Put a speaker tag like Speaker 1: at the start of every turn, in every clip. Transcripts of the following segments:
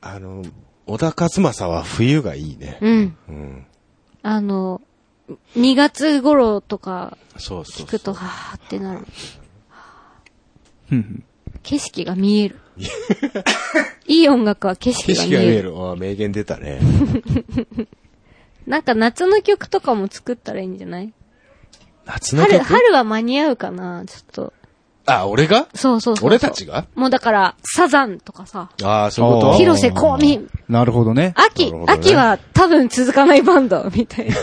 Speaker 1: あの、小田和正は冬がいいね。
Speaker 2: うん。
Speaker 1: うん。
Speaker 2: あの、2月頃とか
Speaker 1: そうそうそう。
Speaker 2: 聞くと、はーってなる。
Speaker 3: ふんふん
Speaker 2: 景色が見え る。いい音楽は景色
Speaker 1: 景
Speaker 2: が
Speaker 1: 色
Speaker 2: 見
Speaker 1: が見
Speaker 2: え
Speaker 1: え
Speaker 2: る。
Speaker 1: る。ああ、名言出たね。
Speaker 2: なんか夏の曲とかも作ったらいいんじゃない
Speaker 1: 夏の
Speaker 2: 春、
Speaker 1: 曲
Speaker 2: 春は間に合うかなちょっと。
Speaker 1: あ、俺が
Speaker 2: そうそうそう。
Speaker 1: 俺たちが
Speaker 2: もうだから、サザンとかさ、
Speaker 1: ああ、そういうこと
Speaker 3: あー
Speaker 2: 広瀬香美、
Speaker 3: なるほどね。
Speaker 2: 秋、
Speaker 1: なるほどね
Speaker 2: 秋は多分続かないバンド、 みたいな。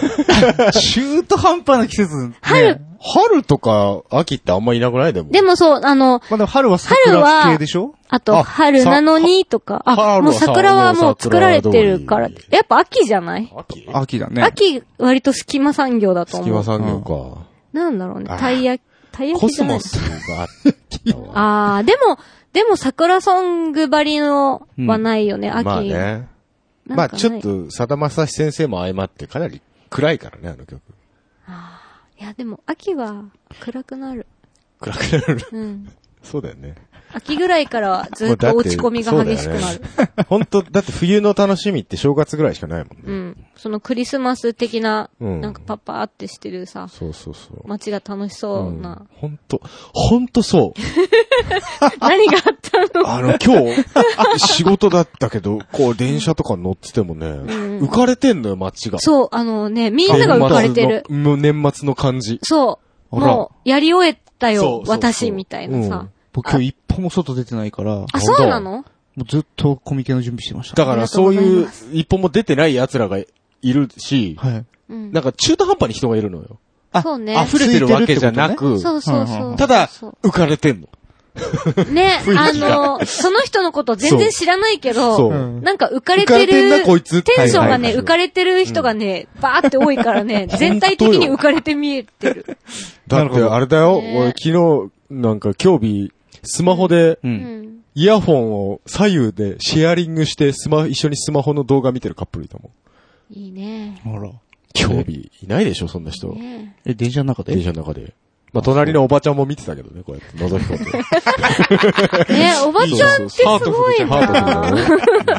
Speaker 3: 中途半端な季節、ね。
Speaker 2: 春
Speaker 1: 春とか秋ってあんまいなくないでも。
Speaker 2: でもそう、あの、
Speaker 3: まあでも春は
Speaker 2: 春は
Speaker 3: 桜系でしょ
Speaker 2: あと、
Speaker 1: あ
Speaker 2: 春なのにとか、
Speaker 1: さ
Speaker 2: あ、
Speaker 1: 春
Speaker 2: もう
Speaker 1: はさ
Speaker 2: 桜はもう作られてるから
Speaker 1: 桜通。
Speaker 2: やっぱ秋じゃない
Speaker 1: 秋
Speaker 3: 秋だね。
Speaker 2: 秋、割と隙間産業だと
Speaker 1: 隙
Speaker 2: 思
Speaker 1: 間
Speaker 2: う。
Speaker 1: 産業か。
Speaker 2: なんだろうね。
Speaker 1: あ
Speaker 2: たい焼き、たい焼
Speaker 1: コ
Speaker 2: きじ
Speaker 1: ス
Speaker 2: ゃない
Speaker 1: モスがあったわ。
Speaker 2: あー、でも、でも桜ソングばりのはないよ ね、秋。
Speaker 1: まあね。
Speaker 2: なんかない
Speaker 1: まあちょっと、さだまさし先生も相まってかなり暗いからね、あの曲。
Speaker 2: いや、でも、秋は暗くなる。
Speaker 1: 暗くなる。
Speaker 2: うん。
Speaker 1: そうだよね。
Speaker 2: 秋ぐらいからはずっと落ち込みが激しくなる。
Speaker 1: 本当だって冬の楽しみって正月ぐらいしかないもん
Speaker 2: う
Speaker 1: ね。
Speaker 2: ん。そのクリスマス的な、
Speaker 1: うん
Speaker 2: なんかパッパーってしてるさ、
Speaker 1: そうそうそう。
Speaker 2: 街が楽しそうな。
Speaker 1: 本当本当 そう。
Speaker 2: 何があったの
Speaker 1: あの、今日、仕事だったけど、こう、電車とか乗っててもね、
Speaker 2: ん
Speaker 1: 浮かれてんのよ、街が。
Speaker 2: そう、あのね、みんなが浮かれてる。
Speaker 1: 年末のもう年末の感じ。
Speaker 2: そう。
Speaker 1: あら
Speaker 2: もう、やり終えた
Speaker 1: そう
Speaker 2: よ
Speaker 1: そ、うそう
Speaker 2: 私、みたいな
Speaker 1: う
Speaker 2: さ
Speaker 1: ん。
Speaker 3: 僕今日一歩も外出てないから、も
Speaker 2: あ、そうなの
Speaker 3: うずっとコミケの準備してました。
Speaker 1: だから、そういう、一歩も出てない奴らがいるし、
Speaker 3: はい。
Speaker 2: うん
Speaker 1: なんか中途半端に人がいるのよ。
Speaker 3: あ
Speaker 2: そうね。
Speaker 1: 溢れてるわけじゃなく、
Speaker 2: そうそうそう。
Speaker 1: ただ
Speaker 2: そう、
Speaker 1: 浮かれてんの。
Speaker 2: ね、
Speaker 1: 囲気が
Speaker 2: あの、その人のこと全然知らないけ
Speaker 1: そ
Speaker 2: ど、
Speaker 1: う。
Speaker 3: ん
Speaker 2: なんか浮かれ
Speaker 1: 浮か
Speaker 2: て
Speaker 1: れてんな、
Speaker 2: る、
Speaker 1: こいつ。
Speaker 2: テンションがね、
Speaker 1: はいはい
Speaker 2: 浮かれてる人がね、バーって多いからね、全体的に浮かれて見えてる。
Speaker 1: だって、あれだよ、
Speaker 2: ね
Speaker 1: 俺昨日、なんか、今日日、スマホで、
Speaker 3: う。
Speaker 2: うんん。
Speaker 1: イヤホンを左右でシェアリングして、スマ、一緒にスマホの動画見てるカップルいたもん。
Speaker 2: いいね。
Speaker 3: ほら。
Speaker 1: 今日日、いないでしょ、そんな人。
Speaker 2: ね
Speaker 3: え、電車の中
Speaker 1: 電
Speaker 3: で
Speaker 1: 車の中で。まあ、隣のおばちゃんも見てたけどね、こうやって覗き込んで。
Speaker 2: ね おばちゃんってす
Speaker 1: ハートフ
Speaker 2: ご
Speaker 1: ル
Speaker 2: い
Speaker 1: じゃんハートフルだね
Speaker 2: な。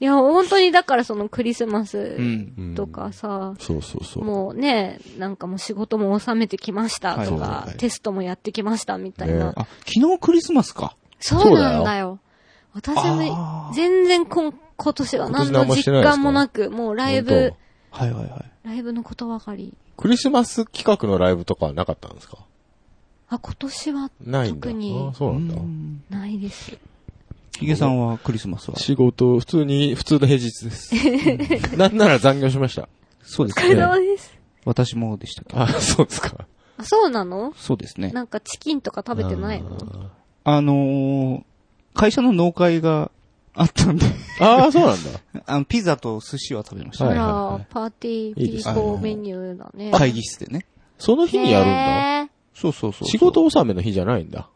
Speaker 2: いや、本当にだからそのクリスマス
Speaker 3: うん。
Speaker 1: うん
Speaker 2: とかさ、
Speaker 1: そうそうそう。
Speaker 2: もうね、なんかもう仕事も収めてきましたと
Speaker 1: は
Speaker 2: か
Speaker 1: いはい、
Speaker 2: テストもやってきましたみたいな
Speaker 1: ね。
Speaker 3: あ、昨日クリスマスか。
Speaker 2: そうなんだよ。私
Speaker 3: あ
Speaker 2: も
Speaker 3: ー
Speaker 2: 全然今今年は何
Speaker 1: 今年
Speaker 2: の
Speaker 1: 何もして
Speaker 2: 実
Speaker 1: ないですか
Speaker 2: 感もなく、もうライブ
Speaker 1: 本、
Speaker 3: はいはいはい。
Speaker 2: ライブのことばかり。
Speaker 1: 当。クリスマス企画のライブとかはなかったんですか
Speaker 2: あ、今年は
Speaker 1: ないんだ。
Speaker 2: 特に
Speaker 1: あそうなんだ。
Speaker 3: うん
Speaker 2: ないです。
Speaker 3: ヒゲさんはクリスマスは
Speaker 1: 仕事、普通に、普通の平日です。 なんなら残業しました。
Speaker 3: そうで
Speaker 2: お疲
Speaker 3: す
Speaker 2: れ
Speaker 3: ね。
Speaker 2: 様です。
Speaker 3: 私もでしたけど。
Speaker 1: あ、そうですか。
Speaker 2: あ、そうなの
Speaker 3: そうですね。
Speaker 2: なんかチキンとか食べてないの
Speaker 3: あのー、会社の納会があったんで、
Speaker 1: ああ、そうなんだ。
Speaker 3: あの、ピザと寿司は食べました
Speaker 1: は
Speaker 2: ほ
Speaker 1: い
Speaker 2: ら、
Speaker 3: ね。
Speaker 2: パーティー
Speaker 1: いい
Speaker 2: ピ
Speaker 1: で
Speaker 2: ー
Speaker 1: す
Speaker 2: コーメニューだね。
Speaker 3: 会議室でね。
Speaker 1: その日にやるんだ。
Speaker 2: へー
Speaker 3: そうそうそうそう。
Speaker 1: 仕事納めの日じゃないんだ。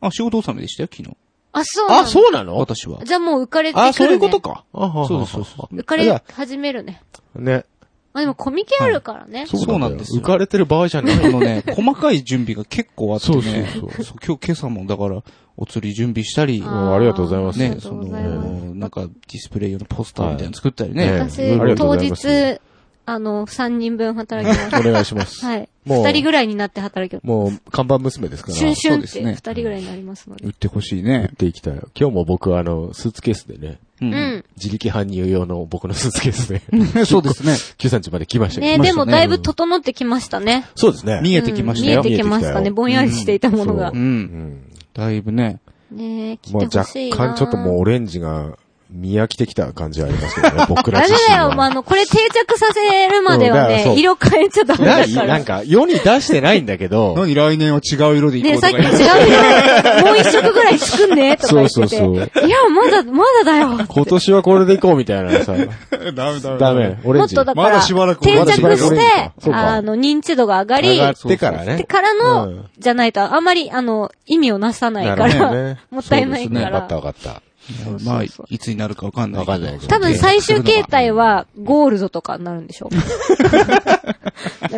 Speaker 3: あ、仕事納めでしたよ、昨日。
Speaker 2: あ、そうな
Speaker 1: あ、
Speaker 2: の
Speaker 1: そうなの
Speaker 3: 私は。
Speaker 2: じゃあもう浮かれてくるね。
Speaker 3: あ、そういうことか。
Speaker 1: あは
Speaker 3: そうそうそう。
Speaker 2: 浮かれ始めるね。
Speaker 1: う。ね。
Speaker 2: まあでもコミケあるからね。
Speaker 3: そうなんですよ
Speaker 1: 浮かれてる場合じゃない。
Speaker 3: あのね、細かい準備が結構あってね。
Speaker 1: そうそう
Speaker 3: そう今日、今朝もだから、お釣り準備したり、
Speaker 1: んありがとうございます
Speaker 2: あーあり
Speaker 3: ね、
Speaker 2: がと
Speaker 3: そう
Speaker 2: ご
Speaker 3: の
Speaker 2: ざいます、
Speaker 3: なんか、ディスプレイ用のポスターみたいなの作ったり
Speaker 1: はい
Speaker 3: ね。
Speaker 1: ね
Speaker 2: 私、
Speaker 1: ええありがとう
Speaker 2: 当
Speaker 1: ございます
Speaker 2: 日、あの、3人分働きました。
Speaker 1: お願いし ます。
Speaker 2: はい。
Speaker 1: もう
Speaker 2: 2人ぐらいになって働きま
Speaker 1: もう、看板娘ですか
Speaker 2: す。
Speaker 1: ら。
Speaker 2: シュンシュンっ
Speaker 3: そ
Speaker 2: て
Speaker 3: うですね
Speaker 2: 2人ぐらいになりますので。
Speaker 3: 売ってほしい
Speaker 1: や
Speaker 3: ね
Speaker 1: っ。ていきたい。今日も僕、あの、スーツケースでね、
Speaker 3: う。
Speaker 2: うんん。
Speaker 1: 自力搬入用の僕のスーツケースで、
Speaker 3: そうですね。
Speaker 1: 9チまで来ましたけ
Speaker 2: ね
Speaker 1: ど。
Speaker 2: でもだいぶ
Speaker 1: うん
Speaker 2: 整ってきましたね。
Speaker 1: そうですね。
Speaker 3: 見えてきました
Speaker 2: うん
Speaker 3: よ。
Speaker 2: 見えてきまし
Speaker 1: 見
Speaker 2: た
Speaker 1: えてきた
Speaker 2: ね。
Speaker 1: よ
Speaker 2: ぼんやりしていたものが
Speaker 3: う。。
Speaker 1: うんん。
Speaker 3: だいぶね。
Speaker 2: ねえ、来て
Speaker 1: もう
Speaker 2: ほ
Speaker 1: 若
Speaker 2: しいな。
Speaker 1: 干ちょっともうオレンジが見飽きてきた感じはありますけど ね、僕ら
Speaker 2: ダメ
Speaker 1: 自身
Speaker 2: だ
Speaker 1: は
Speaker 2: よ、まあ、あの、これ定着させるまでは
Speaker 1: うんだからそ
Speaker 2: ね、
Speaker 1: う
Speaker 2: 色変えちゃダメ
Speaker 1: な
Speaker 2: だ
Speaker 1: い
Speaker 2: か
Speaker 1: な
Speaker 2: ら。
Speaker 1: ん
Speaker 2: ね
Speaker 1: か、世に出してないんだけど、
Speaker 3: 何来年は違う色で
Speaker 2: え、さっき違う色、もう一色ぐらい作 んねとか言って。
Speaker 1: そうそう
Speaker 2: いや、まだ、まだだよ。
Speaker 1: 今年はこれでいこうみたいなさ、
Speaker 3: ダメダメ
Speaker 1: ダメ、オレン
Speaker 2: もっ
Speaker 1: ジ。
Speaker 2: とだか
Speaker 3: ま
Speaker 2: ら、
Speaker 3: だしばらく
Speaker 2: 定
Speaker 1: まだ
Speaker 2: 着
Speaker 1: しばらく
Speaker 2: し
Speaker 1: そう
Speaker 2: て、
Speaker 1: か
Speaker 2: あの、認知度が上がり、
Speaker 1: 上がっ
Speaker 2: で
Speaker 1: てからね。
Speaker 2: から
Speaker 1: う
Speaker 2: の
Speaker 1: ん、
Speaker 2: じゃないと、あまり、あの、意味をなさないか
Speaker 1: なるほど
Speaker 2: ら
Speaker 1: ね、
Speaker 2: もったいないか
Speaker 1: わかった
Speaker 2: ら
Speaker 1: わ。かった。
Speaker 2: そうそう
Speaker 3: まあ、い
Speaker 2: そう
Speaker 3: つになるかわかんないけど。
Speaker 1: わかんないけど
Speaker 2: 多分最終形態は、ゴールドとかになるんでしょ なんか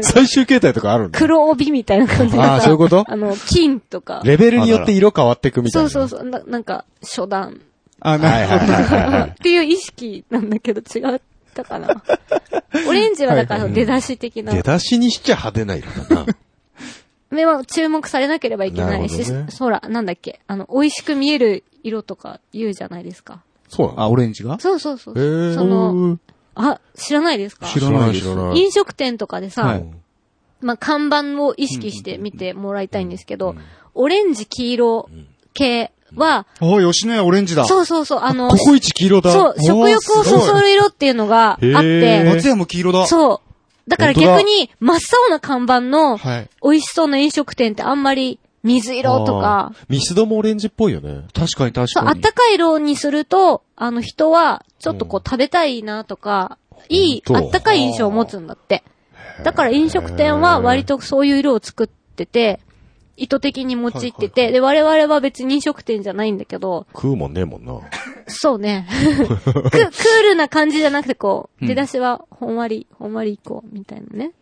Speaker 1: 最終形態とかあるんだ。
Speaker 2: 黒帯みたいな感じでさ
Speaker 1: あーそういうこと
Speaker 2: あの、金とか。
Speaker 1: レベルによって色変わってくみたい
Speaker 2: そ
Speaker 1: な。
Speaker 2: うそ
Speaker 1: う。
Speaker 2: うそう、ななんか、初段。
Speaker 3: あ、なるほど。
Speaker 1: はいはいはいはい
Speaker 2: っていう意識なんだけど違ったかな。オレンジはだから
Speaker 3: はいはい
Speaker 2: 出だし的な。
Speaker 1: 出だしにしちゃ派手な色だな。
Speaker 2: 目は注目されなければいけない
Speaker 1: なる
Speaker 2: し、
Speaker 1: ほどね
Speaker 2: そら、なんだっけ、あの、美味しく見える色とか言うじゃないですか。
Speaker 1: そうなの
Speaker 3: あ、オレンジが
Speaker 2: そうそうそう。
Speaker 1: へー
Speaker 2: その、あ、知らないですか
Speaker 3: 知らないです
Speaker 1: 知らない。
Speaker 2: 飲食店とかでさ、
Speaker 3: は
Speaker 1: う
Speaker 3: い
Speaker 1: ん
Speaker 2: まあ、看板を意識して見てもらいたいんですけど、
Speaker 1: うん
Speaker 2: オレンジ、黄色系は、
Speaker 3: おい、吉野家オレンジだ。う。
Speaker 2: そうそうそう、あの、
Speaker 4: ココイチ黄色だ。
Speaker 2: そう、食欲をそ
Speaker 3: すご
Speaker 2: そる色っていうのがあっ
Speaker 4: へ
Speaker 2: て、
Speaker 3: 松屋も黄色だ。
Speaker 2: そう。だから
Speaker 4: 本当だ
Speaker 2: 逆に、真っ青な看板の、
Speaker 3: はい。
Speaker 2: 美味しそうな飲食店ってあんまり、水色とか、
Speaker 4: あー。ミスドもオレンジっぽいよね。
Speaker 3: 確かに確
Speaker 2: そう、あ
Speaker 3: か
Speaker 2: っ
Speaker 3: に。
Speaker 2: たかい色にすると、あの人は、ちょっとこう食べたいなとか、いい、
Speaker 1: ほん
Speaker 2: あ
Speaker 1: と
Speaker 2: ったかい印象を持つんだって。だから飲食店は割とそういう色を作ってて、意図的に用いてて、
Speaker 3: はいはいはい
Speaker 2: で、我々は別に飲食店じゃないんだけど、
Speaker 1: 食うもんねえもんな。
Speaker 2: そうね。ククールな感じじゃなくて、こう、
Speaker 3: うん
Speaker 2: 出だしは、ほんわり、ほんわりいこう、みたいなね。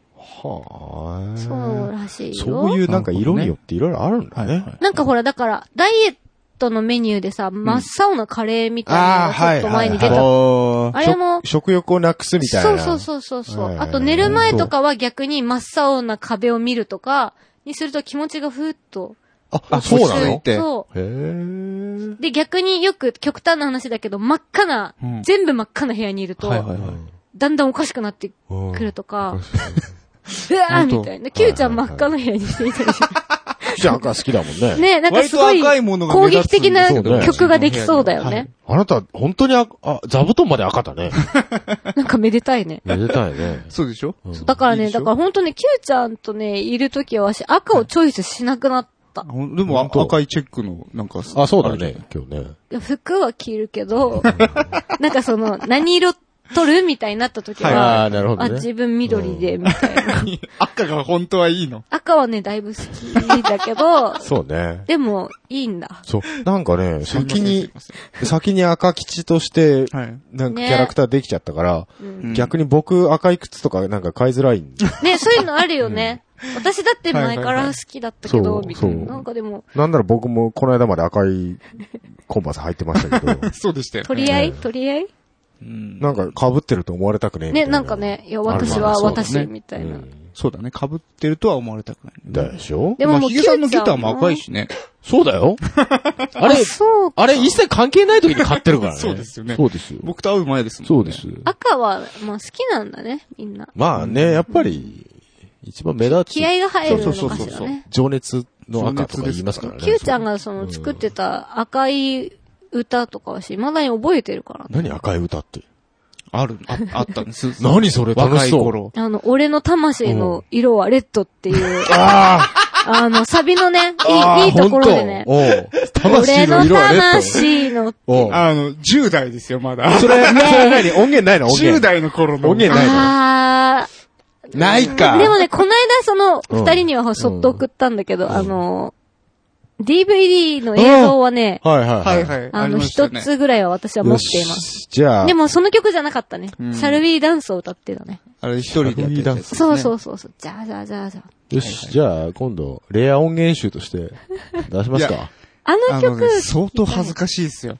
Speaker 1: は
Speaker 2: そうらしいよ。
Speaker 1: そういうなんか色によっていろいろあるんだ
Speaker 3: はい
Speaker 1: ね
Speaker 3: は。い
Speaker 2: なんかほら、だから、ダイエットのメニューでさ、真っ青なカレーみたいなのがちょっと前に出た。
Speaker 1: あ
Speaker 2: あれも
Speaker 1: 食食欲をなくすみたい
Speaker 2: そう
Speaker 1: な。
Speaker 2: そうそうそうそう。
Speaker 1: えー
Speaker 2: あと寝る前とかは逆に真っ青な壁を見るとか、にすると気持ちがふーっと。
Speaker 1: あ、そうな
Speaker 3: 落ち着
Speaker 1: の
Speaker 3: いて
Speaker 2: そ
Speaker 1: へー
Speaker 2: う。で、逆によく極端な話だけど、真っ赤な、
Speaker 3: うん
Speaker 2: 全部真っ赤な部屋にいると、
Speaker 3: はいはいはい。
Speaker 2: だんだんおかしくなって
Speaker 1: うん
Speaker 2: くるとか、うわ
Speaker 3: ほ
Speaker 2: ー
Speaker 3: んと
Speaker 2: みたいな。キューちゃん真っ赤な部屋にしていたりし
Speaker 1: じゃあ赤好きだもんね。
Speaker 2: て。ね、なんかすご
Speaker 3: 割
Speaker 2: い
Speaker 3: と赤いものが
Speaker 2: 攻
Speaker 3: 目
Speaker 2: 撃
Speaker 3: 立つんで
Speaker 2: 的な
Speaker 1: そうね
Speaker 2: 曲ができそうだよね。
Speaker 1: あなた、本当にあ、あ、座布団まで赤だ ね。
Speaker 2: なんかめでたいね。
Speaker 1: めでたいね。
Speaker 3: そうでしょ
Speaker 1: うん
Speaker 2: だから
Speaker 3: いい
Speaker 2: ね、
Speaker 3: でしょ
Speaker 2: だから本当ね、キューちゃんとね、いるときはわし赤をチョイスしなくなった
Speaker 3: あ。ほんでも
Speaker 1: 本当
Speaker 3: あ赤いチェックの、なんか、
Speaker 1: あ、そうだね。今日ね。
Speaker 2: いや服は着るけど、 なんかその、何色取るみたいになった時は、
Speaker 1: はいあーなるほどね
Speaker 2: あ、自分緑で、みたいな。
Speaker 3: あるじゃん。赤が本当はいいの。
Speaker 2: 赤はね、だいぶ好きだけど、
Speaker 1: そうね。
Speaker 2: でも、いいんだ。
Speaker 1: そう。なんか ね、先に
Speaker 3: すい、ません。すい
Speaker 1: 先に赤吉として、
Speaker 3: ませんはい。
Speaker 1: なんか
Speaker 2: ね
Speaker 1: キャラクターできちゃったから、
Speaker 2: うん
Speaker 3: ん
Speaker 1: 逆に僕赤い靴とかなんか買いづらいんで。
Speaker 2: ね、そういうのあるよね。私だって前か
Speaker 3: はいはいは
Speaker 2: ら好
Speaker 3: い
Speaker 2: きだったけ
Speaker 1: そ
Speaker 2: ど、
Speaker 1: う
Speaker 2: みたい
Speaker 1: そう
Speaker 2: な。なんかでも、
Speaker 1: なんなら僕もこの間まで赤いコンバース履いてましたけど、
Speaker 3: そうでしたよね。
Speaker 2: 取り合い取り合い
Speaker 3: うん
Speaker 1: なんか被ってると思われたくねえみたい
Speaker 2: ね、
Speaker 1: な。
Speaker 2: なんかね、いや、
Speaker 1: ある
Speaker 2: 私
Speaker 1: な
Speaker 2: は
Speaker 3: そうだね
Speaker 2: 私、みたいな。
Speaker 3: そうだね。被ってるとは思われたくないね。
Speaker 1: でしょ
Speaker 2: でも
Speaker 3: ま
Speaker 2: も
Speaker 3: あ
Speaker 2: う、
Speaker 3: ヒゲさんのギターも赤いしね。
Speaker 1: そうだ よ。あ
Speaker 2: あ
Speaker 1: れ、
Speaker 2: そう。
Speaker 1: あれ一切関係ない時に買ってるからね。
Speaker 3: そうですよね
Speaker 1: そうですよ。
Speaker 3: 僕と会う前ですもんね。
Speaker 1: そうです。
Speaker 2: 赤は、まあ好きなんだね、みんな。
Speaker 1: まあね、やっぱり、一番目立つ。
Speaker 2: 気合が入るの
Speaker 3: そう
Speaker 2: か
Speaker 3: そう
Speaker 2: し
Speaker 3: そう
Speaker 2: ら
Speaker 3: そう
Speaker 2: ね。
Speaker 1: 情熱の赤とか言いますからね。
Speaker 2: キューちゃん
Speaker 1: が。
Speaker 2: がその作ってた赤い歌とかはし、未だに覚えてるからね。
Speaker 1: 何赤い歌って。
Speaker 3: ある、ああったんで す。
Speaker 1: 何それ楽
Speaker 3: 若
Speaker 1: し
Speaker 3: い
Speaker 1: そう
Speaker 3: 頃。
Speaker 2: あの、俺の魂の色はレッドっていう、
Speaker 1: あ
Speaker 2: あの、サビのね、
Speaker 1: あ
Speaker 2: いい、いいところでね。
Speaker 1: おう
Speaker 2: 俺
Speaker 1: 魂の
Speaker 2: の
Speaker 1: 色はレッ
Speaker 2: 魂の、
Speaker 1: ド。おう
Speaker 3: あの、10代ですよ、まだ。
Speaker 1: そ れ、それ何音源ないの音
Speaker 3: 10
Speaker 1: 源。
Speaker 3: 代の頃の。
Speaker 1: 音源ないの
Speaker 2: あ
Speaker 1: ない
Speaker 2: ー、
Speaker 1: か。
Speaker 2: でもね、この間その、
Speaker 1: うん
Speaker 2: 二人にはそっと送ったんだけど、あの、DVD の映像はね、
Speaker 1: はいは
Speaker 3: はい
Speaker 1: いはい。
Speaker 3: はい。
Speaker 2: あの、
Speaker 3: りました
Speaker 2: 一
Speaker 3: よね。
Speaker 2: つぐらいは私は持っています。
Speaker 1: す。じゃあ、
Speaker 2: でもその曲じゃなかったね。シ
Speaker 3: うん
Speaker 2: ャルビーダンスを歌ってたね。
Speaker 3: あれ一人でやってたやつですね。
Speaker 2: そうそうそうそう。じゃあじゃあじゃあじゃあ。
Speaker 1: よし、じゃあ、今度、レア音源集として出します
Speaker 3: い
Speaker 1: か。
Speaker 2: あの
Speaker 3: あの
Speaker 2: 曲
Speaker 3: ね、、相当恥ずかしいですよ。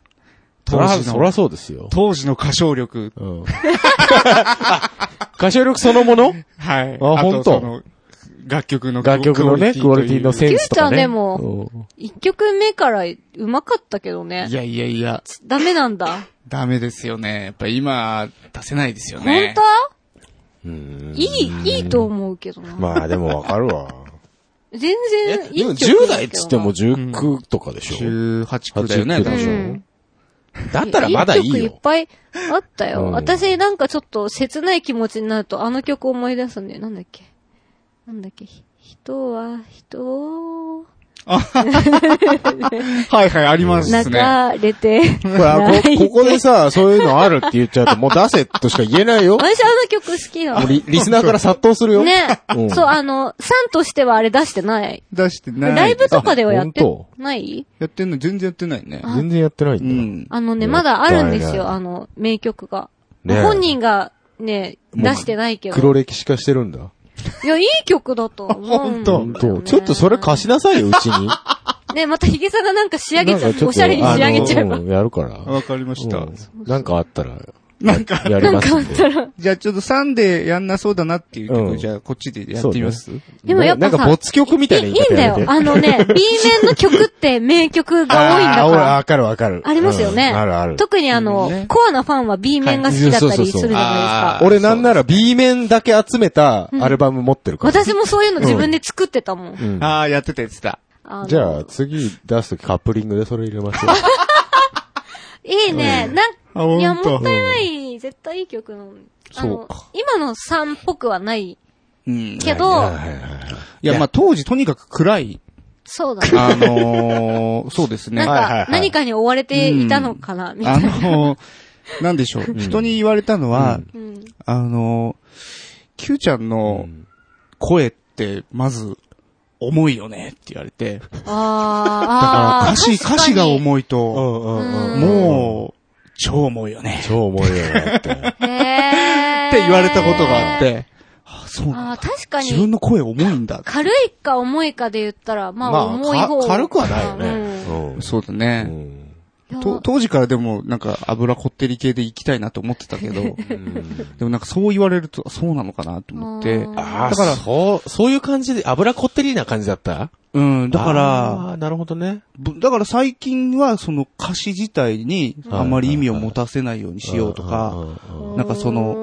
Speaker 1: そ
Speaker 3: 当
Speaker 1: ら、
Speaker 3: 時
Speaker 1: そら
Speaker 3: の、
Speaker 1: そうですよ。
Speaker 3: 当時の歌唱力。
Speaker 1: うん。 歌唱力そのもの
Speaker 3: はい。
Speaker 1: あほんと
Speaker 3: その、楽曲の
Speaker 1: 楽曲のね、クオリティの
Speaker 3: ン
Speaker 1: センスとかね。
Speaker 2: キューちゃんでも一曲目からうまかったけどね
Speaker 3: い。やいやいや、
Speaker 2: ダメなんだ。
Speaker 3: ダメですよね。やっぱ今、出せないですよ
Speaker 2: 本
Speaker 3: ね。
Speaker 2: 当
Speaker 1: うん、うん
Speaker 2: いい、いいと思うけどな。
Speaker 1: まあでもわかるわ。
Speaker 2: 全然いい
Speaker 1: でも
Speaker 2: 曲だけどな
Speaker 1: 10代っつっても19とかでしょ。
Speaker 3: 18くらいだよね。
Speaker 1: 18くらいでしょ
Speaker 2: うん
Speaker 1: だったらまだいい
Speaker 2: 曲いっ
Speaker 1: よ。
Speaker 2: ぱいあった
Speaker 1: うん
Speaker 2: よ。私なんかちょっと切ない気持ちになるとあの曲思い出すんだよ。なんだっけなんだっけひ人は人を
Speaker 3: はいはい、あります
Speaker 2: 泣
Speaker 3: ね。
Speaker 2: かれて。
Speaker 1: ほら
Speaker 2: 泣い
Speaker 1: こ、ここでさ、そういうのあるって言っちゃうと、もう出せとしか言えない よ。も
Speaker 2: 私あの曲好きな
Speaker 1: うリリスナーから殺到するよ。
Speaker 2: の。ね
Speaker 1: うん。
Speaker 2: そう、あの、さんとしてはあれ出してない。
Speaker 3: 出してない。
Speaker 2: ライブとかではやって
Speaker 1: あ本
Speaker 2: ない
Speaker 3: やってんの全然やってないね。
Speaker 1: 全然やってない
Speaker 3: うん
Speaker 1: だ。
Speaker 3: ん。
Speaker 2: あの
Speaker 1: ね
Speaker 2: ね、まだあるんです
Speaker 1: だい
Speaker 2: よ、
Speaker 1: ぶ
Speaker 2: あの、名曲が。
Speaker 1: ね
Speaker 2: 本人がね、
Speaker 1: もう
Speaker 2: 出してないけ
Speaker 1: 黒
Speaker 2: ど。
Speaker 1: 歴史化してるんだ。
Speaker 2: いや、いい曲だと思うんだよね。
Speaker 1: ちょっとそれ貸しなさいよ、うちに。
Speaker 2: ね、またヒゲさんがなんか仕上げちゃ
Speaker 1: なんかちょっと
Speaker 2: う。おしゃれに仕上げちゃえば
Speaker 1: あの。うんやるから。
Speaker 3: わかりました
Speaker 1: う。んなんかあったら、
Speaker 3: なんか、
Speaker 1: やり
Speaker 2: なん
Speaker 1: ま
Speaker 2: か
Speaker 1: す
Speaker 2: あっ
Speaker 1: んで。
Speaker 2: たら。
Speaker 3: じゃあちょっとサンデーやんなそうだなっていう曲、
Speaker 1: うん
Speaker 3: じゃあこっちでやってみます、
Speaker 2: でもやっぱさ
Speaker 1: ななんか没曲みたい
Speaker 2: い
Speaker 1: ない言
Speaker 2: い
Speaker 1: い
Speaker 2: い
Speaker 1: 方
Speaker 2: んだ
Speaker 1: やめて
Speaker 2: よ。あのね、B 面の曲って名曲が多いんだ
Speaker 1: あー
Speaker 2: か
Speaker 1: 俺
Speaker 2: ら。
Speaker 1: わかるわかる。
Speaker 2: ありますよね
Speaker 1: うんあるある。
Speaker 2: 特にあの、
Speaker 3: ね
Speaker 2: コアなファンは B 面が好きだったりするじゃないです
Speaker 3: は
Speaker 2: か
Speaker 3: い。
Speaker 1: 俺なんなら B 面だけ集めたアルバム持ってるから。
Speaker 2: 私もそういうの自分で作ってたもん。
Speaker 1: うん
Speaker 3: ああ、やってたやってた。
Speaker 2: あの
Speaker 1: じゃあ、次出すときカップリングでそれ入れましょう。
Speaker 2: いいね。
Speaker 3: あ、
Speaker 2: なん、いや、
Speaker 3: ほん
Speaker 2: もっ
Speaker 3: と。
Speaker 2: たいない。絶対いい曲なのに。あ
Speaker 1: そ
Speaker 2: の
Speaker 1: うか、
Speaker 2: 今の3っぽくはない
Speaker 3: うん。い
Speaker 2: けど、
Speaker 3: や、まあ当時とにかく暗い。
Speaker 2: そうだね。
Speaker 3: あのー、そうですね。
Speaker 2: なん
Speaker 1: はいはいは
Speaker 2: か
Speaker 1: い、
Speaker 2: 何かに追われていたのかな、みた
Speaker 3: あ
Speaker 2: いな。
Speaker 3: のー、なんでしょう。人に言われたのは、
Speaker 2: うん。
Speaker 3: あのー、Q ちゃんの声って、まず、重いよねって言われて。
Speaker 2: あーあー、
Speaker 3: 歌詞、歌詞が
Speaker 2: い。
Speaker 3: 重いと、
Speaker 2: うん
Speaker 3: もう、超重いよね。
Speaker 1: 超重いよねって。
Speaker 2: へー
Speaker 3: って言われたことがあっ。て、あ、そうなんだ。
Speaker 2: あー確か
Speaker 3: 自分
Speaker 2: に、
Speaker 3: の声重いんだ。
Speaker 2: 軽いか重いかで言ったら、ま
Speaker 1: ま
Speaker 2: あ
Speaker 1: あ
Speaker 2: 重い方
Speaker 1: か
Speaker 2: が。
Speaker 1: 軽くはないよね
Speaker 2: うん
Speaker 1: うん
Speaker 3: そうだ
Speaker 1: う
Speaker 3: ね。
Speaker 1: ん
Speaker 2: いや
Speaker 3: と当時からでも、なんか、油こってり系で行きたいなと思ってたけど、 でもなんかそう言われると、そうなのかなと思って。
Speaker 2: あ
Speaker 1: ああ、だ
Speaker 3: だか
Speaker 1: からら、そう、そういう感じで、油こってりな感じだった
Speaker 3: うん、だから、
Speaker 1: あーなるほどね。
Speaker 3: ぶだから最近はその歌詞自体に
Speaker 1: はい
Speaker 3: あまり意味を持たせないようにしようと
Speaker 1: ん
Speaker 3: か、
Speaker 1: うんうん
Speaker 3: なんかその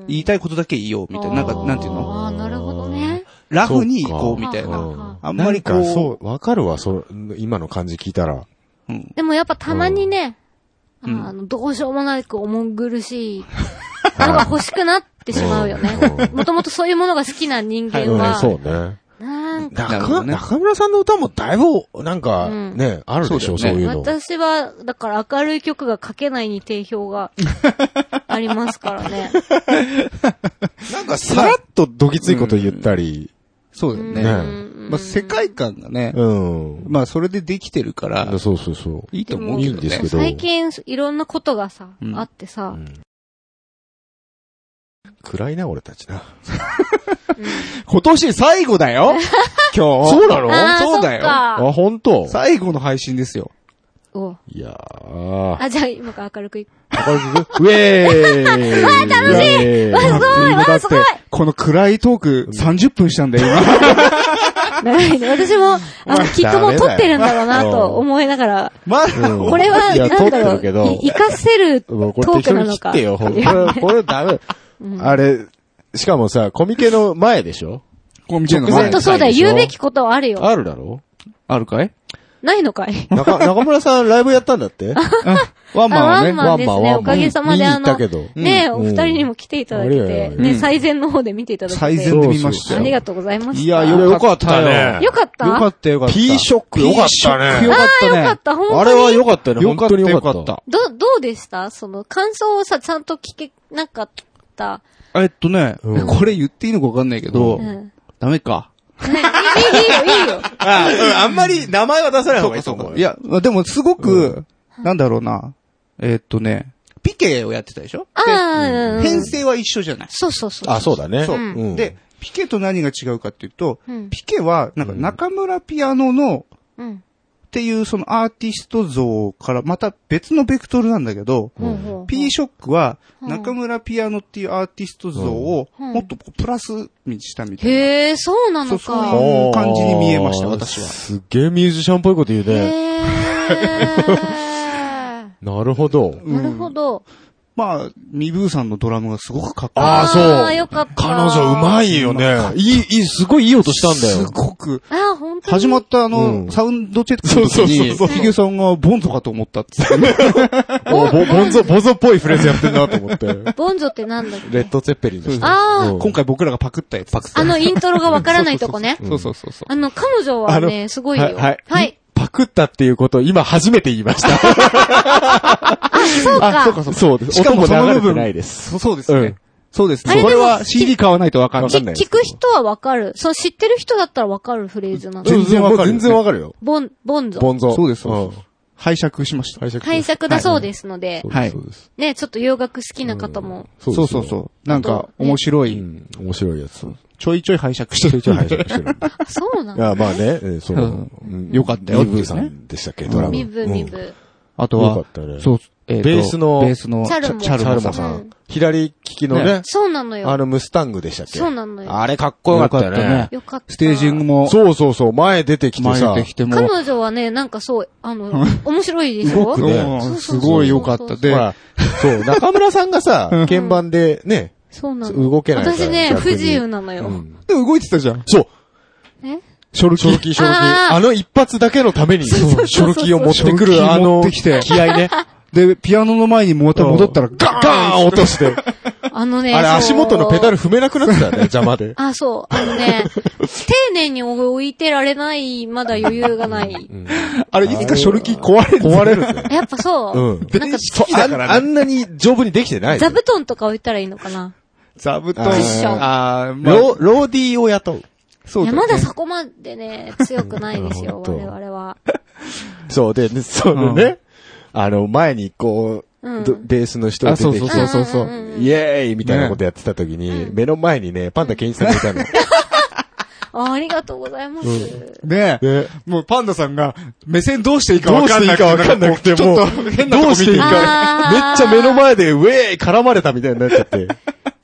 Speaker 2: の
Speaker 3: 言いたいことだけ言おうみたいな、なんか、なんていうの
Speaker 2: ああ、なるほどね。
Speaker 3: ラフに行こうみたい
Speaker 2: そう
Speaker 3: な。
Speaker 2: はあは
Speaker 3: あんまりこう
Speaker 1: なんかそう、わかるわ、その今の感じ聞いたら。
Speaker 3: うん
Speaker 2: でもやっぱたまにね、あ
Speaker 3: うん
Speaker 2: ーあの、どうしようもなく重苦しいのが欲しくなってしまうよ ね。もともとそういうものが好きな人間
Speaker 1: うん、
Speaker 2: は、
Speaker 1: そうね。
Speaker 2: なんか、
Speaker 3: なるほど
Speaker 1: 中
Speaker 3: ね
Speaker 1: 中村さんの歌もだいぶ、なんか、
Speaker 2: うん
Speaker 1: ね、あるでしょ、
Speaker 3: そ
Speaker 1: そうう
Speaker 3: だ
Speaker 1: いうの。
Speaker 2: 私は、だから明るい曲が書けないに定評 がありますからね。
Speaker 1: なんかさらっとどぎついこと言ったり、
Speaker 3: そうだよ
Speaker 2: うん
Speaker 3: ね。まあ世界観がね、
Speaker 1: うん。
Speaker 3: まあそれでできてるから、
Speaker 1: そうそうそう。
Speaker 3: いいと思う
Speaker 1: い
Speaker 3: け
Speaker 1: い
Speaker 3: ど
Speaker 1: んです
Speaker 3: ね
Speaker 1: け。ど。
Speaker 2: 最近、いろんなことがさ
Speaker 3: う、ん
Speaker 2: あってさ
Speaker 1: う、ん暗いな、俺たち な。
Speaker 3: 今年最後だよ今日。
Speaker 1: そうなの
Speaker 2: ああ、
Speaker 3: そうだ
Speaker 2: っ
Speaker 3: よ
Speaker 2: か
Speaker 1: あ、ほんと
Speaker 3: 最後の配信ですよ。
Speaker 2: お
Speaker 1: いやー。
Speaker 2: あ、じゃあ今から明るくいく。
Speaker 1: ウェーイ楽しい
Speaker 3: すだって、この暗いトーク30分したんだよ、今。
Speaker 2: 長いね。私 も、あの、きっともう撮ってるんだろうなと思いながら、
Speaker 3: まだ、
Speaker 1: うん
Speaker 2: これは、
Speaker 1: いや
Speaker 2: なんだ
Speaker 1: 撮って
Speaker 2: ろ
Speaker 1: るけど
Speaker 2: う、い活かせるト
Speaker 1: もうこれ
Speaker 2: ー
Speaker 1: 適
Speaker 2: ク
Speaker 1: 当
Speaker 2: な
Speaker 1: に
Speaker 2: の
Speaker 1: 切っ
Speaker 2: か。
Speaker 1: てよ、ほんとこれ、これダメ。あれ、しかもさ、コミケの前でしょ
Speaker 3: こう見てるの
Speaker 1: 直
Speaker 2: ほ
Speaker 1: 前
Speaker 2: んとそうだよ。言うべきことはあるよ。
Speaker 1: あるだろ
Speaker 3: あるかい
Speaker 2: ないのかい
Speaker 1: 中、中村さんライブやったんだって
Speaker 3: ワンマン
Speaker 2: あ
Speaker 3: を
Speaker 2: ワン
Speaker 3: ね
Speaker 2: マ。まあですね
Speaker 1: ワンマンワンマン
Speaker 2: おかげさま
Speaker 1: 見
Speaker 2: で
Speaker 1: に
Speaker 2: あ
Speaker 1: 行
Speaker 2: の
Speaker 1: ったけど。
Speaker 2: ねえ、お二人に
Speaker 1: も。
Speaker 2: も来ていただい
Speaker 1: あ
Speaker 2: て
Speaker 1: れよあれよ
Speaker 2: ね
Speaker 3: う
Speaker 2: え、
Speaker 3: ん
Speaker 2: 最善の方で見ていただいて。
Speaker 3: 最善で見ました
Speaker 2: あり
Speaker 3: よ。
Speaker 2: がとうございました。
Speaker 3: いや、
Speaker 2: よ
Speaker 3: よか
Speaker 1: よか
Speaker 3: った
Speaker 1: った
Speaker 3: よ。
Speaker 1: ね
Speaker 2: かった
Speaker 3: よかったよかった。
Speaker 1: P ショックよかったね
Speaker 3: P ショックよかったね。
Speaker 2: よかった、本
Speaker 1: あれ
Speaker 2: 当
Speaker 1: は
Speaker 2: に。
Speaker 1: 良かったよね。
Speaker 3: よか
Speaker 1: 本
Speaker 3: った
Speaker 1: 当に
Speaker 3: よ
Speaker 1: 良
Speaker 3: か
Speaker 1: か
Speaker 3: っ
Speaker 1: った。
Speaker 3: た。
Speaker 2: ど、どうでしたその、感想をさ、ちゃんと聞けなかった。
Speaker 3: えっとね、
Speaker 1: うん
Speaker 3: これ言っていいのかわかんないけど、
Speaker 2: うん。
Speaker 3: ダメか。
Speaker 2: いいい よ、いいよ。
Speaker 1: あ、あんまり名前は出さない方が
Speaker 3: そう
Speaker 1: い
Speaker 3: か
Speaker 1: いと
Speaker 3: そうか
Speaker 1: 思。う。
Speaker 3: い、や、でもすごく、なんだろうな。えっとね、ピケをやってたでしょ
Speaker 2: ああ、うん
Speaker 3: 編成は一緒じゃない。
Speaker 2: そうそうそう。
Speaker 1: あ、そうだね。
Speaker 3: そう
Speaker 1: う。ん
Speaker 3: で、、ピケと何が違うかっていうと、
Speaker 2: うん。
Speaker 3: ピケは、なんか中村ピアノの、
Speaker 2: うん。
Speaker 3: っていうそのアーティスト像からまた別のベクトルなんだけ
Speaker 2: ほ
Speaker 3: ど、
Speaker 2: うほうほう
Speaker 3: P ショックは
Speaker 2: うん
Speaker 3: 中村ピアノっていうアーティスト像を
Speaker 2: うん
Speaker 3: もっとこうプラスにしたみたいな。
Speaker 2: へえ、そうな
Speaker 3: そう
Speaker 2: の
Speaker 3: そう
Speaker 2: か。
Speaker 3: いう感じに見えました、私は。
Speaker 1: すっげえミュージシャンっぽいこと言う
Speaker 2: へ
Speaker 1: ね。
Speaker 2: え。
Speaker 1: なるほど。
Speaker 2: なるほど。
Speaker 3: まあ、ミブーさんのドラムがすごくかっこいい。
Speaker 1: あーそう
Speaker 2: あよかった。
Speaker 1: 彼女うまいよね。いい、いい、すごいいい音したんだ
Speaker 3: す
Speaker 1: よ。
Speaker 3: ごく、
Speaker 2: あー、本当に。
Speaker 3: 始まったあ
Speaker 1: う
Speaker 3: の、
Speaker 1: ん
Speaker 3: サウンドチェックの時
Speaker 1: そうそ
Speaker 3: に、
Speaker 1: うそうそう
Speaker 3: ヒゲさんがボンゾかと思ったっつって。
Speaker 1: おぼボンゾ、ボンゾっぽいフレーズやってんなと思って。レ
Speaker 2: ボンジョってなんだっけ
Speaker 1: ッド・ツェッペリンの人。
Speaker 2: あ
Speaker 1: う
Speaker 2: ー
Speaker 1: ん
Speaker 3: 今回僕らがパクったやつ。パクっ
Speaker 2: あのイントロがわからないとこね。
Speaker 3: そうそうそうそう。
Speaker 2: あの、彼女はね、すごいよ。
Speaker 1: はいはい
Speaker 2: はい。
Speaker 1: パクったっていうことを今初めて言いました。
Speaker 2: そうか。
Speaker 1: か、そうです。
Speaker 3: しか
Speaker 1: 音
Speaker 3: も
Speaker 1: も
Speaker 3: その部
Speaker 1: 流れ
Speaker 3: 分
Speaker 1: てないです。
Speaker 3: そうそうです
Speaker 1: う
Speaker 3: ね
Speaker 1: ん。
Speaker 3: そうです
Speaker 2: あれ
Speaker 3: ね。
Speaker 2: で
Speaker 3: こ
Speaker 2: も
Speaker 3: れは CD 買わないとわかん
Speaker 1: わ
Speaker 3: な
Speaker 1: か
Speaker 3: い
Speaker 1: ん。ないです
Speaker 2: 聞く人はわかる。そう、知ってる人だったらわかるフレーズなの。
Speaker 3: 全然わかるよね
Speaker 1: 全然わかるよ。
Speaker 2: ボン、ボンゾ。
Speaker 1: ボンゾ。
Speaker 3: そうですそう
Speaker 1: うん
Speaker 3: 拝借しました。
Speaker 5: 解釈
Speaker 2: 解釈だそうですので、
Speaker 3: はい
Speaker 5: そうです。
Speaker 2: ね、ちょっと洋楽好きな方も、
Speaker 3: そうそうそうなんか、面白
Speaker 5: う
Speaker 3: い、
Speaker 5: ん、面白いやつ。
Speaker 3: ちょいちょい拝借
Speaker 5: ち
Speaker 3: して
Speaker 5: ょ
Speaker 3: る
Speaker 5: いちょい拝借してるんで。
Speaker 2: あそうないの
Speaker 1: や、まあね、えーそううんうん。
Speaker 3: よかったよっ
Speaker 1: ミ
Speaker 3: ていうね
Speaker 1: ブさんでしたっけ、ドラム。
Speaker 2: 身分、身分。
Speaker 3: あと
Speaker 1: うんよか
Speaker 3: は
Speaker 1: っ、たね。
Speaker 3: そう、えと
Speaker 1: ベースの
Speaker 3: ベースの、
Speaker 2: チャルモン
Speaker 3: チャル
Speaker 1: チャル
Speaker 3: モ
Speaker 1: モ
Speaker 3: ンさ
Speaker 1: さ
Speaker 3: ん。
Speaker 2: うんん。
Speaker 1: 左利きのね
Speaker 3: ね、
Speaker 2: そうなの
Speaker 1: あ
Speaker 2: よ。
Speaker 1: のムスタングでしたっけ
Speaker 2: そうなのよ。
Speaker 1: あれかっこよかった
Speaker 3: よか
Speaker 1: ね。
Speaker 2: よかった。
Speaker 3: ステージングも、
Speaker 1: そうそうそう、前出てきて
Speaker 3: 前
Speaker 1: さ
Speaker 3: に、できても、
Speaker 2: 彼女はね、なんかそう、あの、面白いでし
Speaker 1: 動
Speaker 2: ょ
Speaker 1: くね
Speaker 3: う
Speaker 2: そ
Speaker 3: ん
Speaker 2: うそうそ
Speaker 3: す
Speaker 2: うそう
Speaker 3: ごい良かった。
Speaker 1: ほ
Speaker 3: で、
Speaker 1: ら、そう、中村さんがさ、鍵盤でね、
Speaker 2: そうなの。
Speaker 1: 動けないから。
Speaker 2: 私ね、
Speaker 1: 逆
Speaker 2: 不
Speaker 1: に
Speaker 2: 自由なのよ。
Speaker 1: うん
Speaker 3: 動いてたじゃん。
Speaker 1: そう
Speaker 2: え
Speaker 1: ショルキー、ショルキー、ショルキ
Speaker 2: あ
Speaker 1: ー。
Speaker 2: ー
Speaker 1: あの一発だけのために、シ
Speaker 2: そうそう
Speaker 1: ョルキーを持ってく
Speaker 3: ショルキ
Speaker 1: る、
Speaker 3: ー
Speaker 1: あ
Speaker 3: 持
Speaker 1: の、
Speaker 3: ってきて
Speaker 1: 気合ね。
Speaker 3: で、ピアノの前にまた戻ったら、ガーン
Speaker 1: ガーン落として。
Speaker 2: あのね、
Speaker 1: あれ、
Speaker 2: そう
Speaker 1: 足元のペダル踏めなくなってたよね、邪魔で。
Speaker 2: あ、そう。あのね、丁寧に置いてられない、まだ余裕がない。
Speaker 3: あれ、いつかショルキー壊れる。
Speaker 1: 壊れるぜ。
Speaker 2: やっぱそう。
Speaker 1: うん
Speaker 2: なんか、
Speaker 1: そうあんあんなに丈夫にできてない。
Speaker 2: 座布団とか置いたらいいのかな。
Speaker 3: 座布団。
Speaker 1: ク
Speaker 2: ッション
Speaker 3: あー、まあ
Speaker 1: ロー、ローディーを雇う。
Speaker 3: そう
Speaker 2: い
Speaker 3: だ
Speaker 2: や、
Speaker 3: よね
Speaker 2: まだそこまでね、強くないですよ、
Speaker 1: 本当
Speaker 2: 我々は。
Speaker 1: そう、で、ねそのね、あの、前にこう、
Speaker 2: うん
Speaker 1: どベースの人が
Speaker 3: あ
Speaker 1: 出て
Speaker 3: そ
Speaker 1: き
Speaker 3: うそう
Speaker 1: て、
Speaker 3: そうそうそう。
Speaker 2: うん
Speaker 1: イエーイみたいなことやってた時に、目の前にね、パンダケンイチさんがいたの。
Speaker 2: あありがとうございます。
Speaker 3: ねえ。
Speaker 1: ね
Speaker 3: もうパンダさんが、目線 どうしていいか
Speaker 1: ど
Speaker 3: わ
Speaker 1: う
Speaker 3: か
Speaker 1: し
Speaker 3: ん
Speaker 1: てい
Speaker 3: ない
Speaker 1: かわかんなくて、もう、
Speaker 3: ち
Speaker 1: ど
Speaker 3: ょっと変なとこ
Speaker 1: う
Speaker 3: 見
Speaker 1: してていい
Speaker 2: あ
Speaker 1: か、め
Speaker 2: ー
Speaker 1: っちゃ目の前で、ウェーイ絡まれたみたいになっちゃって。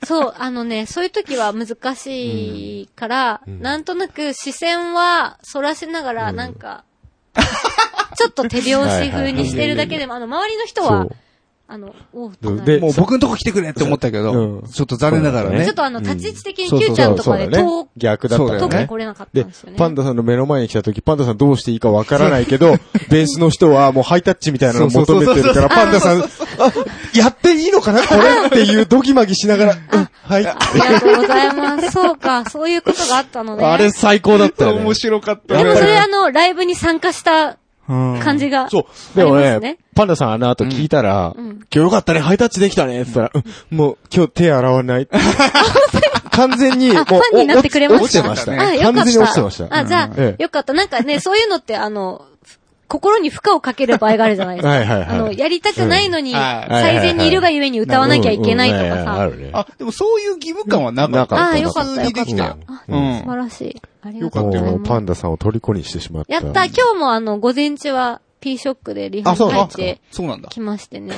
Speaker 2: そう、あのね、そういう時は難しいから、
Speaker 1: ん
Speaker 2: なんとなく視線は反らしながら、なんか、ちょっと手拍子風にしてるだけでも、あの、周りの人は
Speaker 1: そう、
Speaker 2: あの、おうってなる
Speaker 1: で
Speaker 3: もう僕のとこ来てくれって思ったけど、
Speaker 1: うん
Speaker 3: ちょっと残念ながら
Speaker 1: そうだ
Speaker 3: ね。
Speaker 2: ちょっとあの、立ち位置的に Q ちゃ
Speaker 1: そ
Speaker 2: ん
Speaker 1: う
Speaker 2: と
Speaker 1: そ
Speaker 2: か
Speaker 1: う
Speaker 2: で
Speaker 1: だね
Speaker 2: 遠く、。
Speaker 1: 逆だった
Speaker 3: そう
Speaker 1: の
Speaker 2: 遠く
Speaker 1: ね
Speaker 2: に。来れなかった
Speaker 1: で
Speaker 2: んですよ、ね。
Speaker 1: パンダさんの目の前に来た時、パンダさんどうしていいかわからないけ ど、ベースの人はもうハイタッチみたいなのを求めてるから、パンダさん、あ、やっていいのかなこれっていうドキマギしながら、うんはい。
Speaker 2: ありがとうございます。そうか、そういうことがあったのね。
Speaker 1: あれ
Speaker 2: で
Speaker 1: 最高だったよね
Speaker 3: 面。白かったね。
Speaker 2: もそれあの、ライブに参加した
Speaker 3: うん
Speaker 2: 感じが。
Speaker 1: そう。でも
Speaker 2: あります
Speaker 1: ね
Speaker 2: ね、
Speaker 1: パンダさんあの後聞いたら、
Speaker 2: うんうん
Speaker 1: 今日よかったね、ハイタッチできたね、って言ったら、うんもう今日手洗わ ない。完全に、もう
Speaker 2: あ、ファンになってくれました。
Speaker 1: 落ちてました
Speaker 2: あ、
Speaker 1: ね。
Speaker 2: よかった。
Speaker 1: 完全に落ちてました。
Speaker 2: あ、じゃあ
Speaker 1: え、え
Speaker 2: よかった。なんかね、そういうのって、あの、心に負荷をかける場合があるじゃないですか。
Speaker 1: はいはいはい
Speaker 2: あの、やりたくないのに、
Speaker 3: うんはい
Speaker 2: 最善にいるがゆえに歌わなきゃいけないとか
Speaker 1: うんうんあ
Speaker 2: さ。
Speaker 1: るね。
Speaker 3: あ、でもそういう義務感はなかった。
Speaker 2: ああ、よかった、よか
Speaker 3: 普通にで
Speaker 2: っ
Speaker 3: きたよ
Speaker 2: た。
Speaker 3: う
Speaker 2: あ素
Speaker 3: ん。
Speaker 2: 晴らしい。ありがとう
Speaker 1: も
Speaker 2: ございうます。
Speaker 1: パンダさんを虜にしてしまった。
Speaker 2: やった。今日もあの、午前中は、P ショックでリハ
Speaker 3: あ、
Speaker 2: に
Speaker 3: そう
Speaker 2: 入
Speaker 3: な
Speaker 2: っ
Speaker 3: んだ
Speaker 2: て。
Speaker 3: そうなんだ。
Speaker 2: きましてね。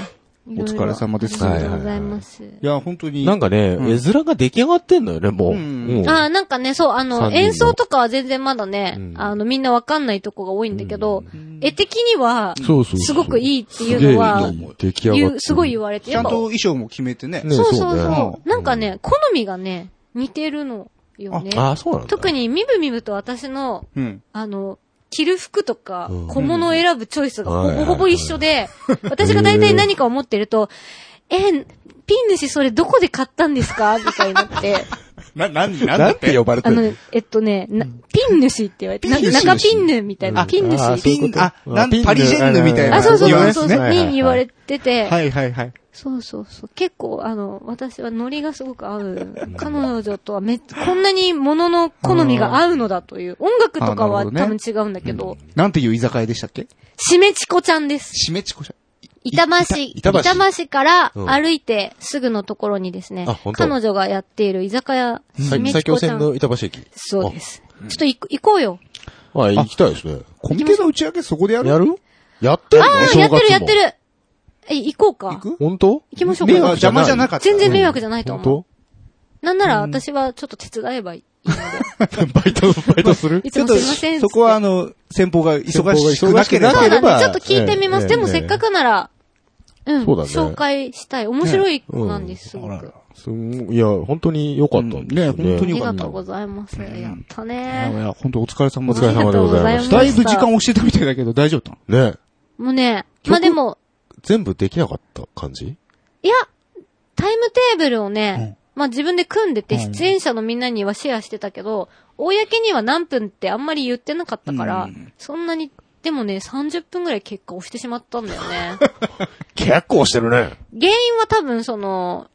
Speaker 2: いろ
Speaker 3: お
Speaker 2: いろ
Speaker 3: 疲れ様です
Speaker 2: ありがとうございます。
Speaker 3: いや、本当に。
Speaker 1: なんかね、
Speaker 3: うん
Speaker 1: 絵面が出来上がってんのよね、もう。
Speaker 3: うん
Speaker 1: うん
Speaker 2: ああ、なんかね、そう、あ
Speaker 1: 三
Speaker 2: の、
Speaker 1: 人の
Speaker 2: 演奏とかは全然まだね、
Speaker 1: うん
Speaker 2: あの、みんなわかんないとこが多いんだけど、絵的には、
Speaker 1: そうそうそう。
Speaker 2: すごく
Speaker 1: い
Speaker 2: いいっていうの
Speaker 3: すげえいい
Speaker 2: は
Speaker 3: と、思う
Speaker 1: 出来上が
Speaker 2: 言
Speaker 1: って
Speaker 2: う
Speaker 1: る
Speaker 2: すごい言われて、
Speaker 3: ちゃ
Speaker 2: やっ
Speaker 3: んと
Speaker 2: ぱ、そう
Speaker 3: 衣装も決めてね。
Speaker 1: ね
Speaker 2: そう
Speaker 1: そうだ
Speaker 2: そ
Speaker 3: よ
Speaker 2: う。なんかね、好みがね、似てるのよね。
Speaker 1: あ、そうなんだ。
Speaker 2: 特
Speaker 1: に。
Speaker 2: に、みぶみぶと私の、
Speaker 3: うん。
Speaker 2: あの、着る服とか
Speaker 1: うん、
Speaker 2: 小物を選ぶチョイスがほ
Speaker 1: はいはいは
Speaker 2: ぼ
Speaker 1: い
Speaker 2: ほぼ一緒 で、私が大体何かを持ってると、えー、ピン主それどこで買ったんですかみたいになって。
Speaker 3: な、な、なんだ
Speaker 1: なん
Speaker 3: って
Speaker 1: て呼ばれて
Speaker 2: あ
Speaker 1: るの
Speaker 2: の、えっとね、なピン主って言われて、な
Speaker 3: ピン主
Speaker 2: 中ピンヌみたいな、ピン主。
Speaker 1: あ
Speaker 2: あ
Speaker 1: そういうこと
Speaker 3: あなん
Speaker 1: ピン
Speaker 3: パリジェンヌみたいな
Speaker 2: そうそう
Speaker 3: 言わ
Speaker 2: そ
Speaker 3: れ
Speaker 2: う
Speaker 3: て
Speaker 2: そう、
Speaker 3: ね
Speaker 2: に言われてて、
Speaker 3: はいはいはい。
Speaker 2: そうそうそう、結構あの、私はノリがすごく合う。彼女とはめ、こんなに物の好みが合うのだという、音楽とか
Speaker 3: あ
Speaker 2: は
Speaker 3: なるほど
Speaker 2: 多
Speaker 3: ね
Speaker 2: 分違うんだけど、
Speaker 3: なんていう居酒屋でしたっけ
Speaker 2: しめちこちゃんです。
Speaker 3: しめちこしゃ。
Speaker 2: 板橋、
Speaker 1: 板
Speaker 2: 板
Speaker 1: 橋
Speaker 2: 橋から
Speaker 1: うん
Speaker 2: 歩いてすぐのところにですね
Speaker 1: あ本、当
Speaker 2: 彼女がやっている居酒屋、しめ
Speaker 1: 最
Speaker 2: ち
Speaker 1: 強
Speaker 2: こちゃ
Speaker 1: 戦
Speaker 2: ん。
Speaker 1: の板橋駅。
Speaker 2: そうです。ちょっと行こ行こうよ。
Speaker 1: あ、行きたいですね。
Speaker 3: コミケの打ち上げそこでやる
Speaker 1: やるやってんの
Speaker 2: ああ、やってるやって。る。え、行こうか。
Speaker 3: 行く
Speaker 1: 本当
Speaker 2: 行きましょうか。
Speaker 3: 迷惑邪魔じゃなかった。
Speaker 2: 全然迷惑じゃないと
Speaker 1: 本
Speaker 2: 思う。
Speaker 1: 当
Speaker 2: なんなら私はちょっと手伝えばいいので。
Speaker 1: バイト、バイト する
Speaker 2: い
Speaker 3: ち
Speaker 2: つ
Speaker 3: ょっ
Speaker 2: もす
Speaker 3: と
Speaker 2: いませんっつって。
Speaker 3: そこはあの、先方が忙しくなけ
Speaker 1: 忙
Speaker 3: れ
Speaker 1: しくな
Speaker 2: そ
Speaker 1: け
Speaker 2: う
Speaker 1: れ
Speaker 3: ば。
Speaker 2: だ
Speaker 1: ば
Speaker 2: ね。ちょっと聞いてみま
Speaker 1: え
Speaker 2: す。
Speaker 1: え
Speaker 2: でもせっかくなら、うん。
Speaker 1: そうだね
Speaker 2: 紹介したい。面白い子なんです、す
Speaker 3: ほ
Speaker 2: ご
Speaker 3: ら
Speaker 2: く。
Speaker 1: すんいや、本当に良かったんですよ
Speaker 3: うんね本当
Speaker 2: あ
Speaker 3: に
Speaker 2: り
Speaker 3: よか
Speaker 2: が
Speaker 3: った
Speaker 2: とうございます。やった
Speaker 3: い
Speaker 2: ね。
Speaker 3: や、本当お疲れ様
Speaker 1: お疲れ様でございました。
Speaker 2: あ
Speaker 3: だ
Speaker 2: り
Speaker 3: い
Speaker 2: がとうございまし
Speaker 3: ぶ
Speaker 2: た
Speaker 3: 時間押してたみたいだけど大丈夫だっ
Speaker 1: ね。
Speaker 2: もうね、
Speaker 1: 曲
Speaker 2: まあでも、
Speaker 1: 全部できなかった感じ
Speaker 2: いや、タイムテーブルをね、まあ自分で組んでて、出演者のみんなにはシェアしてたけど、公には何分ってあんまり言ってなかったか
Speaker 3: う
Speaker 2: ら
Speaker 3: ん、
Speaker 2: そんなに、でもね、30分ぐらい結果押してしまったんだよ ね。
Speaker 1: 結構してるね。
Speaker 2: 原因は多分その、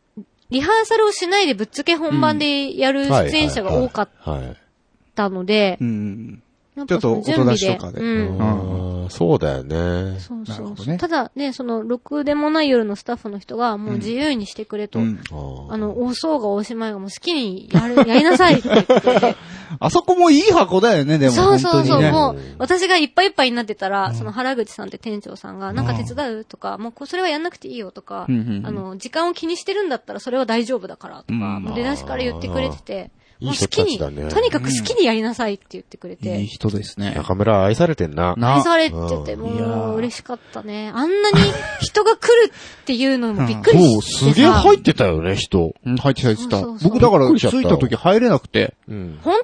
Speaker 2: リハーサルをしないでぶっつけ本番でやる出演者が多かっ
Speaker 1: はい。
Speaker 2: たので
Speaker 3: う、ん。
Speaker 2: やっ
Speaker 3: ちょ
Speaker 2: ぱ
Speaker 3: っと
Speaker 2: そ
Speaker 3: お
Speaker 2: の準
Speaker 3: とな
Speaker 2: 備
Speaker 3: し
Speaker 2: で
Speaker 3: とかで
Speaker 2: うん。
Speaker 3: ん
Speaker 1: あーそうだよね。
Speaker 2: そう
Speaker 3: なる
Speaker 2: そ
Speaker 3: ほ
Speaker 2: うそ
Speaker 3: ど
Speaker 2: う、
Speaker 3: ね
Speaker 2: ただね、その、ろくでもない夜のスタッフの人が、もう自由にしてくれと。
Speaker 3: うん
Speaker 1: あー
Speaker 2: あの、おそうがおしまいがもう好きにやる、 やりなさいって言ってて。
Speaker 3: あそこもいい箱だよね、でも。
Speaker 2: そうそうそう、
Speaker 3: 本当にね
Speaker 2: もう、私がいっぱいいっぱいになってたら、その原口さんって店長さんが、なんか手伝うとか、もうこそれはやんなくていいよとか、
Speaker 3: うんうんうん
Speaker 2: あの、時間を気にしてるんだったらそれは大丈夫だからとか、
Speaker 3: うん
Speaker 2: もう出だしから言ってくれてて、
Speaker 1: あー
Speaker 2: もう好き
Speaker 1: い
Speaker 2: に
Speaker 1: い人たちだね
Speaker 2: とにかく好きにやりなさいって言ってくれて、
Speaker 3: いい人ですね。
Speaker 1: 中村愛されてんな。
Speaker 3: な
Speaker 2: 愛されてて、
Speaker 1: うん
Speaker 2: も
Speaker 3: いやー
Speaker 2: う嬉しかったね。あんなに人が来るっていうのもびっくり
Speaker 1: おう
Speaker 2: して
Speaker 1: すげえ
Speaker 2: さ
Speaker 1: 入ってたよね、人。
Speaker 3: うん入ってた、入ってた
Speaker 2: そうそう。そう
Speaker 3: 僕だから
Speaker 1: びっく
Speaker 3: 着
Speaker 1: りしちゃった
Speaker 3: いた時入れなくて、
Speaker 1: うん。
Speaker 2: 本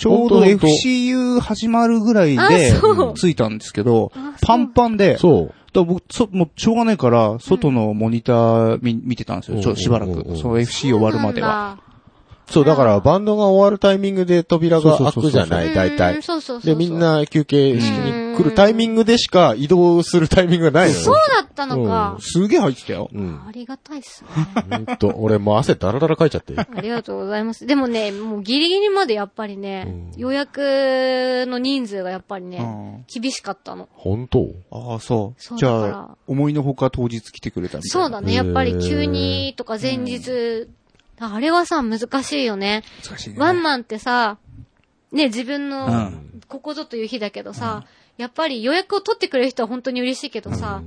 Speaker 3: ちょうど
Speaker 1: ほんとほんと
Speaker 3: FCU 始まるぐらい
Speaker 2: あ
Speaker 3: で
Speaker 2: そう
Speaker 3: 着いたんですけど
Speaker 2: あそう、
Speaker 3: パンパンで、だか
Speaker 1: そう。
Speaker 3: ら僕、そもうしょうがないから、外のモニター見見てたんですよ。ちょしばら
Speaker 1: おうおうお
Speaker 3: く。
Speaker 1: う
Speaker 3: その FC 終
Speaker 2: 当
Speaker 3: わるまでは。
Speaker 2: は。
Speaker 1: そう、だからバンドが終わるタイミングで扉が開くじゃ
Speaker 3: は
Speaker 1: ない、大
Speaker 2: うん
Speaker 1: 体。
Speaker 2: そうそうそうそ
Speaker 1: で、
Speaker 2: う。
Speaker 1: みんな休憩しに来るタイミングでしか移動するタイミングがないのよ。
Speaker 2: そうだったのか。
Speaker 3: すげえ入ってたよ。
Speaker 1: うん。
Speaker 2: ありがたいっすね。
Speaker 1: ほんと、俺もう汗だらだらかいちゃって。
Speaker 2: ありがとうございます。でもね、もうギリギリまでやっぱりね、予約の人数がやっぱり
Speaker 3: う
Speaker 2: ね、
Speaker 3: ん
Speaker 2: 厳しかったの。
Speaker 1: 本当
Speaker 3: ああ、そ。
Speaker 2: そうう
Speaker 3: じ
Speaker 2: だから
Speaker 3: ゃあ、思いのほか当日来てくれたみたいな。
Speaker 2: そうだね、やっぱり急にとか前日、あれはさ、難しいよね。
Speaker 3: 難しいね。
Speaker 2: ワンマンってさ、ね、自分の、
Speaker 3: うん
Speaker 2: ここぞという日だけどさ、やっぱり予約を取ってくれる人は本当に嬉しいけどさ、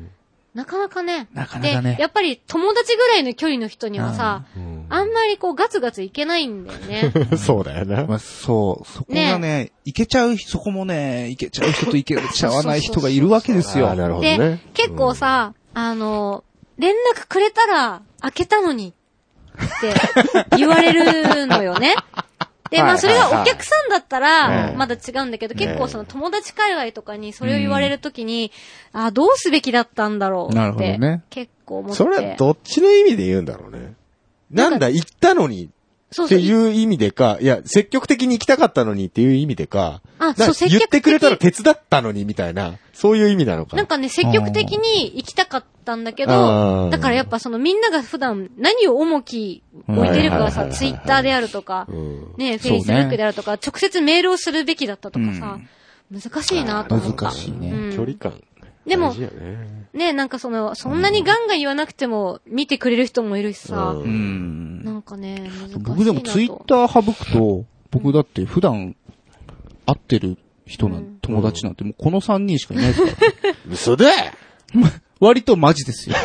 Speaker 2: なかなかね。
Speaker 3: なかなかね
Speaker 2: で、やっぱり友達ぐらいの距離の人にはさ、
Speaker 1: うん
Speaker 2: あんまりこうガツガツいけないんだよね。
Speaker 1: そうだよな
Speaker 3: ま。あ、そう、そこがね、いけちゃう人、そこもね、いけちゃう人といけちゃわない人がいるわけですよ。
Speaker 1: あーなるほど
Speaker 2: で
Speaker 1: ね。、
Speaker 2: 結構さ、あの、連絡くれたら、開けたのに、って言われるのよ ね。で、まあ、それがお客さんだった
Speaker 1: え
Speaker 2: ら、
Speaker 1: え
Speaker 2: まだ違うんだけど、
Speaker 1: え
Speaker 2: 結構その友達界隈とかにそれを言われるときに、あ、どうすべきだったんだろう
Speaker 3: なる
Speaker 2: っ
Speaker 3: ほど
Speaker 2: て
Speaker 3: ね、
Speaker 2: 結構思って。
Speaker 1: それはどっちの意味で言うんだろうね。なんだ、行ったのに
Speaker 2: そ
Speaker 1: って
Speaker 2: う
Speaker 1: いう意味でか、いや、積極的に行きたかったのにっていう意味でか、
Speaker 2: あ
Speaker 1: なん
Speaker 2: そう
Speaker 1: か
Speaker 2: 積
Speaker 1: 言
Speaker 2: 極
Speaker 1: って
Speaker 2: 的
Speaker 1: くれたら手伝ったのにみたいな、そういう意味なのか。
Speaker 2: なんかね、積極的に行きたかったんだけ
Speaker 1: あ
Speaker 2: ど、
Speaker 1: ー
Speaker 2: だからやっぱそのみんなが普段何を重き置いてるかは
Speaker 1: は
Speaker 2: さ、
Speaker 1: いはいはいはい
Speaker 2: ツイッターであるとか
Speaker 1: う、ん。
Speaker 2: ね、フ
Speaker 3: そう
Speaker 2: ェ
Speaker 3: ね
Speaker 2: イスブックであるとか、直接メールをするべきだったとかさ、難しいなと思った。
Speaker 3: 難しいね
Speaker 2: うん
Speaker 1: 距離感。
Speaker 2: でも
Speaker 1: 大事やね
Speaker 2: ね、なんかその、そんなにガンガン言わなくても見てくれる人もいるしさ、
Speaker 1: う
Speaker 3: うん
Speaker 2: なんかね、難しいなと。
Speaker 3: 僕でもツイッター省くと、僕だって普段会ってる人なん、友達なんてもうこの3人しかいないです から。
Speaker 1: 嘘で
Speaker 3: 割とマジですよ。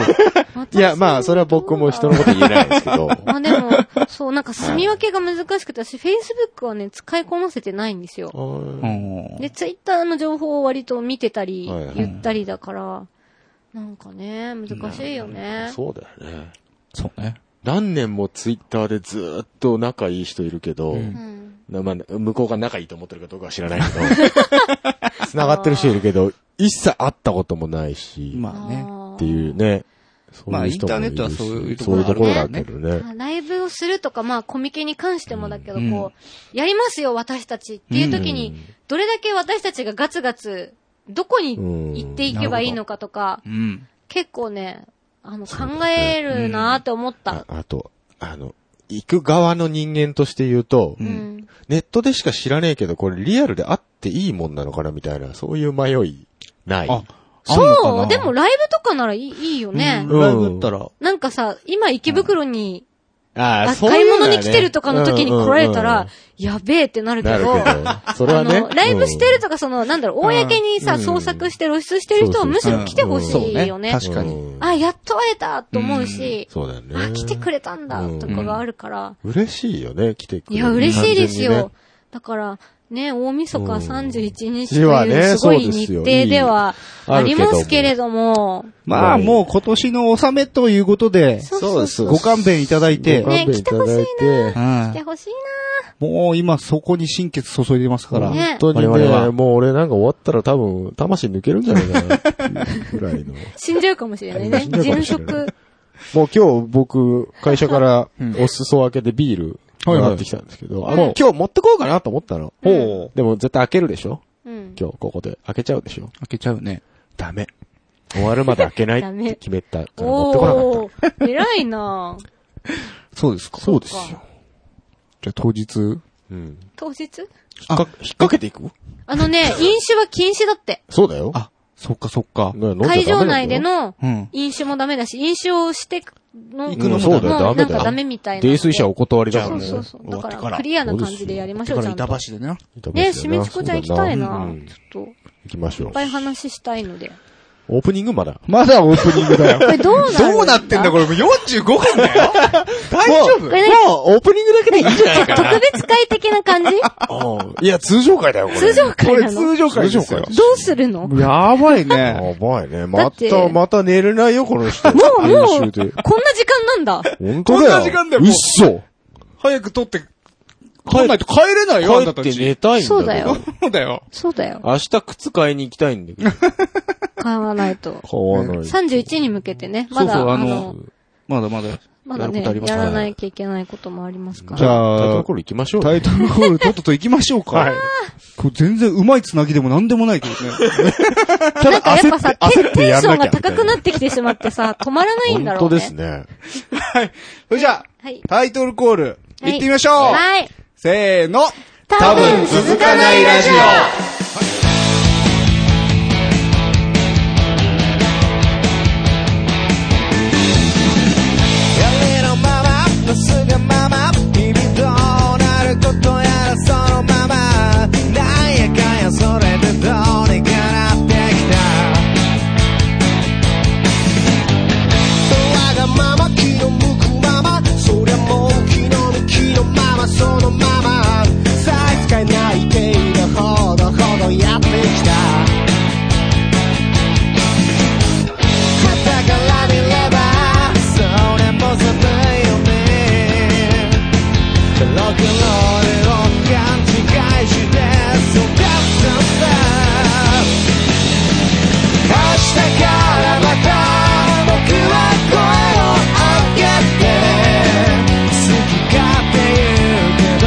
Speaker 2: また
Speaker 1: いや、まあ、それは僕も人のこと言えないですけど。
Speaker 2: まあでも、そう、なんか住み分けが難しくて、私、フェイスブックはね、使いこなせてないんですよ。
Speaker 1: うん
Speaker 3: うん
Speaker 2: で、ツイッターの情報を割と見てたり
Speaker 1: はいは、い
Speaker 2: 言ったりだから、なんかね、難しいよね。
Speaker 1: そうだよね。
Speaker 3: そうね。
Speaker 1: 何年もツイッターでずーっと仲いい人いるけど、
Speaker 2: うん。
Speaker 1: なまあ、向こうが仲いいと思ってるかどうかは知らないけど、 繋がってる人いるけど、一切会ったこともないし、
Speaker 3: まあね。
Speaker 2: あー
Speaker 1: っていうね。
Speaker 3: まあ
Speaker 1: そういう人もるし
Speaker 3: インターネットはそういうとこ
Speaker 1: そう
Speaker 3: ろ
Speaker 1: いう
Speaker 3: だ
Speaker 1: と
Speaker 3: ね
Speaker 1: ころだけどね。
Speaker 2: ライブをするとか、まあコミケに関してもだけど、
Speaker 3: うん
Speaker 2: こう、やりますよ、私たちっていう時に、どれだけ私たちがガツガツ、どこに行っていけばいいのかとか、
Speaker 3: うん。
Speaker 2: 結構ね、あの、考えるなーって思った
Speaker 1: あ。あと、あの、行く側の人間として言うと、
Speaker 2: う
Speaker 3: うん
Speaker 2: ん。
Speaker 1: ネットでしか知らねえけど、これリアルで会っていいもんなのかなみたいな、そういう迷い、ない。
Speaker 3: あ、あんのか
Speaker 2: そ
Speaker 3: な
Speaker 2: う、でも、ライブとかならいいいいよね。
Speaker 3: うんライブだったら、
Speaker 2: なんかさ、今池袋に、
Speaker 1: あ
Speaker 2: あ
Speaker 1: ーそうい
Speaker 2: 買いう
Speaker 1: のは
Speaker 2: 物
Speaker 1: ね
Speaker 2: に来てるとかの時に来られた
Speaker 1: うんうんうん
Speaker 2: ら、やべえってなるけ
Speaker 1: なる
Speaker 2: ど、
Speaker 1: けど、それは
Speaker 2: あ
Speaker 1: ね
Speaker 2: の、。ライブしてるとか、その、なんだろう、公に
Speaker 1: う
Speaker 2: さ、
Speaker 1: ん
Speaker 2: 創作して露出してる人
Speaker 1: そ
Speaker 2: は
Speaker 1: う
Speaker 2: む
Speaker 1: そ
Speaker 2: し
Speaker 1: う
Speaker 2: ろ来てほしいよ
Speaker 3: うん
Speaker 2: ね
Speaker 3: そ。
Speaker 1: うん
Speaker 3: 確かに
Speaker 1: うん
Speaker 2: あ、やっと会えたと思うし、
Speaker 1: そうだよね。
Speaker 2: あ、来てくれたんだとかがあるから、
Speaker 1: 嬉しいよね、来てくれ
Speaker 2: い
Speaker 1: る
Speaker 2: や、嬉しいです
Speaker 1: 単純にね
Speaker 2: よ。だから、ね、大晦
Speaker 1: う
Speaker 2: 日
Speaker 1: ん
Speaker 2: 31日と
Speaker 1: 日はね
Speaker 2: いうすごい
Speaker 1: そうです
Speaker 2: 日
Speaker 1: よ
Speaker 2: 程ではありますけれども、
Speaker 3: まあ
Speaker 1: うん
Speaker 3: もう今年の納めということで、
Speaker 2: そうそうそう
Speaker 3: ご勘弁いただいて、
Speaker 1: ご勘弁いただいて
Speaker 2: ね
Speaker 3: う
Speaker 2: 来
Speaker 3: ん
Speaker 2: てほしい
Speaker 3: もう今そこに心血注いでますから。
Speaker 2: ね
Speaker 1: 本当に
Speaker 3: 我々
Speaker 1: ね、
Speaker 3: は
Speaker 1: もう俺なんか終わったら多分、魂抜けるんじゃないかな、っていうぐらいの。
Speaker 2: な死んじゃうかもしれないね
Speaker 1: 死。んじゃうかも
Speaker 2: 殉
Speaker 1: しれない
Speaker 2: 職。
Speaker 1: もう今日僕、会社 からお裾分けでビール、もらってきたんですけど、
Speaker 2: はい
Speaker 1: あ
Speaker 2: はい
Speaker 1: もう今日持ってこうかなと思ったの。
Speaker 3: ほう。
Speaker 1: でも絶対開けるでしょ
Speaker 2: うん。
Speaker 1: 今日ここで。開けちゃうでしょ
Speaker 3: 開けちゃうね。
Speaker 1: ダメ。終わるまで開けない
Speaker 2: ダ
Speaker 1: っ
Speaker 2: メ
Speaker 1: て決めたから持ってこなか
Speaker 2: お
Speaker 1: っ
Speaker 2: ー、偉いなぁ
Speaker 3: そうですか。
Speaker 1: た。そうですよ。
Speaker 3: じゃあ当日、
Speaker 1: うん。
Speaker 2: 当日
Speaker 1: 引っか、引っ掛けていく
Speaker 2: あのね、飲酒は禁止だって。
Speaker 1: そうだよ。
Speaker 3: あ、そっかそっか。
Speaker 1: ね飲んじゃダメなん
Speaker 2: 会
Speaker 1: だよ
Speaker 2: 場内での
Speaker 3: うん。
Speaker 2: 飲酒もダメだし、飲酒をしての、
Speaker 3: 行くのも
Speaker 1: そうだよ、ダ
Speaker 2: もうな
Speaker 1: メ
Speaker 2: ん
Speaker 1: だよ。
Speaker 2: かダメみたいな。
Speaker 1: 泥酔者お断りだか
Speaker 2: そ
Speaker 1: ら
Speaker 2: う
Speaker 1: ね。
Speaker 2: そうそう。だか、
Speaker 3: 終わってからら
Speaker 2: クリアな感じでやりましょ
Speaker 3: だか
Speaker 2: う、ち
Speaker 3: ら
Speaker 2: ゃん
Speaker 3: 板
Speaker 2: と。
Speaker 3: 橋でね。
Speaker 2: ね、しみちこちゃん行きたいな
Speaker 1: そうだうん。
Speaker 2: ちょっと、いっ
Speaker 1: 行きましょう
Speaker 2: ぱ。い話したいので。
Speaker 1: オープニングまだ。
Speaker 3: まだオープニングだよ。
Speaker 2: これどうなる
Speaker 3: どうなってんだこれもう45分だ よ大丈夫
Speaker 2: これね、
Speaker 1: もう、オープニングだけでいいんじゃないか
Speaker 2: 特別会的な感じ
Speaker 1: いや、通常回だよ、これ。
Speaker 2: 通常会なのど
Speaker 3: 常
Speaker 1: 会ですよ
Speaker 2: うするのもう、
Speaker 3: やばいね。
Speaker 1: やばいね。
Speaker 2: だ
Speaker 1: ま
Speaker 2: って
Speaker 1: た、また寝れないよ、この人。
Speaker 2: もう、こんな
Speaker 1: 編集
Speaker 2: 時
Speaker 1: で
Speaker 2: 間なんだ。
Speaker 1: 本当だよ。
Speaker 3: こんな時間だよも
Speaker 1: う
Speaker 3: う
Speaker 1: っそ。
Speaker 3: 早く撮って、帰んないと帰れないよ、あん
Speaker 1: 帰
Speaker 3: た
Speaker 1: ったて
Speaker 3: ち。
Speaker 1: 寝たいんだけど
Speaker 2: そうだよ。
Speaker 3: そうだよ。
Speaker 2: そうだよ。
Speaker 1: 明日靴買いに行きたいんだけど。
Speaker 2: 買わないと。
Speaker 1: 買わない。
Speaker 2: 31に向けてね、まだ、
Speaker 3: そうそう
Speaker 2: あ
Speaker 3: あ
Speaker 2: の
Speaker 3: のまだまだ。
Speaker 2: まだ
Speaker 1: やる
Speaker 2: ね
Speaker 1: ことありま、す
Speaker 2: や
Speaker 1: から
Speaker 2: らないきゃいけないこともありますから。
Speaker 3: じゃあ
Speaker 1: タイトルコール行きましょう。
Speaker 3: タイトルコールとっとと行きましょうか。はい。これ全然うまいつなぎでもなんでもないけどね。
Speaker 1: た
Speaker 2: なんかやっぱさ、テンテンションが
Speaker 1: みたい
Speaker 2: 高くなってきてしまってさ、止まらないんだ
Speaker 1: 本
Speaker 2: ろ
Speaker 1: 当
Speaker 2: うね。
Speaker 1: ですね。
Speaker 3: それじゃあ、
Speaker 2: はい。
Speaker 3: タイトルコール、
Speaker 2: はい
Speaker 3: 行ってみましょう、
Speaker 2: はい。
Speaker 3: せーの
Speaker 2: 多分続かないラジ
Speaker 6: ありのままのすがまま日々どうなることやらそのままなんやかんやそれでどうにかなってきたわがまま気の向くままそりゃもう気の向きのままそのままさえ使えない程度ほどほどやってきた「はたから見ればそれも寒いよね」「ロックンロールを勘違いして育ったんだ」「明日からまた僕は声を上げて」「好きかって言うけど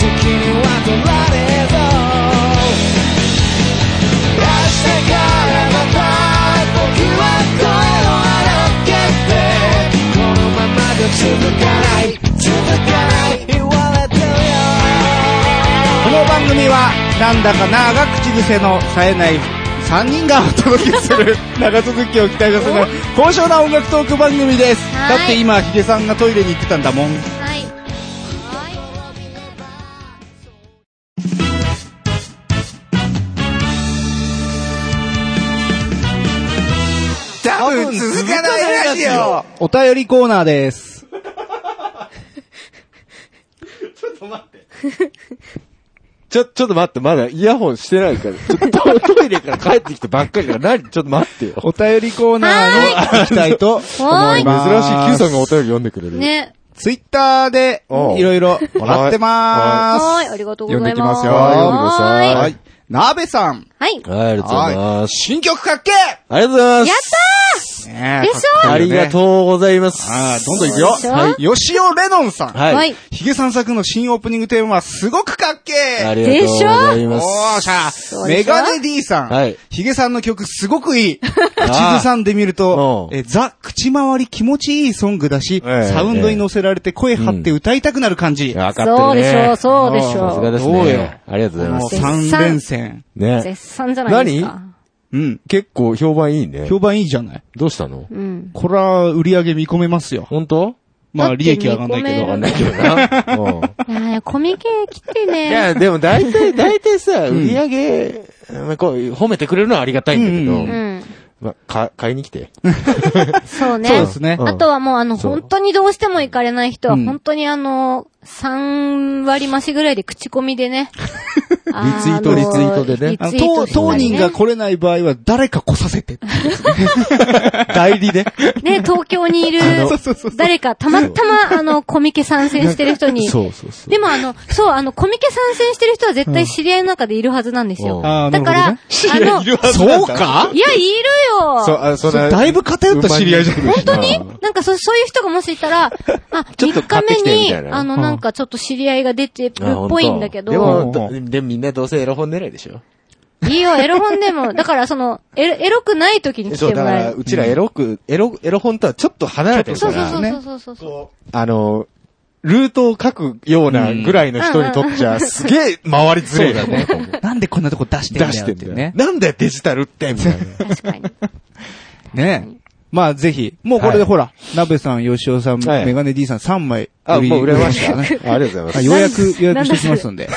Speaker 6: 時には取られそう」明日からまた僕は声を荒げて好きこのままじゃ続かない続かない言われてるよ
Speaker 3: この番組は、なんだかなが口癖の冴えない3人がお届けす る長続きを期待させる高尚な音楽トーク番組です。
Speaker 2: は
Speaker 3: だ
Speaker 2: い
Speaker 3: って今、ヒゲさんがトイレに行ってたんだもん。
Speaker 2: オはい。は
Speaker 3: 多分続かないラジオお便りコーナーです。
Speaker 1: ちょ、ちょっと待って、まだイヤホンしてないから。ちょっとトイレから帰ってきてばっかりだから、何ちょっと待ってよ。
Speaker 3: お便りコーナーの行きたいと思い
Speaker 1: 珍しい、Q
Speaker 3: ます。
Speaker 1: さんがお便り読んでくれ
Speaker 2: ー
Speaker 1: る。
Speaker 2: い。ね。
Speaker 3: ツイッターで、
Speaker 1: おう
Speaker 3: いろいろもらってます。
Speaker 2: はいはいありがとうございます
Speaker 3: 読んできますよ。
Speaker 1: はい読んでください
Speaker 2: は
Speaker 3: はい。なべさん。
Speaker 2: はい。やっ
Speaker 1: はい、ありがとうございます。
Speaker 3: 新曲かっけ
Speaker 1: ありがとうございます。
Speaker 3: ね
Speaker 2: でしょ
Speaker 3: かっこ
Speaker 1: あ
Speaker 3: いい
Speaker 1: り
Speaker 3: よね
Speaker 1: がとうございます。
Speaker 3: ああ、どんどんいくよ
Speaker 2: でしょ。
Speaker 3: はい。吉尾レノンさん。
Speaker 2: たは
Speaker 1: はいい。。
Speaker 3: ヒゲさん作の新オープニングテーマはすごくかっけ
Speaker 1: あ
Speaker 3: え
Speaker 1: りがとうござい
Speaker 3: お
Speaker 1: ます。
Speaker 3: ーしゃ
Speaker 2: うで
Speaker 3: メ
Speaker 2: しょ
Speaker 3: ガネ D さん。
Speaker 1: はい
Speaker 3: ヒゲさんの曲すご くいい。口
Speaker 1: あ
Speaker 3: ず
Speaker 1: ー
Speaker 3: さんでみると、
Speaker 1: うん
Speaker 3: えザ、口回り気持ちいいソングだし、
Speaker 1: ええ
Speaker 3: サウンドに乗せられて声張って歌いたくなる感じ。
Speaker 1: わかってるね。
Speaker 2: そうでしょう、
Speaker 1: さす
Speaker 2: そうでし
Speaker 1: が
Speaker 2: ょう。
Speaker 1: です
Speaker 3: どうよ
Speaker 1: ね。ありがとうございま
Speaker 3: もう
Speaker 1: す。
Speaker 2: 絶賛
Speaker 3: 3連戦。
Speaker 1: ね。
Speaker 2: 絶賛じゃないですか。
Speaker 3: うん。
Speaker 1: 結構評判いいね。
Speaker 3: 評判いいじゃない。
Speaker 1: どうしたの
Speaker 2: うん。
Speaker 3: これは売り上げ見込めますよ。
Speaker 1: 本当
Speaker 3: ま
Speaker 2: だ
Speaker 3: あ
Speaker 2: って
Speaker 3: 利益上がんないけ
Speaker 2: 見込
Speaker 3: ど。
Speaker 2: める
Speaker 1: けどな。 うん。
Speaker 2: いやーコミケ来て
Speaker 1: い
Speaker 2: ね。
Speaker 1: や、でも大体、大体さ、売り上げ、まあこう、褒めてくれるのはありがたいんだけど、
Speaker 3: うんうん
Speaker 2: うん。
Speaker 1: まあ、か、買いに来 て。
Speaker 2: そうね。
Speaker 3: そうですね。
Speaker 1: うん
Speaker 2: あとはもうあの、
Speaker 1: そう
Speaker 2: 本当にどうしても行かれない人は、
Speaker 3: うん
Speaker 2: 本当にあの、3割増しぐらいで口コミでね。
Speaker 1: ツ
Speaker 2: リ
Speaker 1: イー トリツイートでね
Speaker 2: リツ
Speaker 3: あの
Speaker 2: イートした
Speaker 3: 当
Speaker 2: り
Speaker 3: 当人が来れない場合は誰か来させてっていうですね代理で。
Speaker 2: ね、東京にいる
Speaker 3: そうそうそう、
Speaker 2: 誰か、たまたま、あの、コミケ参戦してる人 に。
Speaker 1: そうそうそう。
Speaker 2: でもあの、そう、あの、コミケ参戦してる人は絶対知り合いの中でいるはずなんです
Speaker 1: う
Speaker 2: よ。
Speaker 1: ん
Speaker 3: あー
Speaker 2: だから、あの、い
Speaker 3: そうか
Speaker 2: や、いるよ
Speaker 1: あ、そ
Speaker 3: だいぶ偏った知り合いじゃない
Speaker 2: 本当になんかそ、そういう人がもしいたら、あ、
Speaker 1: ちょっと
Speaker 2: 3日
Speaker 1: 買ってきて
Speaker 2: 目
Speaker 1: み
Speaker 2: に、
Speaker 1: たいな
Speaker 2: あの、
Speaker 3: うん
Speaker 2: なんかちょっと知り合いが出てる
Speaker 1: あ本当
Speaker 2: っぽいんだけど。
Speaker 1: でも、
Speaker 3: ど
Speaker 1: どでもみんなどうせエロ本狙いでしょ
Speaker 2: いいよ、エロ本でも。だから、その、エロ、エロくない時に来
Speaker 1: そう、
Speaker 2: て
Speaker 1: だ
Speaker 2: も
Speaker 1: から
Speaker 2: え
Speaker 1: ら、
Speaker 2: る。
Speaker 1: うちらエロく、エロ、エロ本とはちょっと離れてるか
Speaker 2: そうそう
Speaker 1: ら、
Speaker 2: そう
Speaker 3: ね
Speaker 2: そうそうそう。
Speaker 1: あの、ルートを書くようなぐらいの人にとっちゃ、すげえ回りづれえだね。
Speaker 3: なんでこんなとこ出してんだ
Speaker 1: 出
Speaker 3: よ
Speaker 1: し
Speaker 3: って
Speaker 1: てんだ
Speaker 3: いう
Speaker 1: よ
Speaker 3: ね
Speaker 1: ね。。なんだよデジタルって、みたいな。
Speaker 2: 確かに。
Speaker 3: ねえ。まあぜひ、もうこれでほら、なべさん、よしおさん、
Speaker 1: はい
Speaker 3: メガネ D さん3枚。
Speaker 1: あ、もう売れました。
Speaker 3: 売れ
Speaker 1: ありがとう ございま
Speaker 3: あ
Speaker 1: す。
Speaker 3: ようやく予約してきますんで。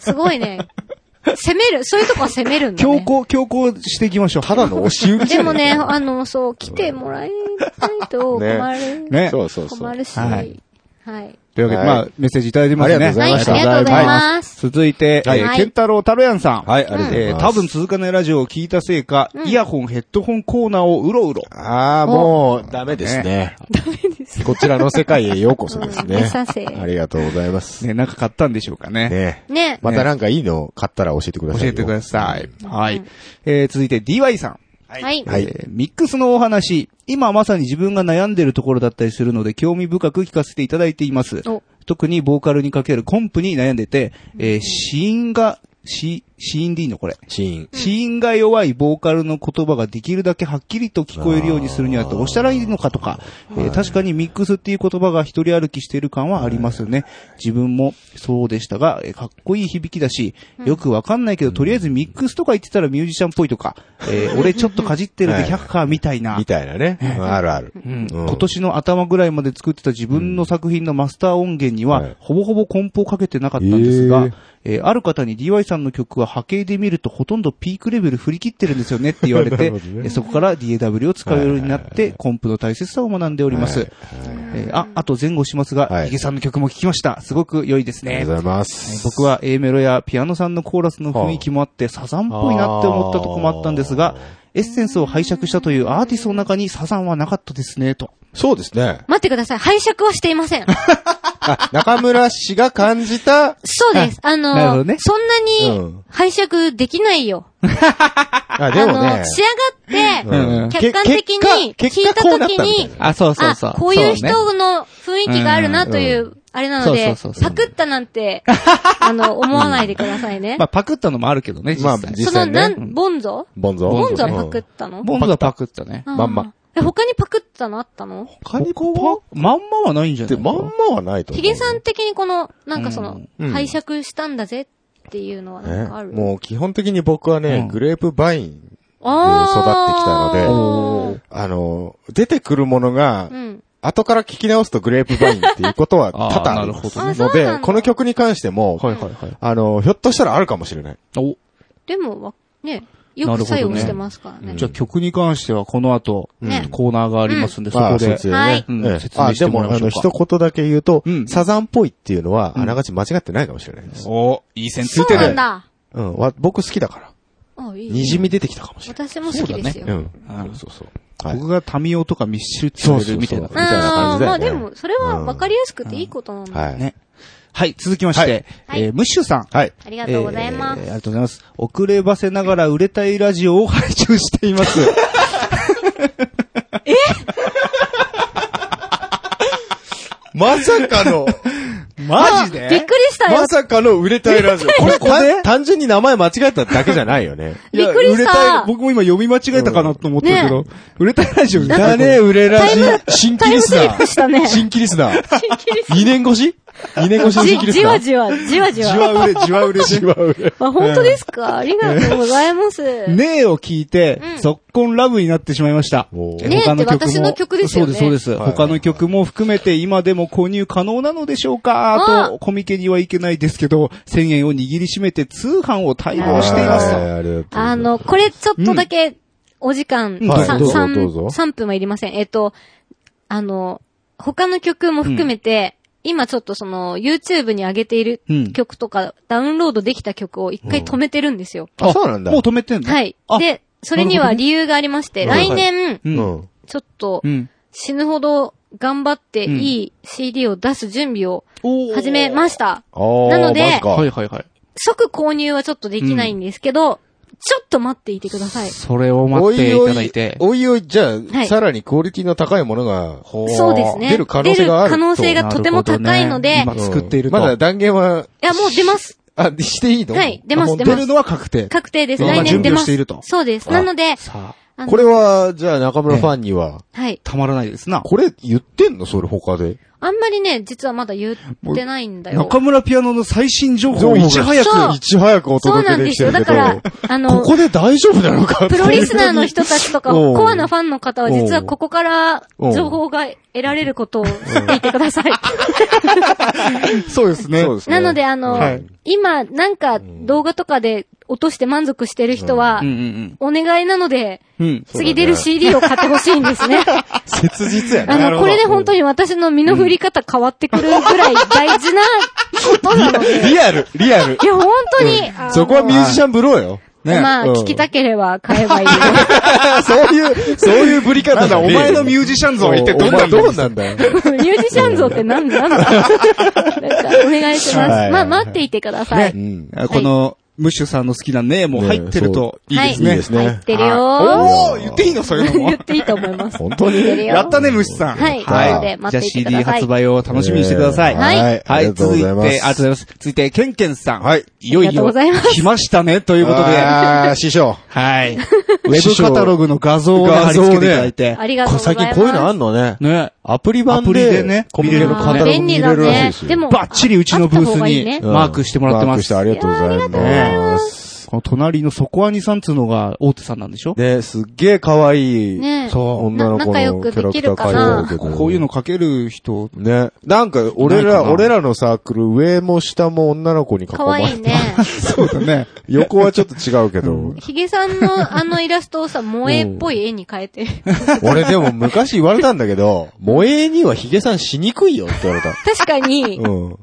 Speaker 2: すごいね。攻める、そういうとこは攻めるんだ
Speaker 3: 強
Speaker 2: ね。
Speaker 3: 行、強行していきましょう。
Speaker 1: ただの押し売りじ
Speaker 2: で
Speaker 1: ゃん
Speaker 2: もね、あの、そう、来てもらえないと困る。
Speaker 3: ね。
Speaker 1: そうそうそう
Speaker 2: 困。るし。
Speaker 3: は
Speaker 2: はいい。
Speaker 3: というわけで、
Speaker 1: はい
Speaker 3: まあ、メッセージいただいてますね。
Speaker 1: ありがとうございました
Speaker 2: はいありがとうございます
Speaker 3: はい続いて、えー
Speaker 2: はい
Speaker 3: ケンタロウ太郎やんさん。
Speaker 1: はい、ありがとうござ
Speaker 3: え
Speaker 1: い
Speaker 3: ー
Speaker 1: ます。
Speaker 3: 多分続かないラジオを聞いたせいか、
Speaker 2: うん
Speaker 3: イヤホン、ヘッドホンコーナーをうろうろ。
Speaker 1: ああ、もう、ダメですね。ダメです。こちらの世界へようこそです
Speaker 2: うん
Speaker 1: ね
Speaker 2: 目。指せ
Speaker 1: ありがとうございます。
Speaker 3: ね、なんか買ったんでしょうかね。
Speaker 1: ね
Speaker 2: ね。
Speaker 1: またなんかいいの買ったら教えてください
Speaker 3: 教
Speaker 1: よ。
Speaker 3: えてください。は
Speaker 2: う
Speaker 3: い
Speaker 2: ん。
Speaker 3: えー続いて DY さん。
Speaker 2: はい。
Speaker 1: はい
Speaker 3: えーミックスのお話。今まさに自分が悩んでるところだったりするので、興味深く聞かせていただいています。
Speaker 2: お、
Speaker 3: 特にボーカルにかけるコンプに悩んでて、えー、死因が、死、死因でいいのこれ。
Speaker 1: シーン。
Speaker 3: 死因が弱いボーカルの言葉ができるだけはっきりと聞こえるようにするにはどうしたらいいのかとか、えー確かにミックスっていう言葉が一人歩きしている感はありますよね。自分もそうでしたが、えーかっこいい響きだし、よくわかんないけど、とりあえずミックスとか言ってたらミュージシャンっぽいとか、えー俺ちょっとかじってるで100かみたいな
Speaker 1: み。たいなね。あるある。
Speaker 3: うん
Speaker 1: うん
Speaker 3: 今年の頭ぐらいまで作ってた自分の作品のマスター音源には、
Speaker 1: はい
Speaker 3: ほぼほぼコンポをかけてなかったんです
Speaker 1: え
Speaker 3: が、
Speaker 1: ー
Speaker 3: えーある方に DY さんの曲は波形で見るとほとんどピークレベル振り切ってるんですよねって言われ
Speaker 1: な
Speaker 3: て、
Speaker 1: るほどね
Speaker 3: えーそこから DAW を使うようになって、コンプの大切さを学んでおります。えーあ、あと前後しますが、
Speaker 1: はい
Speaker 3: ヒゲさんの曲も聴きました。すごく良いです
Speaker 1: あり
Speaker 3: ね
Speaker 1: がと。うございま
Speaker 3: えー
Speaker 1: す。
Speaker 3: 僕は A メロやピアノさんのコーラスの雰囲気もあって、サザンっぽいなって思ったとこもあったんですが、エッセンスを拝借したというアーティストの中にサザンはなかったですね、と。
Speaker 1: そうですね。
Speaker 2: 待ってください。拝借はしていません。
Speaker 1: あ、中村氏が感じた、
Speaker 2: そうです。あの、
Speaker 3: なるほどね
Speaker 2: そんな
Speaker 1: う
Speaker 2: に
Speaker 1: ん
Speaker 2: 拝借できないよ。
Speaker 1: あ、で
Speaker 2: あ
Speaker 1: も
Speaker 2: の
Speaker 1: ね、。
Speaker 2: 仕上
Speaker 1: う
Speaker 2: がって、
Speaker 3: うん
Speaker 1: ん
Speaker 2: 客観的に
Speaker 1: け結果
Speaker 2: 聞いた
Speaker 1: こうなっ
Speaker 2: 時
Speaker 1: たみたい
Speaker 2: に
Speaker 1: な、
Speaker 3: あ、そうそうそう。
Speaker 2: あ、こういう
Speaker 3: そね
Speaker 2: 人の雰囲気があるなというう、あれなの
Speaker 3: そう
Speaker 2: で、
Speaker 3: そうそうそ
Speaker 2: パ
Speaker 3: う
Speaker 2: クったな んて、あの、思わないでくださいね
Speaker 3: ま。あ、パクったのもあるけどね、実
Speaker 1: まあ
Speaker 3: 際。
Speaker 1: 実
Speaker 2: その、
Speaker 1: 際ね
Speaker 2: なん、ボンゾ
Speaker 1: ボンゾ
Speaker 2: ボンゾはパクっ
Speaker 1: うん
Speaker 2: たの
Speaker 3: ボンズはパクったね。
Speaker 2: あー
Speaker 1: まんま
Speaker 2: え、他にパクったのあったの
Speaker 1: 他にこう
Speaker 3: まんまはないんじゃ
Speaker 1: って、
Speaker 3: ない
Speaker 1: まんまはないと思う。
Speaker 2: ヒゲさん的にこの、なんかその、
Speaker 1: うん
Speaker 2: 拝借したんだぜっていうのはなん
Speaker 1: ね
Speaker 2: かある、
Speaker 1: もう基本的に僕はね、
Speaker 3: うん
Speaker 1: グレープバイン、
Speaker 2: あー
Speaker 1: 育ってきたの
Speaker 2: で
Speaker 1: あの、出てくるものが、
Speaker 2: うん。
Speaker 1: 後から聞き直すとグレープバインっていうことは多
Speaker 3: あー
Speaker 1: 々ある
Speaker 3: なるほ
Speaker 2: どね
Speaker 1: の
Speaker 2: あそうな
Speaker 1: で
Speaker 2: ん、だ
Speaker 1: この曲に関しても、
Speaker 3: はいはいはい。
Speaker 1: あの、ひょっとしたらあるかもしれない。
Speaker 3: お、
Speaker 2: でも、わね、
Speaker 3: な
Speaker 2: よ
Speaker 3: る
Speaker 2: く
Speaker 3: ほどね
Speaker 2: 作用してますからね。
Speaker 3: じゃあ曲に関してはこの後、
Speaker 2: ね
Speaker 3: コーナーがありますんで、そ
Speaker 1: あ
Speaker 3: こ
Speaker 1: ーそう
Speaker 3: で
Speaker 1: です。よ
Speaker 2: はい
Speaker 1: ね。
Speaker 3: うん
Speaker 1: ええ
Speaker 3: 説明してもらいましょうか
Speaker 1: あでも、あの、一言だけ言うと
Speaker 3: うん、
Speaker 1: サザンっぽいっていうのは、
Speaker 3: うん
Speaker 1: あながち間違ってないかもしれないです。
Speaker 3: お、いい線つ
Speaker 2: そ
Speaker 3: いうて
Speaker 2: なん
Speaker 3: る。
Speaker 2: だ。
Speaker 1: うん、わ僕好きだから。
Speaker 2: あ、いい。
Speaker 1: にじみ出てきたかもしれ
Speaker 2: 私も好きですよ。
Speaker 1: ない。う
Speaker 3: うん
Speaker 1: ん。そうそう。はい
Speaker 3: 僕がタミオとかミッシュって言われるみたいな。
Speaker 1: そうそうそうみたいな
Speaker 2: あ
Speaker 1: 感
Speaker 2: あ、
Speaker 1: じだ
Speaker 2: ま
Speaker 1: よ
Speaker 2: あ
Speaker 1: ね
Speaker 2: でも、それは分かりやすくていいことなんだ。
Speaker 1: はい。
Speaker 3: ねはい、続きまして、
Speaker 2: はい
Speaker 3: えームッシュさん。
Speaker 1: はい。
Speaker 2: ありがとうございます。
Speaker 3: えーありがとうございます。遅ればせながら売れたいラジオを配聴して います。
Speaker 1: まさか の、
Speaker 3: マジで
Speaker 2: あびっくりしたよ
Speaker 1: ま。さかの売れたいラジオ。これ、単単純に名前間違えただけじゃないよね。
Speaker 3: いや
Speaker 2: びっくりした
Speaker 3: 売れたい僕も今読み間違えたかなと思ったけど、売れたいラジオ
Speaker 1: だね、売れラジ
Speaker 2: タイム。
Speaker 1: 新
Speaker 2: タ
Speaker 1: 規リ
Speaker 2: イム
Speaker 1: ス
Speaker 2: スリ
Speaker 1: ナ
Speaker 2: ップ
Speaker 1: ー。
Speaker 2: したね。
Speaker 1: 新規リスナー。2年越し ?2 年越しの新規
Speaker 2: じ、
Speaker 1: リス
Speaker 2: じ
Speaker 1: ナ
Speaker 2: わ
Speaker 1: ー。
Speaker 2: じわ、じわじわ。
Speaker 1: わ売れ、じわ売れ、 じわ売れ。
Speaker 2: あ、本当ですかありがとうございます。
Speaker 3: ねえを聞いて
Speaker 2: う、ん
Speaker 3: 速攻ラブになってしまいました。
Speaker 1: おー
Speaker 3: え
Speaker 2: ねえって
Speaker 3: 他の曲も
Speaker 2: 私の曲ですよね
Speaker 3: そうです、そうです。
Speaker 1: はい
Speaker 3: 他の曲も含めて今でも購入可能なのでしょうか
Speaker 2: あ
Speaker 3: と、コミケにはいけないですけど、1000円を握りしめて通販を対応
Speaker 2: 押
Speaker 3: しています
Speaker 1: は
Speaker 3: と。
Speaker 1: ありがとうござ
Speaker 2: あ
Speaker 1: います
Speaker 2: の、これちょっとだけ、お時間、
Speaker 3: うんはい
Speaker 2: さ
Speaker 1: どうぞ
Speaker 2: さん
Speaker 1: どうぞ
Speaker 2: 3分はいりません。えっと、あの、他の曲も含めて、今ちょっとその、YouTube に上げている
Speaker 3: うん
Speaker 2: 曲とか、ダウンロードできた曲を一回止めてるんですよ。
Speaker 1: あそうなんだ
Speaker 3: もう止めてんの
Speaker 2: はい
Speaker 3: あ。
Speaker 2: で、それには理由がありまして、
Speaker 1: なる
Speaker 2: 来
Speaker 1: ほどね
Speaker 2: 年、
Speaker 3: う。
Speaker 1: うんん。
Speaker 2: ちょっと
Speaker 3: う、ん。
Speaker 2: 死ぬほど頑張っていい CD を出す準備を
Speaker 3: おー
Speaker 2: 始めました。
Speaker 1: おー
Speaker 2: なので
Speaker 1: マジか
Speaker 3: はいはいはい。
Speaker 2: 即購入はちょっとできないんですけど、ちょっと待っていてください。
Speaker 3: それを待っていただいて。
Speaker 1: おいおい、じゃ
Speaker 2: は
Speaker 1: あ、
Speaker 2: い
Speaker 1: さらにクオリティの高いものが、
Speaker 2: そうですね。
Speaker 1: 出る可能性がある
Speaker 2: 出る可能性
Speaker 3: な
Speaker 2: が
Speaker 3: る
Speaker 2: と
Speaker 3: ほどね
Speaker 2: ても高いので、
Speaker 3: 今
Speaker 2: い
Speaker 3: 作っていると。
Speaker 1: まだ断言は、
Speaker 2: や、もう出ます。
Speaker 1: あ、していいの
Speaker 2: はい出ま
Speaker 1: あ
Speaker 2: す
Speaker 1: 本当
Speaker 2: 出ます
Speaker 3: 出るのは確定。
Speaker 2: 確定です。
Speaker 3: 今
Speaker 2: 来年出
Speaker 3: 準備を
Speaker 2: ま
Speaker 3: していると
Speaker 2: す。そうです。なので、
Speaker 3: さあ。
Speaker 2: あの
Speaker 1: これは、じゃあ中村ファンには、
Speaker 2: はい。
Speaker 3: たまらないですな。
Speaker 1: これ言ってんのそれ他で。
Speaker 2: あんまりね、実はまだ言ってないんだよ。
Speaker 3: 中村ピアノの最新情報をいち早く。
Speaker 2: そう
Speaker 1: いち早くお
Speaker 2: そう
Speaker 1: 届
Speaker 2: な
Speaker 1: けで
Speaker 2: んで
Speaker 1: きて
Speaker 2: すよ。
Speaker 1: るけ
Speaker 2: だ
Speaker 1: ど。
Speaker 2: から、あ
Speaker 1: こ
Speaker 2: の、
Speaker 1: こで大丈夫なのか
Speaker 2: プロリスナーの人たちとか、
Speaker 1: うん
Speaker 2: コアなファンの方は実はここから
Speaker 1: うん
Speaker 2: 情報が得られることを知っていてください。
Speaker 3: そうですね。
Speaker 1: そうですね。
Speaker 2: なので、あの、
Speaker 1: はい
Speaker 2: 今、なんか動画とかで落として満足してる人は
Speaker 3: うん、うん
Speaker 2: お願いなので、
Speaker 3: うん。うん。
Speaker 1: うだね
Speaker 2: 次出る CD を買ってほしいんですね。
Speaker 1: 切実やな。
Speaker 2: あの、これで本当に私の身の振り方変わってくるぐらい大事なことなので。
Speaker 1: リアル、リアル。
Speaker 2: いや、本当に。あの
Speaker 1: そこはミュージシャンブローよ。
Speaker 3: ね
Speaker 2: まあ、
Speaker 1: うん
Speaker 2: 聞きたければ買 えばいい。
Speaker 1: そういう、そういうぶり方
Speaker 3: なんだ、お前のミ
Speaker 1: ュ
Speaker 3: ュージシャン像は一体ど
Speaker 1: お
Speaker 3: んな
Speaker 1: 前
Speaker 3: ん
Speaker 1: どう
Speaker 3: だ
Speaker 1: なんだよ。
Speaker 2: ミュージシャン像って何なの なんか、お願いします。
Speaker 1: はい
Speaker 2: まあ、待っていてください。
Speaker 1: う
Speaker 3: ね
Speaker 1: ん。
Speaker 3: あこの、ムッシュさんの好きなね、もう入ってるといい
Speaker 2: は
Speaker 3: で
Speaker 2: い。
Speaker 3: すね。
Speaker 1: いいですね
Speaker 2: 入ってるよ
Speaker 3: あおー言っていいのそういうのも
Speaker 2: 言っ。ていいと思います。
Speaker 1: 本当
Speaker 2: 入って
Speaker 1: に
Speaker 2: るよ
Speaker 3: やったね、ムッシュさん。
Speaker 2: はい
Speaker 1: なの
Speaker 2: で待っていてく
Speaker 3: じゃ
Speaker 2: だ
Speaker 3: あ
Speaker 2: さい
Speaker 3: CD 発売を楽しみにしてください。
Speaker 1: えー
Speaker 2: はい
Speaker 1: ありがとう
Speaker 3: 続
Speaker 1: ご
Speaker 3: いて、
Speaker 1: ざ
Speaker 3: あ
Speaker 1: い
Speaker 3: り
Speaker 1: ます。
Speaker 3: がとうございます。続いて、ケンケンさん。
Speaker 1: はい。
Speaker 3: いよい
Speaker 2: ありがとうござ
Speaker 3: よ、
Speaker 2: います
Speaker 3: 来ましたね、ということで。
Speaker 1: あー師匠。
Speaker 3: はい。ウェブカタログの画像をね
Speaker 1: 画
Speaker 3: 貼り
Speaker 1: 像ね
Speaker 3: 付けていただいて。
Speaker 2: ありがとう
Speaker 1: こ
Speaker 2: ご
Speaker 1: れ
Speaker 2: ざ
Speaker 1: 最
Speaker 2: います。
Speaker 1: 近こういうのあんのね。
Speaker 3: ね。
Speaker 1: アプリ版で。
Speaker 3: アプリでね
Speaker 1: コンビニのカタロ
Speaker 2: あ
Speaker 1: グ
Speaker 2: ー便
Speaker 1: 見
Speaker 2: 利
Speaker 1: れ
Speaker 2: だ
Speaker 1: るらしいで
Speaker 2: ね
Speaker 1: す。よ。
Speaker 2: でも、
Speaker 3: バッチリうちのブースに
Speaker 1: うん
Speaker 3: マークしてもらって
Speaker 1: マー
Speaker 3: ま
Speaker 1: クして
Speaker 3: す。
Speaker 1: ありがとうございます。
Speaker 3: この隣のソコアニさんっつうのが大手さんなんでしょ
Speaker 1: ね、すっげえ可愛い。
Speaker 2: ね
Speaker 3: そ
Speaker 1: 女の子のキャラクター描いてあるけど。
Speaker 3: う。こういうの書ける人、
Speaker 1: ね。なんか、俺
Speaker 3: ない
Speaker 1: ら、
Speaker 3: かな
Speaker 1: 俺らのサークル、上も下も女の子に囲
Speaker 2: か
Speaker 1: ま
Speaker 2: わ
Speaker 1: れ
Speaker 2: い
Speaker 1: て
Speaker 2: い。ね。
Speaker 3: そうだね。
Speaker 1: 横はちょっと違うけど。
Speaker 2: ヒゲさんのあのイラストをさ、萌えっぽい絵に変 えて。
Speaker 1: 俺でも昔言われたんだけど、萌えにはヒゲさんしにくいよって言われ た。
Speaker 2: 確かに、
Speaker 1: うん。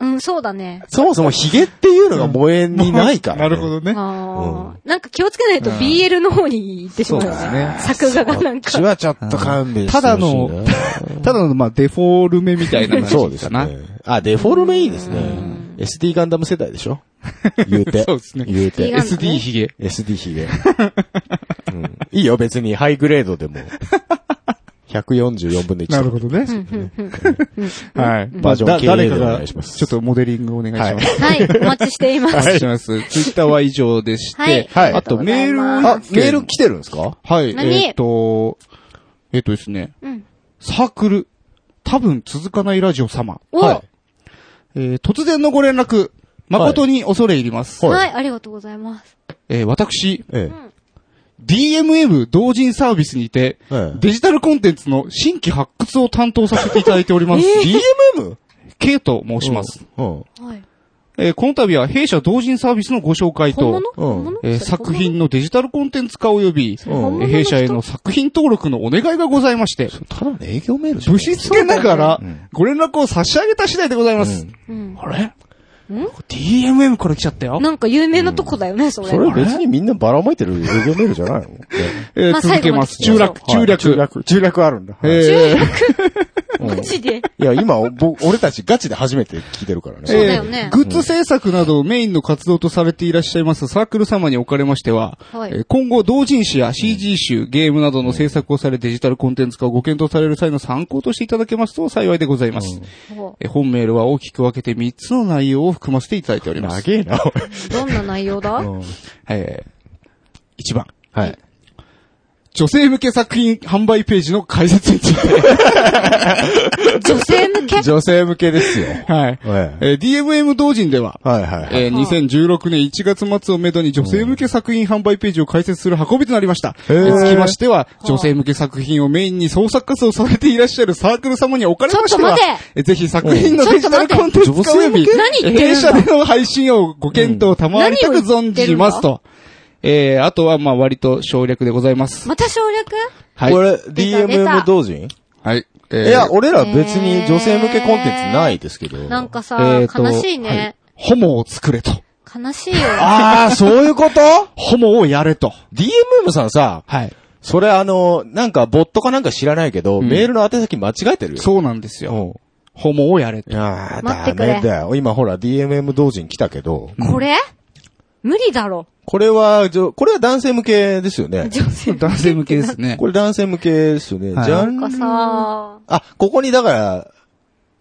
Speaker 2: うん、そうだね。
Speaker 1: そもそもヒゲっていうのが萌えにないからね。
Speaker 3: なるほどね。
Speaker 2: あーなんか気をつけないと BL の方に行ってしまうよ
Speaker 3: そう
Speaker 2: ね
Speaker 3: で。
Speaker 2: 作画がなん
Speaker 1: こっち
Speaker 2: か。
Speaker 1: はちょっと勘弁してほしいな
Speaker 3: ただのただの、まあ、デフォルメみたいな感じかな。
Speaker 1: そうですね。あ、デフォルメいいですね。SD ガンダム世代でしょ言うて。
Speaker 3: そうですね
Speaker 1: 言うて。
Speaker 2: SD
Speaker 3: SD ヒゲ。
Speaker 1: SD ヒ ゲ。うんいいよ、別にハイグレードでも。144分の1。
Speaker 3: なるほどね。
Speaker 2: うんうん
Speaker 3: はい。
Speaker 1: バージョン
Speaker 3: だ
Speaker 1: KA
Speaker 3: 誰か
Speaker 1: でお
Speaker 3: が、
Speaker 1: 願いします
Speaker 3: ちょっとモデリングお願いします。
Speaker 2: はい、お待ちしていま
Speaker 3: お
Speaker 2: す。
Speaker 3: 願いします。ツイッターは以上でし
Speaker 2: はい
Speaker 3: て、
Speaker 2: はい
Speaker 3: あとメールを
Speaker 1: あ
Speaker 3: 一、件
Speaker 1: メール来てるんですか
Speaker 3: はい、
Speaker 2: 何
Speaker 3: えっ、と、えっ、とですね、
Speaker 2: うん
Speaker 3: サークル、多分続かないラジオ様、
Speaker 2: おは
Speaker 3: えー突然のご連絡、誠に恐れ入ります。
Speaker 2: い、ありがとうございます。
Speaker 3: えー私、
Speaker 1: え
Speaker 3: DMM 同人サービスにて、
Speaker 1: ええ
Speaker 3: デジタルコンテンツの新規発掘を担当させていただいております。
Speaker 1: DMM?
Speaker 3: K と申します。
Speaker 1: うん。
Speaker 2: はい。
Speaker 3: えーこの度は弊社同人サービスのご紹介
Speaker 2: 本
Speaker 3: と
Speaker 2: 物、
Speaker 1: うん
Speaker 2: 本物
Speaker 3: えー作品のデジタルコンテンツ化及び、
Speaker 2: 本物の
Speaker 3: えー
Speaker 2: 人
Speaker 3: 弊社への作品登録のお願いがございまして、
Speaker 1: ただの営業メールじゃん
Speaker 3: ぶしつけながら、ご連絡を差し上げた次第でございます。
Speaker 2: うん
Speaker 3: あれ ?DMM から来ちゃったよ。
Speaker 2: なんか有名なとこだよね、それ。
Speaker 1: それ別にみんなばらまいてる営業メールじゃない のね
Speaker 3: えー
Speaker 2: まあ
Speaker 3: 続けます。
Speaker 2: 最後
Speaker 3: 中
Speaker 2: まで
Speaker 3: 略、中略。
Speaker 1: 中略。中略あるんだ。はい
Speaker 3: えー
Speaker 2: マジで。
Speaker 1: いや、今、僕、俺たちガチで初めて聞いてるからね。
Speaker 2: そうだよね
Speaker 3: えーグッズ制作などをメインの活動とされていらっしゃいますサークル様におかれましては、
Speaker 2: はい
Speaker 3: えー今後同人誌や CG 集、ゲームなどの制作をされデジタルコンテンツ化をご検討される際の参考としていただけますと幸いでございます。
Speaker 2: ほ
Speaker 3: えー本メールは大きく分けて3つの内容を含ませていただいております。
Speaker 1: 長えな、おい
Speaker 2: うどんな内容だ
Speaker 3: えー、1番。
Speaker 1: はい。
Speaker 3: 女性向け作品販売ページの解説につい て。
Speaker 2: 女性向け
Speaker 1: 女性向けですよ。
Speaker 3: はい。
Speaker 1: ええ
Speaker 3: えー DMM 同人では、
Speaker 1: はいはいはい。
Speaker 3: えー2016年1月末をめどに女性向け作品販売ページを開設する運びとなりました。え
Speaker 1: へー
Speaker 3: ーつきましては、女性向け作品をメインに創作活動をされていらっしゃるサークル様におかれまして
Speaker 2: ちょ
Speaker 3: は
Speaker 2: っと待て、
Speaker 3: えーぜひ作品のデジタルコンテンツ化
Speaker 1: ちょっと待
Speaker 3: 及
Speaker 1: て
Speaker 3: び、
Speaker 2: 何言ってるんだ
Speaker 3: 弊社での配信をご検討賜りたく存じますと。えー、あとは、まあ、割と省略でございます。
Speaker 2: また省略
Speaker 3: はい。
Speaker 1: これ、
Speaker 2: 出た出た
Speaker 1: DMM 同人
Speaker 3: はい。えー
Speaker 1: いや、俺ら別に女性向けコンテンツないですけど。
Speaker 2: なんかさ、
Speaker 3: えーと
Speaker 2: 悲しいね。
Speaker 3: はいホモを作れと。
Speaker 2: 悲しいよ。
Speaker 1: ああ、そういうこと
Speaker 3: ホモをやれと。
Speaker 1: ?DMM さんさ、
Speaker 3: はい。
Speaker 1: それあの、なんか、ボットかなんか知らないけど、メールの宛先間違えてるよ。
Speaker 3: そうなんですよ。ホモをやれ
Speaker 1: い
Speaker 3: と。
Speaker 1: や
Speaker 2: 待って
Speaker 1: ー、ダ
Speaker 2: くれ
Speaker 1: メだよ。今ほら、DMM 同人来たけど、
Speaker 2: これ無理だろ。
Speaker 1: これは、じょこれは男性向けですよね。
Speaker 2: 女性向け。
Speaker 3: 男性向けです ね。
Speaker 1: これ男性向けですよね。ジ
Speaker 3: はい
Speaker 1: ャン
Speaker 2: なん
Speaker 1: ル、
Speaker 2: かさ、
Speaker 1: あ、ここにだから、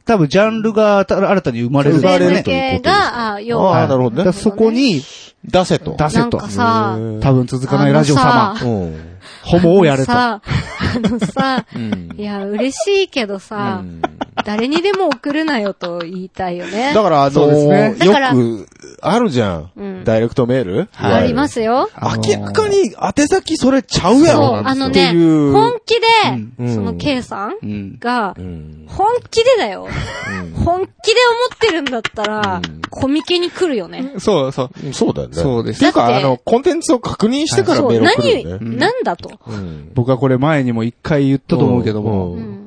Speaker 3: 多分ジャンルがた新たに生まれ
Speaker 2: 女
Speaker 3: る。
Speaker 1: 生ま
Speaker 2: 性
Speaker 1: れる
Speaker 2: 向けが、あ、要
Speaker 1: あ
Speaker 2: は
Speaker 1: ー、なるほどね
Speaker 3: だからそこに、
Speaker 1: 出せと。
Speaker 3: 出
Speaker 2: な
Speaker 3: せ
Speaker 2: ん
Speaker 3: と。
Speaker 2: かさ、
Speaker 1: うん
Speaker 3: 多分続かないラジオ
Speaker 2: あの
Speaker 3: 様。
Speaker 2: さ
Speaker 1: うん。
Speaker 3: ホモをやれと。
Speaker 2: さ、あのさ、
Speaker 1: うん
Speaker 2: いや、嬉しいけどさ、
Speaker 1: うん
Speaker 2: 誰にでも送るなよと言いたいよね。
Speaker 1: だから、あの
Speaker 3: そうですね
Speaker 1: ー
Speaker 2: だから
Speaker 1: よく、あるじゃん,、
Speaker 2: うん
Speaker 1: ダイレクトメール、
Speaker 3: はい
Speaker 2: ありますよ。
Speaker 1: 明らかに宛先それちゃうや
Speaker 2: そう、
Speaker 1: ろ
Speaker 2: あの
Speaker 1: っ
Speaker 2: ね、
Speaker 1: ていう
Speaker 2: 本気で、
Speaker 1: うん
Speaker 2: その K さん
Speaker 3: うん。
Speaker 2: が
Speaker 1: う、ん。
Speaker 2: 本気でだよ。本気で思ってるんだったら、コミケに来るよね。
Speaker 3: そうそう。
Speaker 1: そうだよね。
Speaker 3: そうです
Speaker 1: っていうか、
Speaker 2: だっ
Speaker 1: あ
Speaker 2: て
Speaker 1: の、コンテンツを確認してから
Speaker 2: そ
Speaker 1: メー
Speaker 2: う、
Speaker 1: ル送る
Speaker 2: 何
Speaker 1: よ、ね。
Speaker 2: なんだと。
Speaker 1: うん
Speaker 3: 僕はこれ前にも一回言ったと思うけども、
Speaker 1: う
Speaker 2: うんん。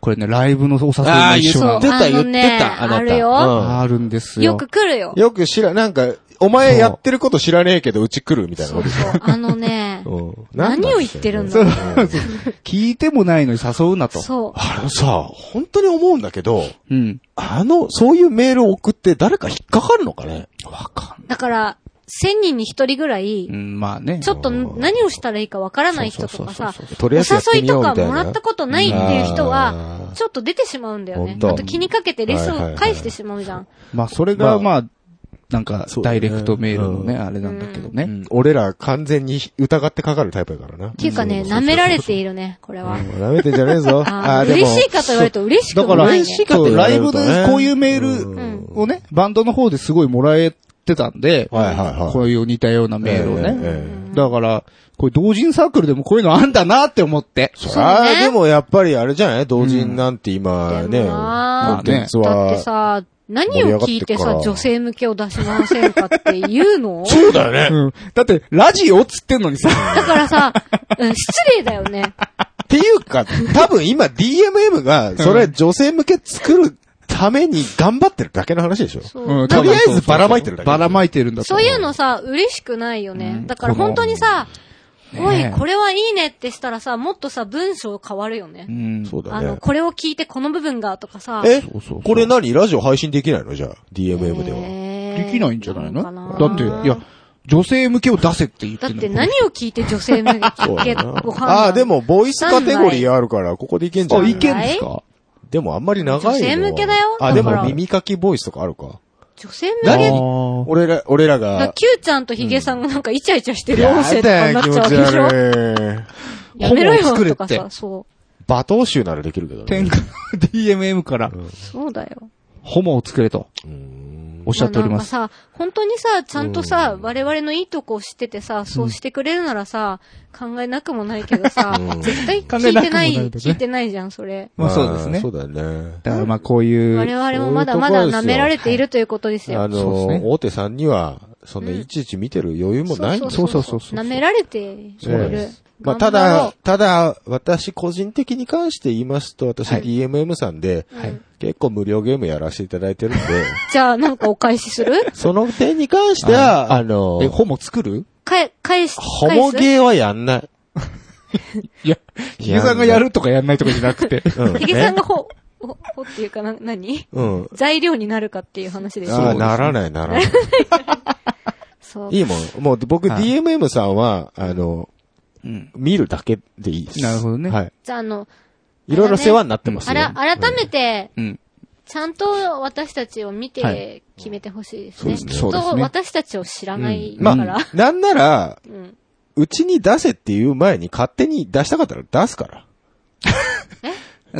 Speaker 3: これね、ライブのお誘い
Speaker 1: ああ
Speaker 3: も一緒
Speaker 2: そ
Speaker 3: な
Speaker 2: う、
Speaker 3: んで
Speaker 1: 言ってた
Speaker 2: あの
Speaker 1: 言って
Speaker 2: ね、
Speaker 1: たあなた
Speaker 2: あるよ。
Speaker 1: うん
Speaker 3: あるんですよ。
Speaker 2: よく来るよ。
Speaker 1: よく知ら、なんか、お前やってること知らねえけど、うち来るみたいな
Speaker 2: そ
Speaker 1: こ
Speaker 2: う
Speaker 1: と
Speaker 2: そう、あのね、
Speaker 1: うんなんだ
Speaker 2: 何を言ってるんだ
Speaker 3: そ
Speaker 2: ろ
Speaker 3: う
Speaker 2: う。
Speaker 3: 聞いてもないのに誘うなと。
Speaker 2: そう。
Speaker 1: あのさ、本当に思うんだけど、
Speaker 3: うん。
Speaker 1: あの、そういうメールを送って誰か引っかかるのかね
Speaker 3: わか
Speaker 2: だから、千人に一人ぐらい
Speaker 3: ん。う、ん、まあね。
Speaker 2: ちょっと何をしたらいいかわからない人とかさ、
Speaker 1: と
Speaker 2: お
Speaker 1: りあえずやって
Speaker 2: 誘い
Speaker 1: みよ
Speaker 2: と
Speaker 1: うみ
Speaker 2: か
Speaker 1: たいな。
Speaker 2: もらったことないっていう人
Speaker 1: うん
Speaker 2: は
Speaker 1: あ、ー
Speaker 2: ちょっと出てしまうんだよね
Speaker 1: 本。当
Speaker 2: あと気にかけてレス
Speaker 1: はいはい
Speaker 2: を
Speaker 1: はい
Speaker 2: 返してしまうじゃん。
Speaker 3: まあそれが、
Speaker 1: ま
Speaker 3: まあ、なんか
Speaker 1: そ、うだ
Speaker 3: ダ
Speaker 1: ね
Speaker 3: イレクトメールのね、あれなんだけど
Speaker 1: う
Speaker 3: ね。
Speaker 1: ん俺ら完全に疑ってかかるタイプやからな。
Speaker 2: っていうかね、舐められているね、これは。
Speaker 1: 舐めてんじゃねえぞ。
Speaker 2: あー
Speaker 1: ーでも
Speaker 2: 嬉しいかと言われると嬉しく
Speaker 3: だ
Speaker 2: も
Speaker 3: から、
Speaker 2: ない
Speaker 3: 嬉
Speaker 2: ね
Speaker 3: し。いかってライブでこういうメー
Speaker 2: う
Speaker 3: ル
Speaker 2: ん。
Speaker 3: をね、バンドの方ですごいもらえてたんで、
Speaker 1: はいはいはい
Speaker 3: こういう似たようなメール
Speaker 1: え
Speaker 3: を
Speaker 1: え
Speaker 3: ね。
Speaker 1: ええ
Speaker 3: だから、これ同人サークルでもこういうのあんだなって思って。
Speaker 1: そりゃ、でもやっぱりあれじゃない同人なんて
Speaker 2: で
Speaker 1: 今
Speaker 2: も
Speaker 1: ね、
Speaker 2: な
Speaker 1: コンテンツ
Speaker 2: だって
Speaker 1: は。
Speaker 2: さ、何
Speaker 1: 盛り上
Speaker 2: を聞いて
Speaker 1: がってっか
Speaker 2: さ、
Speaker 1: ら
Speaker 2: 女性向けを出しませんかって言う の
Speaker 1: そうだよね。
Speaker 3: うん。だって、ラジオっつってんのにさ、
Speaker 2: だからさ、うん失礼だよね。
Speaker 1: っていうか、多分今 DMM が、それ女性向け作るために頑張ってるだけの話でしょ
Speaker 2: そう
Speaker 3: うん
Speaker 1: とりあえずばらまいてるだけ
Speaker 3: ばらまいてるんだと
Speaker 2: そ
Speaker 3: 思
Speaker 2: ういうのさ、嬉しくないよ
Speaker 3: う
Speaker 2: ね
Speaker 3: ん。
Speaker 2: だから本当にさ、
Speaker 3: この
Speaker 2: お
Speaker 3: ね
Speaker 2: い、これはいいねってしたらさ、もっとさ、文章変わるよね
Speaker 3: う。ん。
Speaker 1: そうだ
Speaker 2: あ
Speaker 1: ね
Speaker 2: の、。これを聞いてこの部分がとかさ。
Speaker 1: え
Speaker 3: そうそう
Speaker 1: これ何ラジオ配信できないのじゃあ、DMM では。
Speaker 2: で
Speaker 3: できないんじゃないのだ
Speaker 2: だ
Speaker 3: って、いや、、女性向けを出せって言って
Speaker 2: だっ
Speaker 3: る
Speaker 2: て何を聞いて女性向
Speaker 1: そう
Speaker 2: け
Speaker 1: だ
Speaker 2: ご
Speaker 1: な
Speaker 2: 飯
Speaker 1: ああ、でも、ボイスカテゴリーあるから、ここでいけんじゃ
Speaker 3: あ、
Speaker 1: ない
Speaker 3: いけんですか
Speaker 1: でもあんまり長いの
Speaker 2: 女性向けだよ
Speaker 1: あ、で
Speaker 2: だか
Speaker 1: も
Speaker 2: ら
Speaker 1: 耳かきボイスとかあるか。
Speaker 2: 女性向
Speaker 1: 何
Speaker 2: け
Speaker 1: あ俺ら、俺ら
Speaker 2: だ、
Speaker 1: が。
Speaker 2: キューちゃんとヒゲさんがなんかイチャイチャしてる音声とかになっ
Speaker 1: 気
Speaker 2: ち
Speaker 1: 持
Speaker 2: ゃう
Speaker 1: ち
Speaker 2: わけでしょ
Speaker 1: 悪い。
Speaker 2: やめろ
Speaker 3: 本を
Speaker 2: よ
Speaker 3: 作れ
Speaker 2: と
Speaker 3: っ
Speaker 2: か
Speaker 3: て
Speaker 2: さ、そ
Speaker 1: 罵倒集ならできるけど
Speaker 3: 天
Speaker 1: ね。
Speaker 3: 下 DMM から、
Speaker 2: う。そうだよ。
Speaker 3: ホモを作れと、
Speaker 1: うん
Speaker 3: おっしゃっております。
Speaker 2: まあなんかさ、本当にさ、ちゃんとさ、我々のいいとこを知っててさ、そうしてくれるならさ、考えなくもないけどさ、絶対聞いてない、
Speaker 3: 考えなくもないです
Speaker 2: 聞
Speaker 3: ね
Speaker 2: いてないじゃん、それ。
Speaker 3: まあそうですね
Speaker 1: そうだね。
Speaker 3: だからまあこういう、
Speaker 2: 我々もまだまだ舐められているということです
Speaker 1: あ
Speaker 2: よ。
Speaker 3: そうで
Speaker 1: の
Speaker 3: すね、
Speaker 1: 大手さんには、そんないちいち見てる余裕もないんです
Speaker 3: そうそうそうそう
Speaker 2: 舐められてい
Speaker 1: そうなん
Speaker 2: る
Speaker 1: で。まあ、た
Speaker 2: 頑張ろ
Speaker 1: だ
Speaker 2: う、、
Speaker 1: ただ、私個人的に関して言いますと、私
Speaker 3: はい
Speaker 1: DMM さんで、
Speaker 2: はい
Speaker 1: 結構無料ゲームやらせていただいてるんで、
Speaker 2: じゃあなんかお返しする
Speaker 1: その点に関しては、あの
Speaker 3: え、、ホモ作る
Speaker 2: かえ、返し、
Speaker 1: ホモ
Speaker 2: 返
Speaker 1: ゲーはやんない。
Speaker 3: いや、ヒゲさんがやるとかやんないとかじゃなくて。
Speaker 1: うん
Speaker 2: すヒゲさんがほ、ほ、ほっていうかな、何
Speaker 1: うん。
Speaker 2: 材料になるかっていう話でし
Speaker 1: ああ、
Speaker 2: ょ。
Speaker 1: ならない、ならない。
Speaker 2: そう。
Speaker 1: いいもん。もう僕、
Speaker 3: はい
Speaker 1: DMM さんは、あの、
Speaker 3: うん。
Speaker 1: 見るだけでいいです。
Speaker 3: なるほどね
Speaker 1: はい。
Speaker 2: じゃああの、
Speaker 1: いろいろ世話になってます
Speaker 2: あ
Speaker 1: よ。
Speaker 2: ら、改めて、
Speaker 3: うん。
Speaker 2: ちゃんと私たちを見
Speaker 3: は
Speaker 2: て決めてほしいです
Speaker 3: そう
Speaker 2: ね。
Speaker 3: ですね
Speaker 2: き
Speaker 3: そ
Speaker 2: っ
Speaker 3: うですね
Speaker 2: と私たちを知らない
Speaker 1: ま
Speaker 2: か
Speaker 1: あ
Speaker 2: ら。、
Speaker 1: なんなら、
Speaker 2: うん
Speaker 1: うちに出せっていう前に勝手に出したかったら出すから。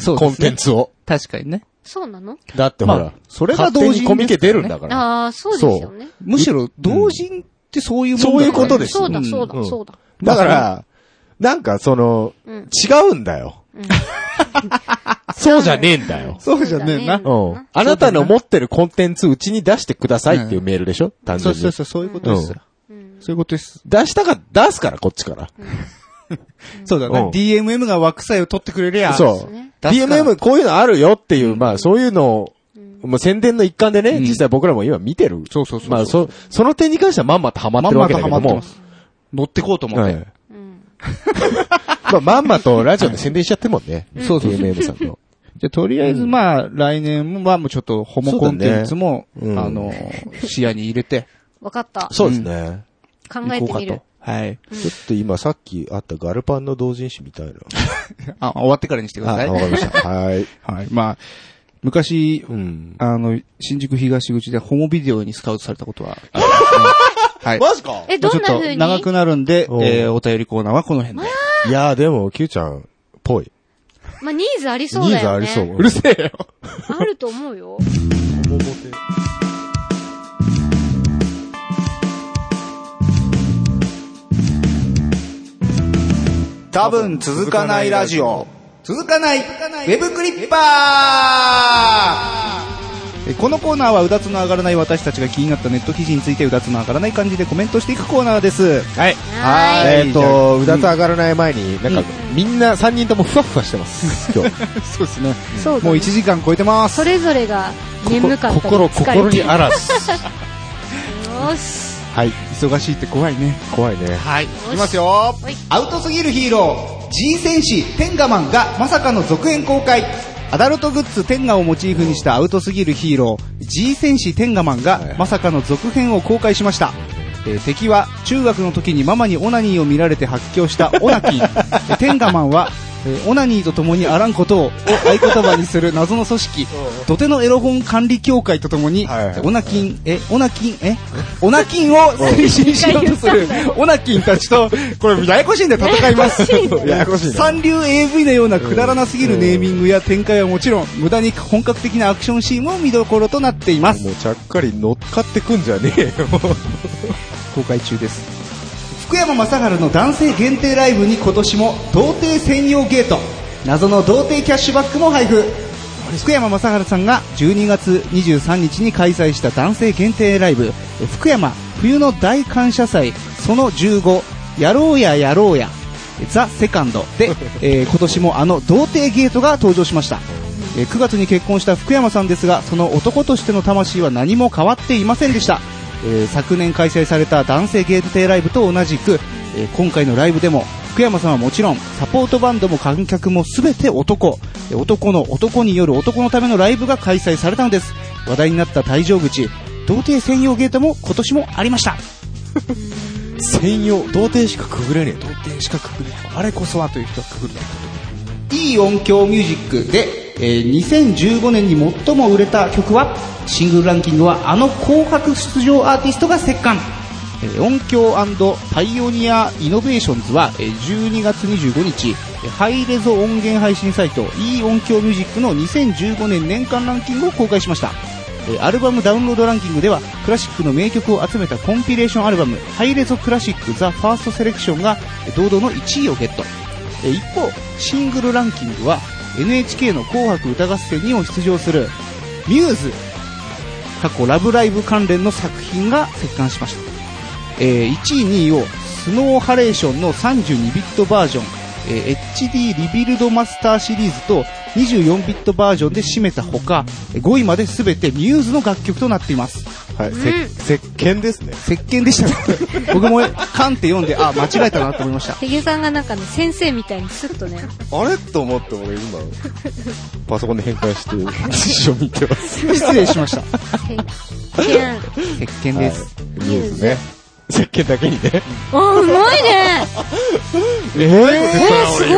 Speaker 3: そう
Speaker 1: コ
Speaker 3: で
Speaker 1: ン
Speaker 3: すね
Speaker 1: テン。ツを。
Speaker 3: 確かにね。
Speaker 2: そうなの
Speaker 1: だってほ
Speaker 3: まあ
Speaker 1: ら、
Speaker 3: それが
Speaker 1: 勝
Speaker 3: 同
Speaker 1: 手
Speaker 3: 時
Speaker 1: にコミケ出るんだから。
Speaker 2: ああ、そうですよね。
Speaker 3: むしろ、同人ってそういうもんだか
Speaker 1: そ
Speaker 3: ら
Speaker 1: ういうことです
Speaker 2: そうだ、
Speaker 3: ん
Speaker 2: そうだ、
Speaker 1: うん
Speaker 2: そうだ。
Speaker 1: だから、なんかその、
Speaker 2: うん。
Speaker 1: 違うんだよ。
Speaker 2: うん
Speaker 1: そうじゃねえんだ よ。
Speaker 3: そうじゃねえな。
Speaker 1: うん。あなたの持ってるコンテンツうちに出してくださいっていうメールでしょ単
Speaker 3: そ
Speaker 1: 純
Speaker 3: う
Speaker 1: に。
Speaker 3: そうそう、そういうことです。
Speaker 1: うん
Speaker 2: うん
Speaker 3: そういうことです。
Speaker 1: 出したか、出すから、こっちから。
Speaker 3: そうだ
Speaker 1: う
Speaker 3: ね
Speaker 1: ん。
Speaker 3: DMM が枠さえを取ってくれりゃ。
Speaker 1: そう
Speaker 2: ね。
Speaker 3: 出すから
Speaker 1: DMM こういうのあるよっていう、まあそういうのを、もう宣伝の一環でね、
Speaker 3: ん
Speaker 1: 実際僕らも今見てる。
Speaker 3: そうそうそうそう
Speaker 1: まあそ、その点に関してはまんまとハマってるわけだけど
Speaker 3: まんまとハマ
Speaker 1: も
Speaker 3: って。乗ってこうと思っ
Speaker 1: はい
Speaker 3: て。
Speaker 2: うん。
Speaker 1: まあまんまとラジオで宣伝しちゃってもんね。
Speaker 3: そうそうそう
Speaker 1: DMM さんの。
Speaker 3: じゃあ、とりあえず、まあ、来年はもうちょっと、ホモコンテンツも、
Speaker 1: そうだねうん
Speaker 3: あの、視野に入れて、
Speaker 2: わかった。
Speaker 1: そうですね。
Speaker 2: 考え
Speaker 3: 行
Speaker 2: て
Speaker 3: こ
Speaker 2: み
Speaker 3: うか
Speaker 2: る
Speaker 3: と。。はい。
Speaker 1: ちょっと今さっきあったガルパンの同人誌みたいな。
Speaker 3: あ、終わってからにしてくださ
Speaker 1: あ、
Speaker 3: い。
Speaker 1: わかりました。はい。
Speaker 3: はい。まあ、昔、
Speaker 1: うん。
Speaker 3: あの、新宿東口でホモビデオにスカウトされたことは ある、はい。
Speaker 1: ジか
Speaker 2: え、どんな風に
Speaker 3: ちょっと長くなるんで、
Speaker 1: おう
Speaker 3: えーお便りコーナーはこの辺で。
Speaker 1: いやーでも、Q ちゃん、ぽい。
Speaker 2: まあ、ニーズありそう
Speaker 1: ニー
Speaker 2: だ
Speaker 1: ズ
Speaker 2: よ
Speaker 1: あ
Speaker 2: ね。
Speaker 1: りそう。
Speaker 7: うるせえよ。
Speaker 2: あると思うよ。
Speaker 3: 多分続かないラジオ。続かない、ウェブクリッパーえこのコーナーはうだつの上がらない私たちが気になったネット記事についてうだつの上がらない感じでコメントしていくコーナーです。
Speaker 1: はい。
Speaker 2: は
Speaker 1: え
Speaker 3: い
Speaker 1: っ
Speaker 3: じゃあ
Speaker 1: と、うだつ上がらない前に、なんか、みんな3人ともふわふわしてます。今日。
Speaker 3: そうですね。
Speaker 2: ーい。そうだね
Speaker 3: もう1時間超えてます。
Speaker 2: それぞれが眠かったり
Speaker 1: 心、
Speaker 2: 疲れてる
Speaker 1: 心にあらず。
Speaker 2: よし。
Speaker 1: はい。
Speaker 3: 忙しいって怖いね。
Speaker 1: 怖いね。
Speaker 3: はい。い
Speaker 2: き
Speaker 3: き
Speaker 2: ま
Speaker 3: ますすよ
Speaker 2: はい。
Speaker 3: アウトすぎるヒーロー、G 戦士テンガマンがまさかの続編公開。アダルトグッズテンガをモチーフにしたアウトすぎるヒーロー、G 戦士テンガマンがまさかの続編を公開しました。えー敵は中学の時にママにオナニーを見られて発狂したオナ キー。えテンガマンは、えーオナニーと共にあらんことをを合言葉にする謎の組織、土手のエロ本管理協会と共に、
Speaker 1: はいはい
Speaker 3: オナキン、え、オナキン、え、オナキンを推進しようとする、オナキンたちと、これ、ややこしいんで戦います。
Speaker 1: ややこしいな。
Speaker 3: 三流 AV のようなくだらなすぎるネーミングや展開はもちろん、無駄に本格的なアクションシーンも見どころとなっています。
Speaker 1: もうちゃっかり乗っかってくんじゃねえよ。
Speaker 3: 公開中です。福山雅治の男性限定ライブに今年も、童貞専用ゲート、謎の童貞キャッシュバックも配布。福山雅治さんが12月23日に開催した男性限定ライブ、え福山冬の大感謝祭、その15、やろうややろうや、ザ・セカンド で、えー今年もあの童貞ゲートが登場しました。えー9月に結婚した福山さんですが、その男としての魂は何も変わっていませんでした。えー昨年開催された男性限定ライブと同じく、えー今回のライブでも福山さんはもちろんサポートバンドも観客も全て男えー男の男による男のためのライブが開催されたのです話題になった退場口童貞専用ゲートも今年もありました
Speaker 1: 専用、童貞しかくぐれねえと。
Speaker 3: あれこそはという人が来るいい音響ミュージックで、えー2015年に最も売れた曲はシングルランキングはあの紅白出場アーティストが折巻、えー音響パイオニアイノベーションズは、えー12月25日えーハイレゾ音源配信サイトいい音響ミュージックの2015年年間ランキングを公開しましたえーアルバムダウンロードランキングではクラシックの名曲を集めたコンピレーションアルバム「ハイレゾクラシック・ザ・ファーストセレクションがえー堂々の1位をゲットえー一方シングルランキングは NHK の「紅白歌合戦」にも出場するミューズ過去「ラブライブ!」関連の作品が接巻しました、えー1位2位をスノーハレーションの32ビットバージョン、えー HD リビルドマスターシリーズと24ビットバージョンで締めたほか5位まで全てミューズの楽曲となっています
Speaker 1: はい。
Speaker 2: うん
Speaker 1: せ、石鹸ですね。
Speaker 3: 石鹸でした ね僕もカンって読んであ間違えたなと思いました
Speaker 2: てぎさんがなんかね、先生みたいにスッ とね、
Speaker 1: あれと思って俺今、パソコンで変換して、辞書見てます。
Speaker 3: 失礼しました
Speaker 2: てぎゃん。
Speaker 3: 石鹸です、
Speaker 1: ニュースね。石鹸だけにね。
Speaker 2: あ、うまいね
Speaker 1: え
Speaker 2: え
Speaker 1: え
Speaker 2: ー、すごい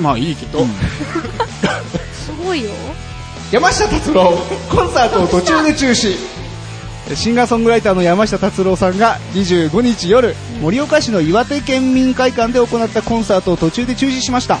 Speaker 3: まあいいけど、
Speaker 2: すごいよ
Speaker 3: 山下達郎コンサートを途中で中止シンガーソングライターの山下達郎さんが25日夜盛岡市の岩手県民会館で行ったコンサートを途中で中止しました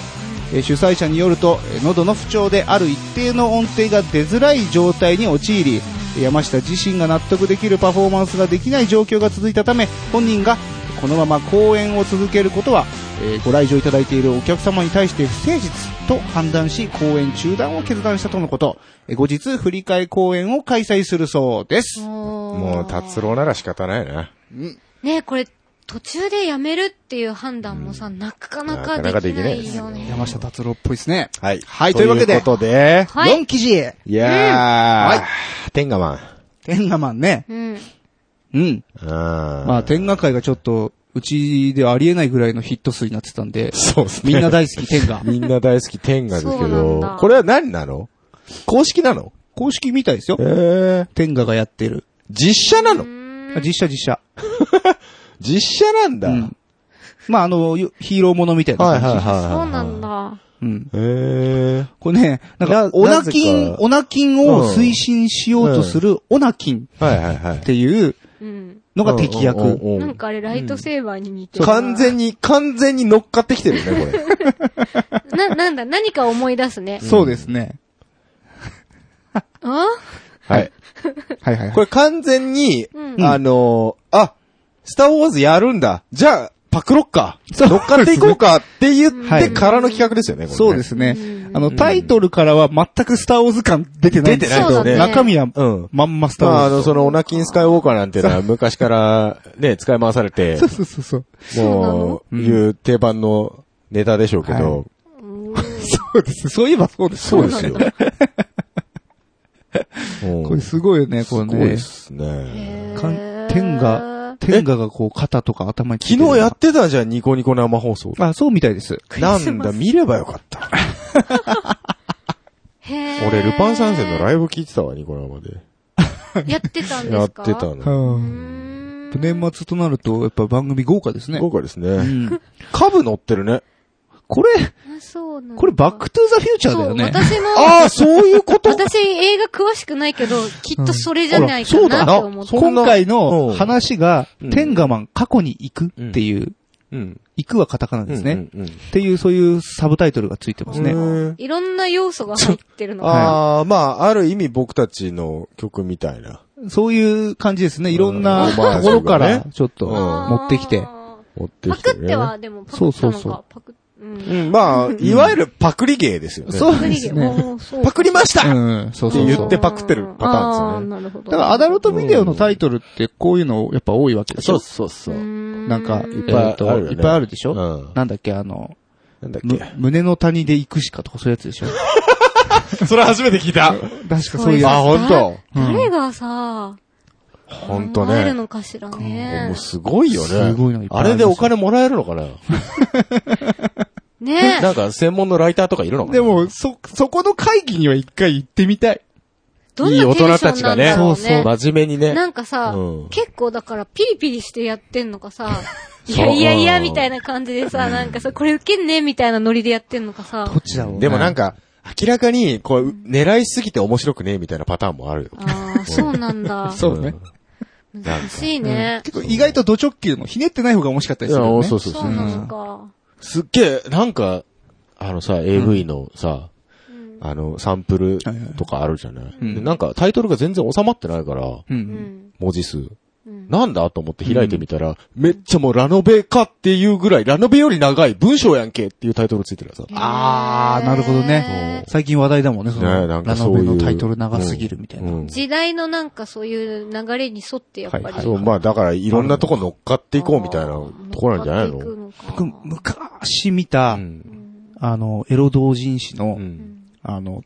Speaker 3: えー主催者によるとえー喉の不調である一定の音程が出づらい状態に陥り山下自身が納得できるパフォーマンスができない状況が続いたため本人がこのまま公演を続けることは、えーご来場いただいているお客様に対して不誠実と判断し公演中断を決断したとのこと、えー後日振り替え公演を開催するそうです
Speaker 1: も
Speaker 2: も
Speaker 1: う、達郎なら仕方ないな。
Speaker 2: ねこれ、途中でやめるっていう判断もさ、なかなかできないよね。
Speaker 3: 山下達郎っぽいですね
Speaker 1: はい。
Speaker 3: はいというわけで
Speaker 1: ということで、
Speaker 2: はい
Speaker 3: 4記事
Speaker 1: いや
Speaker 3: うん
Speaker 1: ー
Speaker 3: は、
Speaker 1: 天下マン。
Speaker 3: 天ガマンね
Speaker 2: うん。
Speaker 3: うんま
Speaker 1: ま
Speaker 3: あ、天下界がちょっと、うちでありえないぐらいのヒット数になってた んで、
Speaker 1: そうですね。。
Speaker 3: みんな大好き天下
Speaker 1: みんな大好き天下ですけ
Speaker 2: そうなんだ
Speaker 1: ど、これは何なの公式なの
Speaker 3: 公式みたいですよ
Speaker 1: え。ー、
Speaker 3: 天下がやってる。
Speaker 1: 実写なの
Speaker 3: あ実写実写。
Speaker 1: 実写なんだ。
Speaker 3: うんまあ、あの、よヒーローものみたいな
Speaker 1: はいはい
Speaker 3: 感じ。
Speaker 1: はいはい。
Speaker 2: そうなんだ。
Speaker 3: うん。
Speaker 1: えー、
Speaker 3: これね、なんか
Speaker 1: な、
Speaker 3: オナキ
Speaker 1: なぜ
Speaker 3: ン、
Speaker 1: か
Speaker 3: オナキンを推進しようとするオナキン
Speaker 1: はいはいはい
Speaker 3: っ。ていう、
Speaker 2: うん。
Speaker 3: のが敵役。
Speaker 1: うんうんうん
Speaker 2: なんかあれ、ライトセーバーに似てるな。
Speaker 1: 完全に、完全に乗っかってきてるよね、これ。
Speaker 2: な、なんだ、何か思い出すね。
Speaker 3: そうです ね。
Speaker 2: あ
Speaker 1: はい。
Speaker 3: はいはいはい。
Speaker 1: これ完全に、
Speaker 2: うん。
Speaker 1: あのー、あ、スターウォーズやるんだ。じゃあ、パクロッか。
Speaker 3: そう
Speaker 1: 乗っかっていこうかって言
Speaker 2: は
Speaker 1: って
Speaker 2: い
Speaker 1: からの企画ですよね、これね
Speaker 3: そうですね
Speaker 2: う。ん
Speaker 3: あの、タイトルからは全くスターウォーズ感出てないんですけ
Speaker 2: 出てないそ
Speaker 3: ど、
Speaker 2: うだね
Speaker 3: 中身は
Speaker 1: うん
Speaker 3: まんまスタ
Speaker 1: ま
Speaker 3: ーウ
Speaker 1: あ、あ
Speaker 3: ォー
Speaker 1: の、
Speaker 3: ズ。
Speaker 1: その、オナキンスカイウォーカーなんていうのは昔からね、使い回されて
Speaker 3: そ、うそうそうそう。
Speaker 1: もう、いう定番のネタでしょうけ
Speaker 3: は
Speaker 1: ど、
Speaker 2: うん
Speaker 3: そうです。そういえばそうで す。
Speaker 1: そうですよ。うん
Speaker 3: これすごいよね、これ
Speaker 1: すごいで
Speaker 3: ね。
Speaker 1: すね。
Speaker 3: 寒天が。天下がこう肩とか頭についてる
Speaker 1: 昨日やってたじゃん、ニコニコ生放送。
Speaker 3: あ、そうみたいです。
Speaker 1: なんだ、見ればよかった。
Speaker 2: へー
Speaker 1: 俺、ルパン三世のライブ聞いてたわ、ニコ生で。
Speaker 2: やってたんで
Speaker 1: や
Speaker 2: す
Speaker 1: っ
Speaker 2: か
Speaker 1: てた
Speaker 2: う
Speaker 1: の。
Speaker 2: ー
Speaker 3: うん
Speaker 2: ん。
Speaker 3: 年末となると、やっぱ番組豪華ですね。
Speaker 1: 豪華です
Speaker 3: う
Speaker 1: ね。
Speaker 3: ん。
Speaker 1: 株乗ってるね。
Speaker 3: これ、
Speaker 2: あそうなんだ
Speaker 3: これバックトゥーザフューチャーだ
Speaker 2: そ
Speaker 3: よ
Speaker 2: う、
Speaker 3: ね。
Speaker 2: 私も、
Speaker 1: ああ、そういう こと
Speaker 2: 私映画詳しくないけど、きっとそれじゃないかなと思
Speaker 1: ほらそう
Speaker 2: っ
Speaker 1: だなそ
Speaker 2: て。
Speaker 1: んな
Speaker 3: 今回
Speaker 1: う
Speaker 3: の
Speaker 1: ん
Speaker 3: 話が
Speaker 1: うん、
Speaker 3: 天ガマン過去に行くっていう、
Speaker 1: うん。
Speaker 3: 行くはカタカナですね。
Speaker 1: うんうんうん
Speaker 3: っていう、そういうサブタイトルがついてますね。
Speaker 1: うーん
Speaker 2: いろんな要素が入ってるのかな。
Speaker 1: ああ、まあ、ある意味僕たちの曲みたいな。
Speaker 3: そういう感じですね。いろん
Speaker 1: う
Speaker 3: なんところか
Speaker 1: オマージュ
Speaker 3: ら
Speaker 1: がね、
Speaker 3: ちょっと、
Speaker 1: うん
Speaker 3: 持ってきて。
Speaker 2: あ
Speaker 1: 持って
Speaker 2: ーパ
Speaker 1: きて
Speaker 2: ク
Speaker 1: る、ね。
Speaker 2: っては、でもパクった
Speaker 3: そう
Speaker 2: の
Speaker 3: そうそ
Speaker 2: か。パク、うん。
Speaker 1: うん、まあ、いわゆるパクリゲーですよね。
Speaker 3: そう
Speaker 2: パク
Speaker 3: で
Speaker 2: リゲ
Speaker 3: す
Speaker 2: ー
Speaker 3: ね。
Speaker 2: おーそう
Speaker 1: パクりました、
Speaker 3: うん、そう
Speaker 1: て
Speaker 3: そう
Speaker 1: 言
Speaker 3: そ
Speaker 1: っ
Speaker 3: う。
Speaker 1: てパクってるパターンですよね
Speaker 2: あーなるほど。
Speaker 3: だから、アダルトビデオのタイトルって、こういうのやっぱ多いわけでしょ
Speaker 1: そうそ
Speaker 2: な
Speaker 3: なんか、
Speaker 2: う
Speaker 3: いっ
Speaker 2: ん
Speaker 3: ぱいある
Speaker 1: えーあ
Speaker 3: と、
Speaker 1: るよね
Speaker 3: いっぱいあるでしょ
Speaker 1: うん
Speaker 3: なんだっけ、あの、
Speaker 1: なんだっ
Speaker 3: む胸の谷で行くしかとかそういうやつで しょ
Speaker 1: け。それ初めて聞いた。
Speaker 3: 確かそういう
Speaker 1: あ、
Speaker 3: や
Speaker 1: ほんと。
Speaker 2: 誰がさ、
Speaker 1: ほんと
Speaker 2: 考える
Speaker 1: ね。
Speaker 2: のかしら
Speaker 1: も
Speaker 2: ね
Speaker 1: う。すごいよね。
Speaker 3: すごいのいっぱい
Speaker 1: あ
Speaker 3: ある
Speaker 1: れでお金もらえるのかな
Speaker 2: ね
Speaker 1: なんか専門のライターとかいるの
Speaker 3: つ。
Speaker 1: かな
Speaker 3: で、も、そ、そこの会議には一回行ってみたい。
Speaker 2: どん
Speaker 1: いい
Speaker 2: な
Speaker 1: 大
Speaker 2: テ
Speaker 1: 人
Speaker 2: ンシ
Speaker 1: た
Speaker 2: ョン
Speaker 1: ち
Speaker 2: な
Speaker 1: が
Speaker 2: んだ
Speaker 1: ね、
Speaker 2: ろうね。
Speaker 1: 真面目にね。
Speaker 2: なんかさ
Speaker 1: うん、
Speaker 2: 結構だからピリピリしてやってんのか さ、いやいやいやみたいな感じでさ、なんかさ、これ受けんねみたいなノリでやってんのかさ。
Speaker 3: どっちだろうね
Speaker 1: でもなんか、明らかに、こう、狙いすぎて面白くねえみたいなパターンもあるよ。
Speaker 2: ああ、そうなん だ。
Speaker 3: そうね。
Speaker 2: 難しいね。
Speaker 3: 結構意外とド直球もひねってない方が面白かったりするよ
Speaker 1: いや
Speaker 3: ね。
Speaker 1: そうそう
Speaker 2: そうなのか。
Speaker 1: すっげえ、なんか、あのさ、AV のさ、
Speaker 2: うん
Speaker 1: あの、サンプル
Speaker 3: はいはい
Speaker 1: とかあるじゃない、
Speaker 3: うん
Speaker 1: でなんかタイトルが全然収まってないから、
Speaker 3: う。
Speaker 2: うんん。
Speaker 1: 文字数。
Speaker 2: うん
Speaker 1: なんだと思って開いてみたら、めっちゃもうラノベかっていうぐらい、ラノベより長い文章やんけっていうタイトルついてるからさ。
Speaker 3: あー、なるほどね。最近話題だもんね、そ
Speaker 1: ねな
Speaker 3: の、ラ
Speaker 1: んかそ
Speaker 3: ノ
Speaker 1: うい
Speaker 3: ベ
Speaker 1: う
Speaker 3: のタイトル長すぎるみたいな。
Speaker 1: うん
Speaker 2: 時代のなんかそういう流れに沿ってやっぱり。
Speaker 1: そう、まあだからいろんなとこ乗っかっていこうみたいなところなんじゃないの
Speaker 2: 乗っかっていくのか
Speaker 3: 僕、昔見た、
Speaker 1: うん。
Speaker 3: あの、エロ同人誌の、
Speaker 1: うん。
Speaker 3: あの、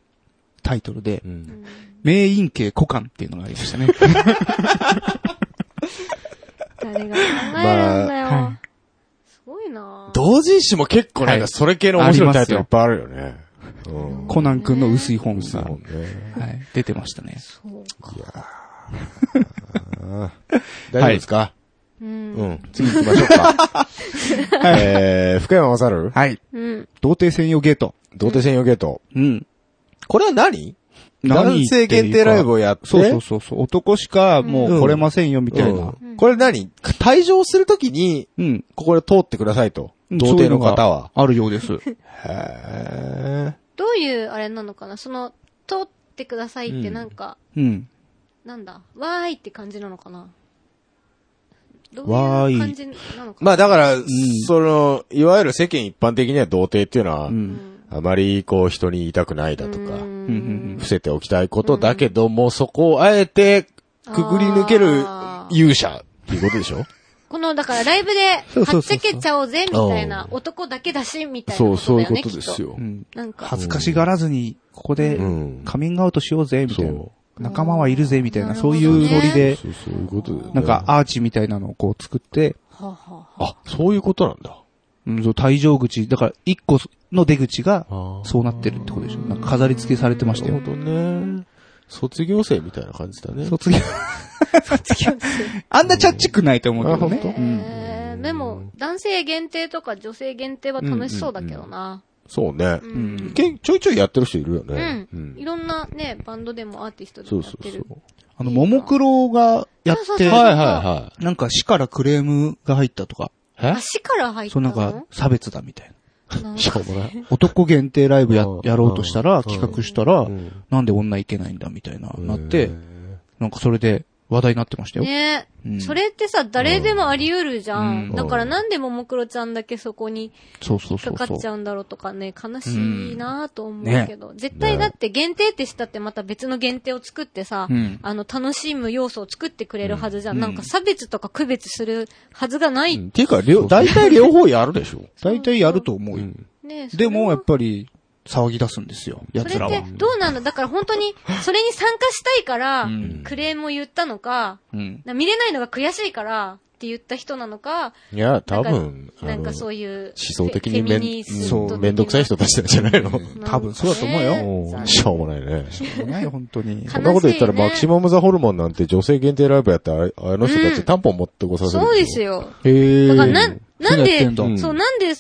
Speaker 3: タイトルで
Speaker 1: う、ん。
Speaker 3: 名陰形古漢っていうのがありま したね。
Speaker 2: 誰が考えるんだよ。すごいなぁ。
Speaker 1: 同人誌も結構なん
Speaker 3: は
Speaker 1: か
Speaker 3: い
Speaker 1: それ系の面白いタイトルいっぱいあるよね。うん。
Speaker 3: コナン君の薄い本
Speaker 1: そう
Speaker 3: が、
Speaker 1: ね。
Speaker 3: はい、出てましたね。
Speaker 2: そうか。
Speaker 1: 大丈夫ですか、
Speaker 2: うん。
Speaker 1: うん。次行きましょう か。えー、福山雅治
Speaker 3: はい。
Speaker 2: うん。
Speaker 3: 童貞専用ゲート。
Speaker 1: 童貞専用ゲート。
Speaker 3: うん。
Speaker 1: これは何
Speaker 3: 何
Speaker 1: 男性限定ライブをやって。
Speaker 3: そうそうそうそう。男しかもう来れませんよ、みたい
Speaker 1: う
Speaker 3: な。
Speaker 1: んこれ何退場するときに、
Speaker 3: うん。
Speaker 1: ここで通ってくださいと。童貞の方は。。
Speaker 3: あるよう です。
Speaker 1: へ
Speaker 2: どういうあれなのかなその、通ってくださいってなんか、
Speaker 3: うん。
Speaker 2: なんだ、わーいって感じなのかなど
Speaker 1: わ
Speaker 2: う
Speaker 1: ー
Speaker 2: い
Speaker 1: いう
Speaker 2: 感じなのかな
Speaker 1: まあだから、その、いわゆる世間一般的には童貞っていうのは、
Speaker 3: うん。
Speaker 1: あまりこう人に言いたくないだとか、
Speaker 2: うん
Speaker 3: うんうん
Speaker 1: 伏せておきたいことだけども、そこをあえてくぐり抜ける
Speaker 2: あー
Speaker 1: 勇者っていうことでしょ
Speaker 2: この、だからライブで、
Speaker 3: そう
Speaker 2: は
Speaker 3: そうそう
Speaker 2: っちゃけちゃおうぜ、みたいな、男だけだし、みたいなことだよね。きっ
Speaker 1: よ
Speaker 3: う。ん。
Speaker 2: なんか、
Speaker 3: 恥ずかしがらずに、ここで
Speaker 1: うん、
Speaker 3: カミングアウトしようぜ、みたいな
Speaker 1: そ。
Speaker 3: 仲間はいるぜ、みたい
Speaker 2: な
Speaker 3: な、
Speaker 2: る
Speaker 3: そ
Speaker 2: ほど
Speaker 3: う
Speaker 2: ね
Speaker 3: いうノリで、
Speaker 1: そうそういうことで、ね
Speaker 3: なんか、アーチみたいなのをこう作って、
Speaker 2: はあはあは
Speaker 1: あ、
Speaker 2: あ
Speaker 1: そういうことなんだ。
Speaker 3: うん、そう、退場口、だから、一個の出口が、
Speaker 1: あ
Speaker 3: そうなってるってことでしょ。なんか飾り付けされてました
Speaker 1: なる
Speaker 3: よ。
Speaker 1: ほどね。卒業生みたいな感じだね。
Speaker 3: 卒業。あんなチャッチくないと思うけどね。うん
Speaker 2: えーでも、男性限定とか女性限定は楽しそうだけどな。
Speaker 1: そうね
Speaker 2: う、。
Speaker 3: うんん。
Speaker 1: けちょいちょいやってる人いるよ
Speaker 2: う
Speaker 1: ね。
Speaker 2: ん。いろんなね、バンドでもアーティストで
Speaker 1: そ
Speaker 2: も
Speaker 1: う
Speaker 2: やっ
Speaker 1: そ
Speaker 2: て
Speaker 1: う
Speaker 2: る。
Speaker 1: そう。
Speaker 3: あの、ももクロがやっ
Speaker 2: そうそう
Speaker 3: て、
Speaker 2: そう
Speaker 8: はいは
Speaker 3: なんか市からクレームが入ったとか、
Speaker 8: いはい。
Speaker 2: 足から入った
Speaker 3: そう
Speaker 2: の
Speaker 3: なんか差別だみたいな。
Speaker 2: なんか
Speaker 1: しかもね。
Speaker 3: 男限定ライブや
Speaker 1: うん、
Speaker 3: やろうとしたら、企画したら
Speaker 1: う、ん
Speaker 3: なんで女いけないんだみたいな、なって、なんかそれで話題になってましたよ。
Speaker 2: ね
Speaker 3: うん
Speaker 2: それってさ、誰でもあり得るじゃ。
Speaker 3: うんん
Speaker 2: だからなんでももクロちゃんだけそこに
Speaker 3: そうそうそ
Speaker 2: か
Speaker 3: う
Speaker 2: かっち
Speaker 3: そ
Speaker 2: ゃ
Speaker 3: う。
Speaker 2: うんだろうとかね、悲しいなぁと思うけど。絶対だって限定ってしたってまた別の限定を作ってさ、
Speaker 3: うん
Speaker 2: あの、楽しむ要素を作ってくれるはずじゃん。
Speaker 3: うん
Speaker 2: なんか差別とか区別するはずがない。
Speaker 1: うんっていうか、両、大体両方やるでしょ。
Speaker 3: 大体やると思うよ。
Speaker 2: ねえそれ
Speaker 3: で
Speaker 2: は
Speaker 3: も、やっぱり、騒ぎ出すんですよ、
Speaker 2: それ
Speaker 3: 奴ら
Speaker 2: って
Speaker 3: は。
Speaker 2: どうなんだだから本当に、それに参加したいから
Speaker 3: ん、
Speaker 2: クレームを言ったのか、
Speaker 3: うん。
Speaker 2: な見れないのが悔しいからって言った人なのか、
Speaker 1: いや、多
Speaker 2: なん
Speaker 1: 分、
Speaker 2: かなんか
Speaker 1: う。
Speaker 2: そういう、
Speaker 1: 思想的に
Speaker 2: フ
Speaker 1: め
Speaker 2: ェフェミニス
Speaker 1: ん
Speaker 2: ト
Speaker 1: う
Speaker 2: 的
Speaker 1: んめんどくさい人たちなんじゃないの
Speaker 2: な
Speaker 3: 多分そうだと思うよ
Speaker 2: ね
Speaker 1: うんしょうもないね。
Speaker 3: ね、本当に。
Speaker 2: 悲しい
Speaker 1: そんなこと言ったら、
Speaker 2: ね
Speaker 1: マキシマムザホルモンなんて女性限定ライブやったら、あれあの人たちタンポン持ってこさせる。
Speaker 2: そうです。よ。
Speaker 1: へー
Speaker 2: だから、なん、なん
Speaker 3: そうやって
Speaker 2: で
Speaker 3: んだう、ん
Speaker 2: そう、なんで、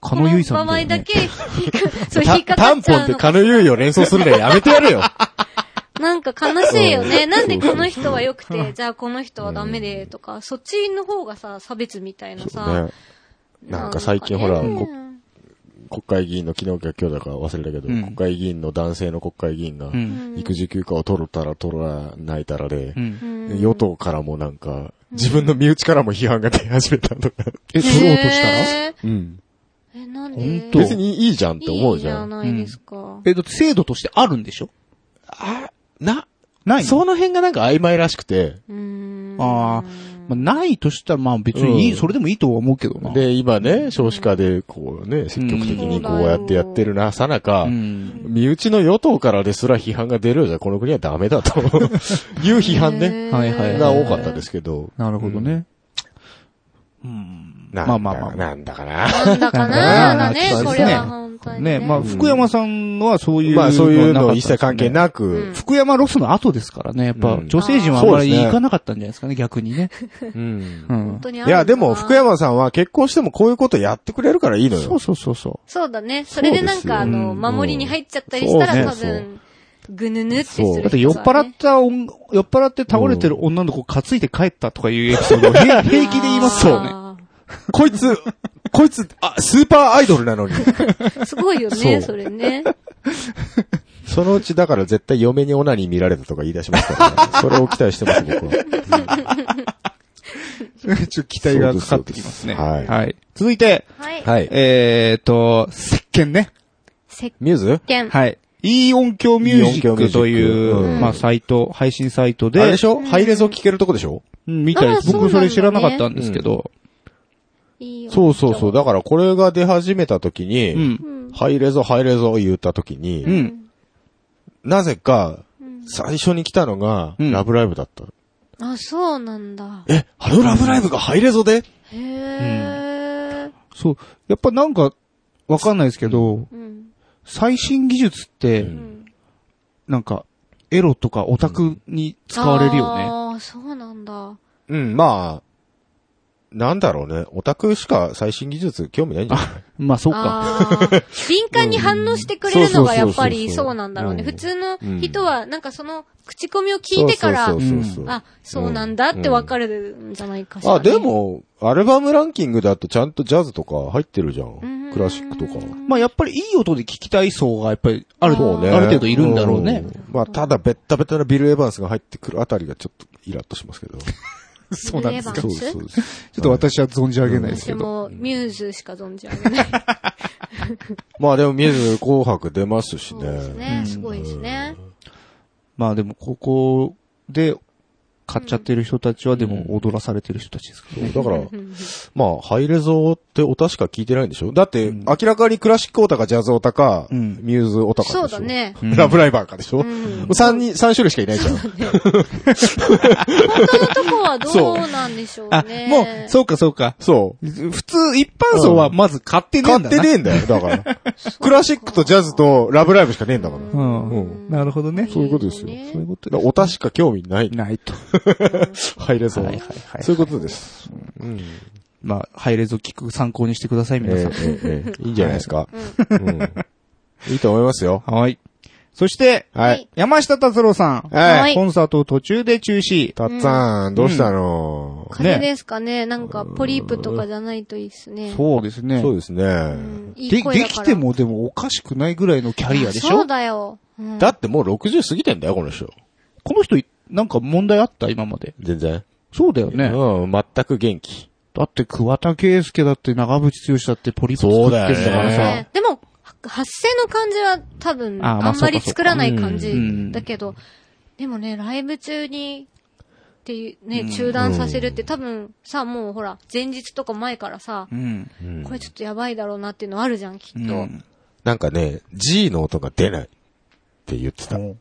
Speaker 2: こ
Speaker 3: 狩野由
Speaker 2: の
Speaker 3: 衣さん
Speaker 2: 場
Speaker 3: みた
Speaker 2: 合だ
Speaker 3: いなね
Speaker 2: け、引っかそう、引っ
Speaker 1: タ
Speaker 2: かか
Speaker 1: ン
Speaker 2: っち
Speaker 1: ポン
Speaker 2: ゃ
Speaker 1: っ
Speaker 2: う
Speaker 1: て
Speaker 2: の
Speaker 1: カ
Speaker 2: か。
Speaker 1: ヌユイを連想するのやめてやれ よ。
Speaker 2: なんか悲しいよね。なんでこの人は良くて、じゃあこの人はダメで、とか、そっちの方がさ、差別みたいなさ。
Speaker 1: ね。なんか最近ほら
Speaker 2: うん
Speaker 1: こ国会議員の昨日か今日だか忘れたけど、
Speaker 3: うん
Speaker 1: 国会議員の男性の国会議員が
Speaker 3: う、。
Speaker 2: うんん
Speaker 1: 育児休暇を取るたら取らないたらで
Speaker 3: う、ん。
Speaker 2: うん
Speaker 1: 与党からもなんか、自分の身内からも批判が出始めたとか。
Speaker 3: え、取ろうとしたら
Speaker 2: へ
Speaker 1: う
Speaker 2: ー
Speaker 1: ん。
Speaker 2: え、なん
Speaker 3: 本
Speaker 2: で
Speaker 3: 当
Speaker 1: 別にいいじゃんって思うじゃん。
Speaker 2: いいじゃないですか。
Speaker 3: え、だって制度としてあるんでしょ
Speaker 1: あ、な、
Speaker 3: ない
Speaker 1: その辺がなんか曖昧らしくて、
Speaker 2: うーん。
Speaker 3: ああ、まあ、ないとしたら、まあ別にいい、
Speaker 1: うん
Speaker 3: それでもいいとは思うけどな。
Speaker 1: で、今ね、少子化で、こうね、積極的にこうやってやってるな、さなか
Speaker 3: う、ん。
Speaker 1: 身内の与党からですら批判が出るようじゃ、この国はダメだと、いう批判ね、
Speaker 2: へー
Speaker 3: はいはいはい
Speaker 1: が多かったですけど。
Speaker 3: なるほどね。うん。
Speaker 1: なんだ
Speaker 3: まあまあまあ
Speaker 1: なんだかな。
Speaker 2: なんだかなだ
Speaker 3: なんだかな
Speaker 2: ね、
Speaker 3: そうです
Speaker 2: こ
Speaker 3: ね
Speaker 2: れは本当にね。
Speaker 3: ね、まあ、福山さんはそういう、
Speaker 1: まあそういうの
Speaker 3: は
Speaker 1: 一切関係
Speaker 3: い。
Speaker 1: な
Speaker 2: う
Speaker 1: く
Speaker 2: ん、
Speaker 3: 福山ロスの後ですからね、やっぱ、
Speaker 1: うん
Speaker 3: 女性陣はあんま
Speaker 1: そ
Speaker 3: り
Speaker 1: うですね
Speaker 3: 行かなかったんじゃないですかね、逆にね。
Speaker 1: うん
Speaker 3: う
Speaker 2: 本
Speaker 3: ん
Speaker 2: 当。にあ
Speaker 1: い
Speaker 2: るのかな
Speaker 1: や、でも、福。山さんは結婚してもこういうことやってくれるからいいのよ。
Speaker 3: そうそうそうそ
Speaker 2: そうだね。それでなんか、あ
Speaker 1: そうですよ
Speaker 2: の、
Speaker 1: うん
Speaker 2: 守りに入っちゃったりした
Speaker 1: そうね
Speaker 2: ら多分、ぐぬぬってする
Speaker 1: そ。
Speaker 2: 人は
Speaker 3: うん
Speaker 2: ね。
Speaker 3: だって酔っ払った女、酔っ払って倒れてる女の子を担いで帰ったとかいうエピソードを平 平気で言いますからね。
Speaker 2: あ
Speaker 1: こいつ、こいつ、あ、スーパーアイドルなのに。
Speaker 2: ーすごいよ
Speaker 1: そ
Speaker 2: ね、
Speaker 1: う
Speaker 2: それね。
Speaker 1: そのうちだから絶対嫁にオナニー見られたとか言い出しますから、ね、それを期待してます、僕は。
Speaker 3: ちょっと期待がかかってきますね。
Speaker 1: そうですそうですは
Speaker 3: はい。続いて、
Speaker 2: はい。
Speaker 1: はい。
Speaker 3: えーと、石鹸ね。
Speaker 2: 石
Speaker 1: ミューズ
Speaker 2: 鹸。
Speaker 3: はい。いい音響ミュージックと
Speaker 1: いい音響ミュージ
Speaker 3: い
Speaker 1: ッ
Speaker 3: う、
Speaker 1: ク
Speaker 3: まあ、サイト、配信サイトで、
Speaker 1: あれでしょハイレゾ聞けるとこでしょ
Speaker 3: うんみたいです。
Speaker 2: あそう
Speaker 3: 僕
Speaker 2: なん
Speaker 3: そ
Speaker 2: だね
Speaker 3: れ知らなかったんですけど。
Speaker 2: いいよ。
Speaker 1: そうそうそう。だからこれが出始めた時に、
Speaker 3: うん
Speaker 2: う。ん。
Speaker 1: ハイレゾ、ハイレゾ言った時に、
Speaker 3: うん。
Speaker 1: なぜか、最初に来たのが、
Speaker 3: うん
Speaker 1: ラブライブだった。
Speaker 2: あ、そうなんだ。
Speaker 1: え、あのラブライブがハイレゾで
Speaker 2: へえ。
Speaker 3: そう。やっぱなんか、わかんないですけど、
Speaker 2: うん。
Speaker 3: 最新技術っ
Speaker 1: う
Speaker 3: て
Speaker 2: う、ん
Speaker 3: なんか、エロとかオタクに使われるよね。
Speaker 2: ああ、そうなんだ。
Speaker 1: うん、まあ、なんだろうね。オタクしか最新技術興味ないんじゃない
Speaker 3: まあ、そうか。
Speaker 2: ああー敏感に反応してくれるのがやっぱ
Speaker 1: う
Speaker 2: り
Speaker 1: んそうそうそうそう
Speaker 2: そうなんだろう
Speaker 1: う
Speaker 2: ね。
Speaker 1: ん
Speaker 2: 普通の人は、なんかその、口コミを聞いてから、
Speaker 1: そうそうそうそうう。
Speaker 2: あ、そうなんだってわかるんじゃないかしら、ね
Speaker 1: あ、で、も、アルバムランキングだとちゃんとジャズとか入ってるじゃ
Speaker 2: うん
Speaker 1: ん。クラシックとか。
Speaker 3: まあ、やっぱりいい音で聞きたい層がやっぱりある、
Speaker 2: そうね
Speaker 3: ある程度いるんだろうね。
Speaker 1: ん。まあ、ただ、ベッタベタなビル・エヴァンスが入ってくるあたりがちょっとイラッとしますけど。
Speaker 3: そうなんですか。
Speaker 2: ビ
Speaker 1: そ
Speaker 2: ル
Speaker 1: う
Speaker 2: エヴァンス
Speaker 1: そうです。
Speaker 3: ちょっと私は存じ上げないです
Speaker 2: 私
Speaker 3: けど。
Speaker 2: もミューズしか存じ上げない。
Speaker 1: まあ、でも、ミューズ紅白出ますし
Speaker 2: そう
Speaker 1: ね。
Speaker 2: ですね。すごいですね。
Speaker 3: まあでも、ここで買っちゃってる人たちは、でも踊らされてる人たちですからね。
Speaker 1: そうだから、まあ、ハイレゾーってオタしか聞いてないんでしょだって、明らかにクラシックオタかジャズオタか、
Speaker 3: うん
Speaker 1: ミューズオタかでしょ
Speaker 2: そうだね。
Speaker 1: ラブライバーかでしょ、
Speaker 2: ん
Speaker 1: 三人、三種類しかいないじゃん。
Speaker 2: 他のとこはどうなんでしょう
Speaker 3: あ、
Speaker 2: ね。
Speaker 3: もう、そうかそうか。
Speaker 1: そう。
Speaker 3: 普通、一般層はまず買ってねえ
Speaker 1: 買
Speaker 3: んだな。
Speaker 1: ってねえんだよ、だから。クラシックとジャズとラブライブしかねえんだから。
Speaker 3: う
Speaker 1: だか
Speaker 3: ん。
Speaker 1: うん
Speaker 3: なるほどね。
Speaker 1: そういうことですよ
Speaker 2: ね
Speaker 3: そういうこと
Speaker 1: らオタしか興味ない。
Speaker 3: ないと。
Speaker 1: 入れそう。
Speaker 3: はいはいはい
Speaker 1: そういうことです。うん。
Speaker 3: まあ、ハイレゾ聞く参考にしてください、
Speaker 1: え
Speaker 3: 皆さん。
Speaker 1: えええええいいんじゃないですか。うん。いいと思いますよ。
Speaker 3: はい。そして、
Speaker 2: はい。
Speaker 3: 山下達郎さん。
Speaker 2: はい
Speaker 3: コンサートを途中で中止。
Speaker 7: たっつぁん、どうしたの
Speaker 2: 風邪ですかね。なんか、ポリープとかじゃないといいですね。
Speaker 3: そうですね。
Speaker 7: そうですね
Speaker 2: う。んい
Speaker 3: で、
Speaker 2: い声
Speaker 3: で
Speaker 2: だか
Speaker 3: き
Speaker 2: ら
Speaker 3: てもでもおかしくないぐらいのキャリアでし
Speaker 2: そ
Speaker 3: ょ
Speaker 2: うだよ。うん
Speaker 1: だってもう60過ぎてんだよ、この人。
Speaker 3: この人、なんか問題あった今まで。
Speaker 1: 全然。
Speaker 3: そうだよね。
Speaker 1: うん、全く元気。
Speaker 3: だって桑田圭介だって長渕剛だってポリプ作ってるんだから
Speaker 1: そうだよ
Speaker 3: さ。
Speaker 2: ねでも、発声の感じは多分、
Speaker 3: あーまあ
Speaker 2: あんまり
Speaker 3: そうかそうか
Speaker 2: 作らない感
Speaker 3: う
Speaker 2: じ
Speaker 3: ん
Speaker 2: だけど、でもね、ライブ中に、っていうね、中断させるって多分さ、もうほら、前日とか前からさ、
Speaker 3: うん。
Speaker 1: うん
Speaker 2: これちょっとやばいだろうなっていうのあるじゃん、きっと。
Speaker 3: ん
Speaker 1: なんかね、G の音が出ないって言ってた。
Speaker 2: うん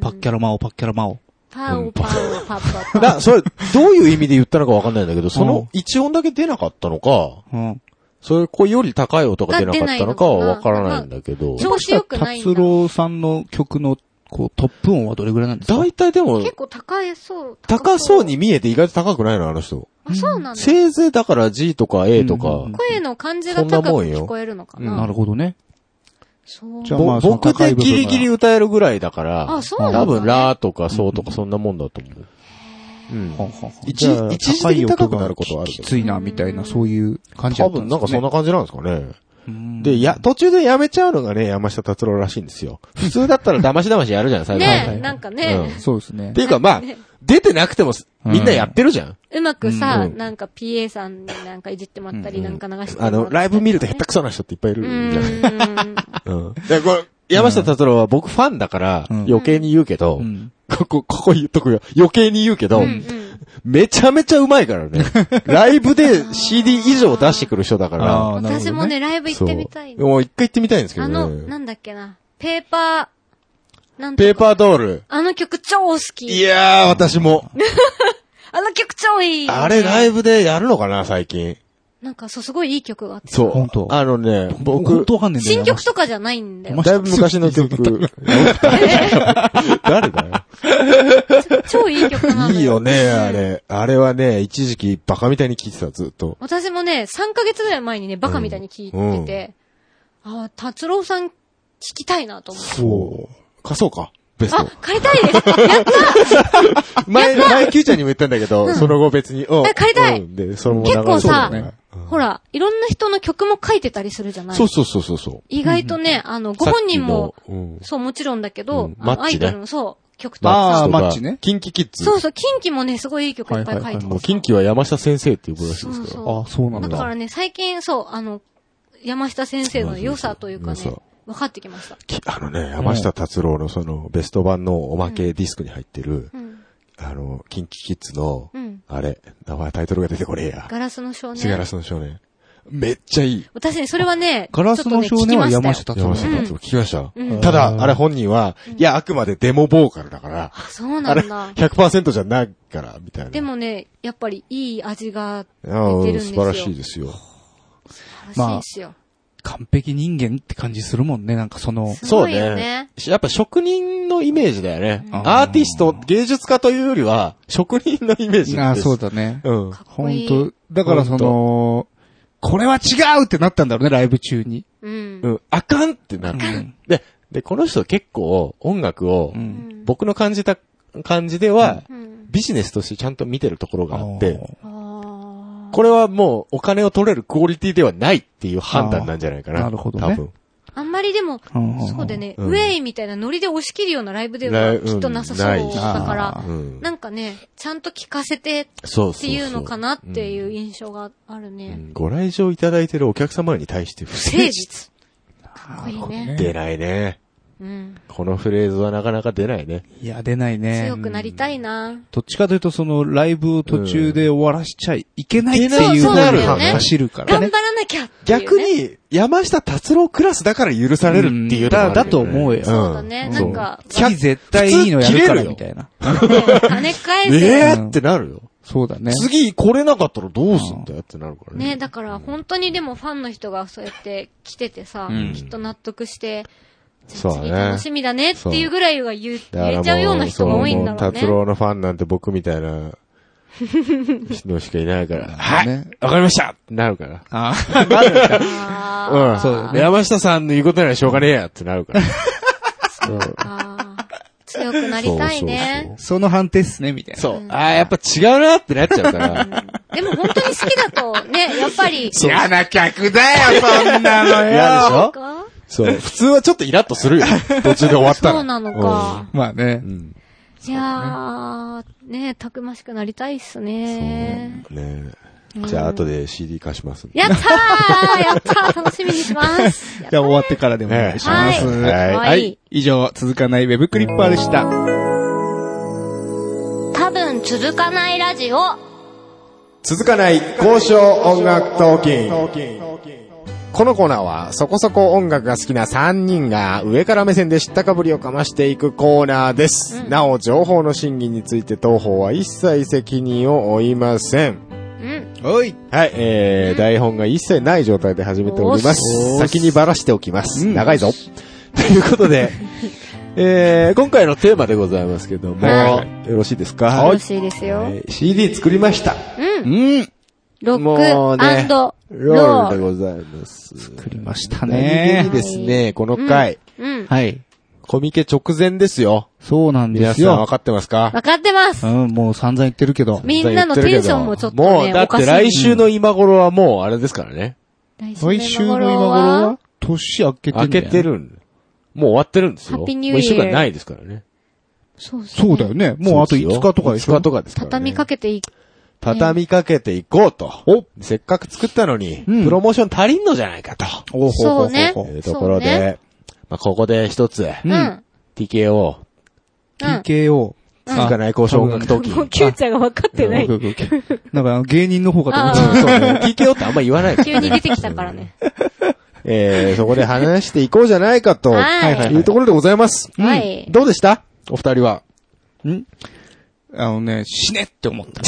Speaker 3: パッキャラマオ、パッキャラマオ。
Speaker 2: パオパオパッパ
Speaker 1: だ、それ、どういう意味で言ったのかわかんないんだけど、その一音だけ出なかったのか、
Speaker 3: うん。
Speaker 1: それこうより高い音が出なかったのかはわからないんだけど、
Speaker 2: 調子良くないんだ
Speaker 3: 達郎さんの曲の、こう、トップ音はどれぐらいなんですか
Speaker 1: 大体で
Speaker 2: オ。
Speaker 1: も
Speaker 2: 結、構高いそう。
Speaker 1: 高そうに見えて意外と高くないの、あの人。
Speaker 2: あ、そうなんだ。
Speaker 1: せいぜいだから G とか A とか
Speaker 3: うん、
Speaker 2: 声の感じが高く聞こえるのかな。
Speaker 3: なるほどね。
Speaker 2: そう。
Speaker 3: じゃあま
Speaker 1: ぼ
Speaker 3: あ、その
Speaker 1: 僕
Speaker 3: 高い
Speaker 1: で
Speaker 3: 部分
Speaker 1: ギリギリ
Speaker 3: は。
Speaker 1: 歌えるぐらいだから、
Speaker 2: あそうなんだ
Speaker 1: 多分ラーとかソーとかそんなもんだと思う。うん。
Speaker 3: はんはんはん
Speaker 1: 一
Speaker 3: じゃあ
Speaker 1: 一時的に高くなることはあるけ
Speaker 3: き
Speaker 1: ど
Speaker 3: ついな、みたいな、そういう感じだ
Speaker 1: 多
Speaker 3: った
Speaker 1: 分なんかそんな感じなんですかね。
Speaker 3: な
Speaker 1: で、や、途中でやめちゃうのがね、山下達郎らしいんです よ。普通だったら騙し騙しやるじゃん、最後。
Speaker 2: ねえ、なんか
Speaker 1: うん
Speaker 2: ね、
Speaker 3: そうですね
Speaker 1: って。いうかまあ、出てなくてもすみんなやってるじゃん。
Speaker 2: うまくさ、
Speaker 1: うん
Speaker 2: なんか PA さんになんかいじってもらったり、なんか流してもら
Speaker 1: あ
Speaker 2: ったり
Speaker 1: の、ライブ見ると下手くそな人っていっぱいいる
Speaker 2: う
Speaker 1: じゃない。
Speaker 2: ーん。
Speaker 1: うん。で、これ、山下達郎は僕ファンだから、
Speaker 3: うん
Speaker 1: 余計に言うけど、
Speaker 3: ん
Speaker 1: こ こ、ここ言っとくよ。余計に言うけど、
Speaker 2: うんうん。
Speaker 1: めちゃめちゃうまいから ね。ライブで CD 以上出してくる人だから。
Speaker 3: あーなるほど
Speaker 2: 私もね、ライブ行ってみたい
Speaker 1: そうもう一回行ってみたいんですけ
Speaker 2: あ
Speaker 1: ど
Speaker 2: の、
Speaker 1: ね。
Speaker 2: なんだっけな、ペーパー、なんとか
Speaker 1: ペーパードール。
Speaker 2: あの曲超好
Speaker 1: い
Speaker 2: き。
Speaker 1: やー、私も。
Speaker 2: あの曲超いい。
Speaker 1: あれ、ラ
Speaker 2: イ
Speaker 1: イブでやるのかな、最近。
Speaker 2: なんかそう、すごいいい曲があって。
Speaker 1: そう。
Speaker 3: 本当
Speaker 1: あのね、
Speaker 3: 本
Speaker 1: 僕、
Speaker 3: 当わかんねえんだよ
Speaker 2: 新曲とかじゃないんだよ。
Speaker 1: だいぶ昔の曲。 誰だよ。
Speaker 2: 超いい曲なのよ。
Speaker 1: いいよね、あれ。あれはね、一時期バカみたいに聴いてた、ずっと。
Speaker 2: 私もね、3ヶ月ぐらい前にね、バカみたいに聞いてて、ああ、達郎さん聞きたいなと思って。
Speaker 1: そう。貸そうか、ベス
Speaker 2: あ
Speaker 1: ト。、
Speaker 2: 借りたいですやった
Speaker 1: 前、前、キューちゃんにも言ったんだけど、その後別に、うん
Speaker 2: え借りたい
Speaker 1: うんで、そのま
Speaker 2: 結
Speaker 1: ま流
Speaker 2: 構
Speaker 1: して
Speaker 2: さ、
Speaker 1: たね
Speaker 2: ほら、いろんな人の曲も書いてたりするじゃない
Speaker 1: そうそうそうそうそう。
Speaker 2: 意外とね、あの、ご本人も
Speaker 1: さ、っきのうん
Speaker 2: そう、もちろんだけど、
Speaker 1: うん
Speaker 2: あの
Speaker 1: マッ
Speaker 2: ア
Speaker 1: チ
Speaker 2: イ
Speaker 1: ね
Speaker 2: ドルの、そう、曲と
Speaker 3: あ
Speaker 2: か
Speaker 3: ー
Speaker 2: さ、
Speaker 1: と
Speaker 3: マ
Speaker 1: か
Speaker 3: ッチね
Speaker 1: キンキキッズ。
Speaker 2: そうそう、近畿もね、すごいいい曲いっぱい書いてて
Speaker 3: はいはいはい
Speaker 2: さ
Speaker 1: もうキンキは山下先生って呼ぶらしい
Speaker 2: そ
Speaker 1: で
Speaker 2: う
Speaker 1: すから。
Speaker 2: そ
Speaker 3: あ、そうな
Speaker 2: う。
Speaker 3: ん
Speaker 2: だ
Speaker 3: だ。
Speaker 2: からね、最近、そう、あの、山下先生の良さというか
Speaker 1: そうそう
Speaker 2: ね
Speaker 1: そう、
Speaker 2: 分かってきました。
Speaker 1: きあのね、山下達郎のその、ベスト版のおまけディスクに入ってる、
Speaker 2: うん。
Speaker 1: あの、キンキキッズの
Speaker 2: う、ん。
Speaker 1: あれ、名前タイトルが出てこれや。
Speaker 2: ガラスの少
Speaker 1: シガラ
Speaker 2: 年。
Speaker 1: スの少年。めっちゃいい。
Speaker 2: 私ね、それはね、
Speaker 3: ガラスの少年は山下達郎
Speaker 1: 山。下達郎聞きました
Speaker 2: うん。
Speaker 1: ただ、あれ本人は、いや、あくまでデモボーカルだから、
Speaker 2: あ、そうな
Speaker 1: あれ、
Speaker 2: んだ。
Speaker 1: 100%じゃないから、みたいな。
Speaker 2: でもね、やっぱりいい味が
Speaker 1: ああ、
Speaker 2: 出てるん
Speaker 1: うん
Speaker 2: です
Speaker 1: 素
Speaker 2: よ
Speaker 1: 晴らしいですよ。
Speaker 2: 欲しいんすよ。
Speaker 3: 完璧人間って感じするもんね、なんかその。
Speaker 2: すごいよね。
Speaker 1: やっぱ職人のイメージだよね。
Speaker 3: ん
Speaker 1: アーティスト、芸術家というよりは、職人のイメージです。
Speaker 3: ああ、そう。だね。
Speaker 1: うん。
Speaker 2: かっこい
Speaker 3: 本
Speaker 2: い。
Speaker 3: 当だからその、これは違うってなったんだろうね、ライブ中に。
Speaker 2: うん。
Speaker 1: うん。あかんってなる
Speaker 3: うん
Speaker 1: で、で、この人結構音楽を
Speaker 3: う、ん。
Speaker 1: 僕の感じた感じでは、
Speaker 2: うん。
Speaker 1: ビジネスとしてちゃんと見てるところがあって、
Speaker 2: あ
Speaker 1: これはもうお金を取れるクオリティではないっていう判断なんじゃないかな。
Speaker 3: あーなるほどね
Speaker 1: 多分。
Speaker 2: あ。あんまりでも、
Speaker 3: うんうん
Speaker 2: そうでね、
Speaker 1: うん
Speaker 2: ウェイみたいなノリで押し切るようなライブで
Speaker 1: ライ
Speaker 2: は
Speaker 1: うん
Speaker 2: きっとなさそう
Speaker 1: ない
Speaker 2: だから
Speaker 3: あ、
Speaker 1: うん。
Speaker 2: なんかね、ちゃんと聞かせてっ
Speaker 1: そうそうそ
Speaker 2: ていうのかなっていう印象がある
Speaker 1: う
Speaker 2: ね。
Speaker 1: ん。ご来場いただいてるお客様に対して不誠
Speaker 2: 誠
Speaker 1: 実。
Speaker 2: 実。かっこいいね。
Speaker 1: 出ないね。
Speaker 2: うん。
Speaker 1: このフレーズはなかなか出ないね。
Speaker 3: いや、出ないね。
Speaker 2: 強くなりたいな。
Speaker 3: どっちかというと、その、ライブを途中で終わらしちゃいけない
Speaker 2: い
Speaker 3: ってい
Speaker 2: け
Speaker 3: う
Speaker 2: ない
Speaker 3: 方に
Speaker 2: そうなんだよね
Speaker 3: 走るから
Speaker 2: 頑張
Speaker 3: ね。
Speaker 2: らなきゃっていうね
Speaker 1: 逆に、山下達郎クラスだから許されるっていうのがあるよね
Speaker 3: だだと思うよ
Speaker 2: そうだね。
Speaker 1: ん
Speaker 2: なんか、
Speaker 3: 次絶対いいのやるから、みたいな。
Speaker 2: ね金返
Speaker 1: え
Speaker 2: せ。
Speaker 1: えーってなるよ。
Speaker 3: そうだね。
Speaker 1: 次来れなかったらどうすんだよってなるからね。
Speaker 2: ねだから本当にでもファンの人がそうやって来ててさ、
Speaker 3: うん
Speaker 2: きっと納得して、
Speaker 1: そうだね
Speaker 2: 次楽しみだねっていうぐらいは言う
Speaker 1: だから
Speaker 2: 言えちゃうような人が多いんだ
Speaker 1: そ
Speaker 2: ろ
Speaker 1: も
Speaker 2: う
Speaker 1: 達
Speaker 2: ね。
Speaker 1: 郎のファンなんて僕みたい な、のしかいないから、はい
Speaker 3: ね
Speaker 1: わかりましたってなるから。
Speaker 3: あ
Speaker 2: あー
Speaker 1: うん。
Speaker 3: そうだね
Speaker 1: 山下さんの言うことならしょうがねえやってなるから。
Speaker 2: あー強くなりたいね。
Speaker 3: その判定っすね、みたいな。
Speaker 1: そうう。
Speaker 2: ん
Speaker 1: ああ、やっぱ違うなってなっちゃうから。
Speaker 2: でも本当に好きだと、ね、やっぱり。
Speaker 1: そう
Speaker 3: 嫌な客だよ、そんなの
Speaker 1: 嫌でし
Speaker 3: よ。
Speaker 1: ょ
Speaker 2: か
Speaker 1: そう。普通はちょっとイラッとするよ。途中で終わったら。
Speaker 2: そうなのか。
Speaker 3: まあね
Speaker 1: う。ん。
Speaker 2: いやー、ね、たくましくなりたいっすね。
Speaker 1: うん。ねえじゃあ、後で CD 貸しますんで。
Speaker 2: やったーやったー楽しみにします。やっ
Speaker 3: じゃあ終わってからでもお願いします。
Speaker 2: はいはいはい
Speaker 3: 以上、続かないウェブクリッパーでし
Speaker 2: 多
Speaker 3: た。
Speaker 2: 分続かないラジオ。
Speaker 1: 続かない交渉音楽トーキンこのコーナーはそこそこ音楽が好きな3人が上から目線で知ったかぶりをかましていくコーナーです、
Speaker 2: うん
Speaker 1: なお情報の審議について当方は一切責任を負いません
Speaker 2: うん。
Speaker 3: おい。
Speaker 1: はい、えー、台本が一切ない状態で始めております。
Speaker 3: おっす
Speaker 1: 先にばらしておきます。
Speaker 3: うん
Speaker 1: 長いぞ。ということで、えー、今回のテーマでございますけども、
Speaker 2: は
Speaker 1: よろしいですか
Speaker 2: 楽しいですよ。
Speaker 1: はい CD 作りました。
Speaker 2: うん。
Speaker 3: うん。
Speaker 2: ロック
Speaker 1: もうね
Speaker 2: ロ
Speaker 1: ロールで
Speaker 2: ー。
Speaker 1: ございます。
Speaker 3: 作りました
Speaker 1: 何気に
Speaker 3: ね。
Speaker 1: ですね、この回、
Speaker 2: うん。
Speaker 3: はい。
Speaker 1: コミケ直前ですよ。
Speaker 3: そうなんで
Speaker 1: 皆
Speaker 3: す
Speaker 1: さん分
Speaker 3: よ。
Speaker 1: かってますか
Speaker 2: わかってます
Speaker 3: う。ん、もう散々言ってるけど。
Speaker 2: みんなのテンションもちょっとね
Speaker 1: もう、だって来週の今頃はもうあれですからね。
Speaker 3: 来週の今頃は年明けて
Speaker 1: 開
Speaker 3: んだよ
Speaker 1: けてるんで。もう終わってるんですよ。
Speaker 2: ハッピーニューイヤー
Speaker 1: もう一週間ないですからね。
Speaker 2: そうそう。
Speaker 3: そうだよね。もうあと5日とかでしょ。
Speaker 1: 5日とかですから、ね。
Speaker 2: 畳みかけてい
Speaker 1: 畳みかけていこうと。せっかく作ったのに、
Speaker 3: うん
Speaker 1: プロモーション足りんのじゃないかと。
Speaker 3: おう
Speaker 2: そうね
Speaker 3: ほうほうほうほう
Speaker 1: いうところ
Speaker 2: そう
Speaker 1: で、まあ、ここで一つ、
Speaker 2: うん。うん。
Speaker 1: TKO、
Speaker 2: う
Speaker 3: TKO。
Speaker 2: ん
Speaker 1: 続かない交渉音楽トーキン
Speaker 2: もう、キューちゃんが分かってない。
Speaker 3: あ。なんかあの芸人の方かと思っ
Speaker 2: ああ
Speaker 3: た。
Speaker 1: そうね TKO ってあんま言わないからね
Speaker 2: 急に出てきたからね。
Speaker 1: えー、そこで話していこうじゃないかと、
Speaker 2: はい
Speaker 1: い、うところでございます。
Speaker 2: はい
Speaker 1: どうでしたお二人は。
Speaker 3: あのね、死ねって思った。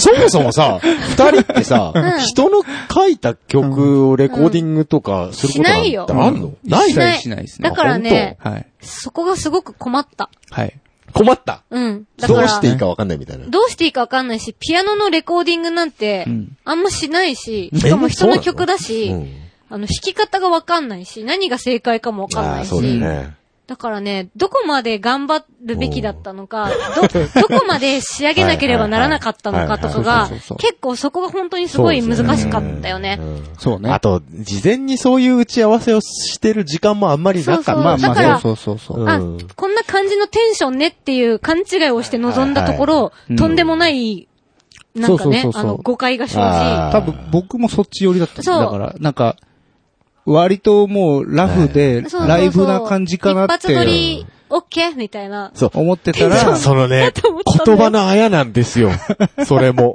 Speaker 1: そもそも さ、二人ってさ、
Speaker 2: うん
Speaker 1: 人の書いた曲をレコーディングとかすることなんて
Speaker 2: うんしないよ
Speaker 1: あんの、
Speaker 3: ない
Speaker 2: しない
Speaker 3: しないですね。
Speaker 2: だからね、
Speaker 3: はい。
Speaker 2: そこがすごく困った。
Speaker 3: はい。
Speaker 1: 困った。
Speaker 2: うん。だか
Speaker 1: ど
Speaker 2: ら、
Speaker 1: うしていいかわかんないみたいな。
Speaker 2: どうしていいかわかんないし、ピアノのレコーディングなんて
Speaker 3: うん、
Speaker 2: あんましないし、しかも人の曲だし、
Speaker 1: うん
Speaker 2: あの、弾き方がわかんないし、何が正解かもわかん
Speaker 1: あ
Speaker 2: な
Speaker 1: あ、
Speaker 2: い
Speaker 1: そうだ
Speaker 2: し、
Speaker 1: よ
Speaker 2: だ
Speaker 1: ね。
Speaker 2: からね、どこまで頑張るべきだったのか、ど、どこまで仕上げなければならなかったのか
Speaker 1: はい
Speaker 2: とか
Speaker 1: はいはいはいそ
Speaker 2: が
Speaker 1: うそうそう、
Speaker 2: 結構そこが本当にすごい難しかったよね。
Speaker 3: そうね。
Speaker 1: あと、事前にそういう打ち合わせをしてる時間もあんまりなかった。
Speaker 2: そう
Speaker 3: まあま
Speaker 2: だから
Speaker 3: あ、そうそうそうそう。
Speaker 1: うん
Speaker 2: あ、こんな感じのテンションねっていう勘違いをして臨んだところ、
Speaker 3: い
Speaker 2: とんでもない、なんかね、
Speaker 3: そうそうそうそう
Speaker 2: あの、誤解が生
Speaker 1: あ
Speaker 2: じ、
Speaker 3: 多分僕もそっち寄りだった。
Speaker 2: そう
Speaker 3: だから、なんか、割ともうラフで、
Speaker 2: そうそうそう
Speaker 3: ライブな感じかなっ
Speaker 2: 一発撮
Speaker 3: て
Speaker 2: り、オッケーみたいな。
Speaker 1: そう。
Speaker 3: 思って たら、
Speaker 1: そのね、
Speaker 2: と思ったんだ
Speaker 1: 言
Speaker 2: よ
Speaker 1: 葉のあやなんです よ。それも。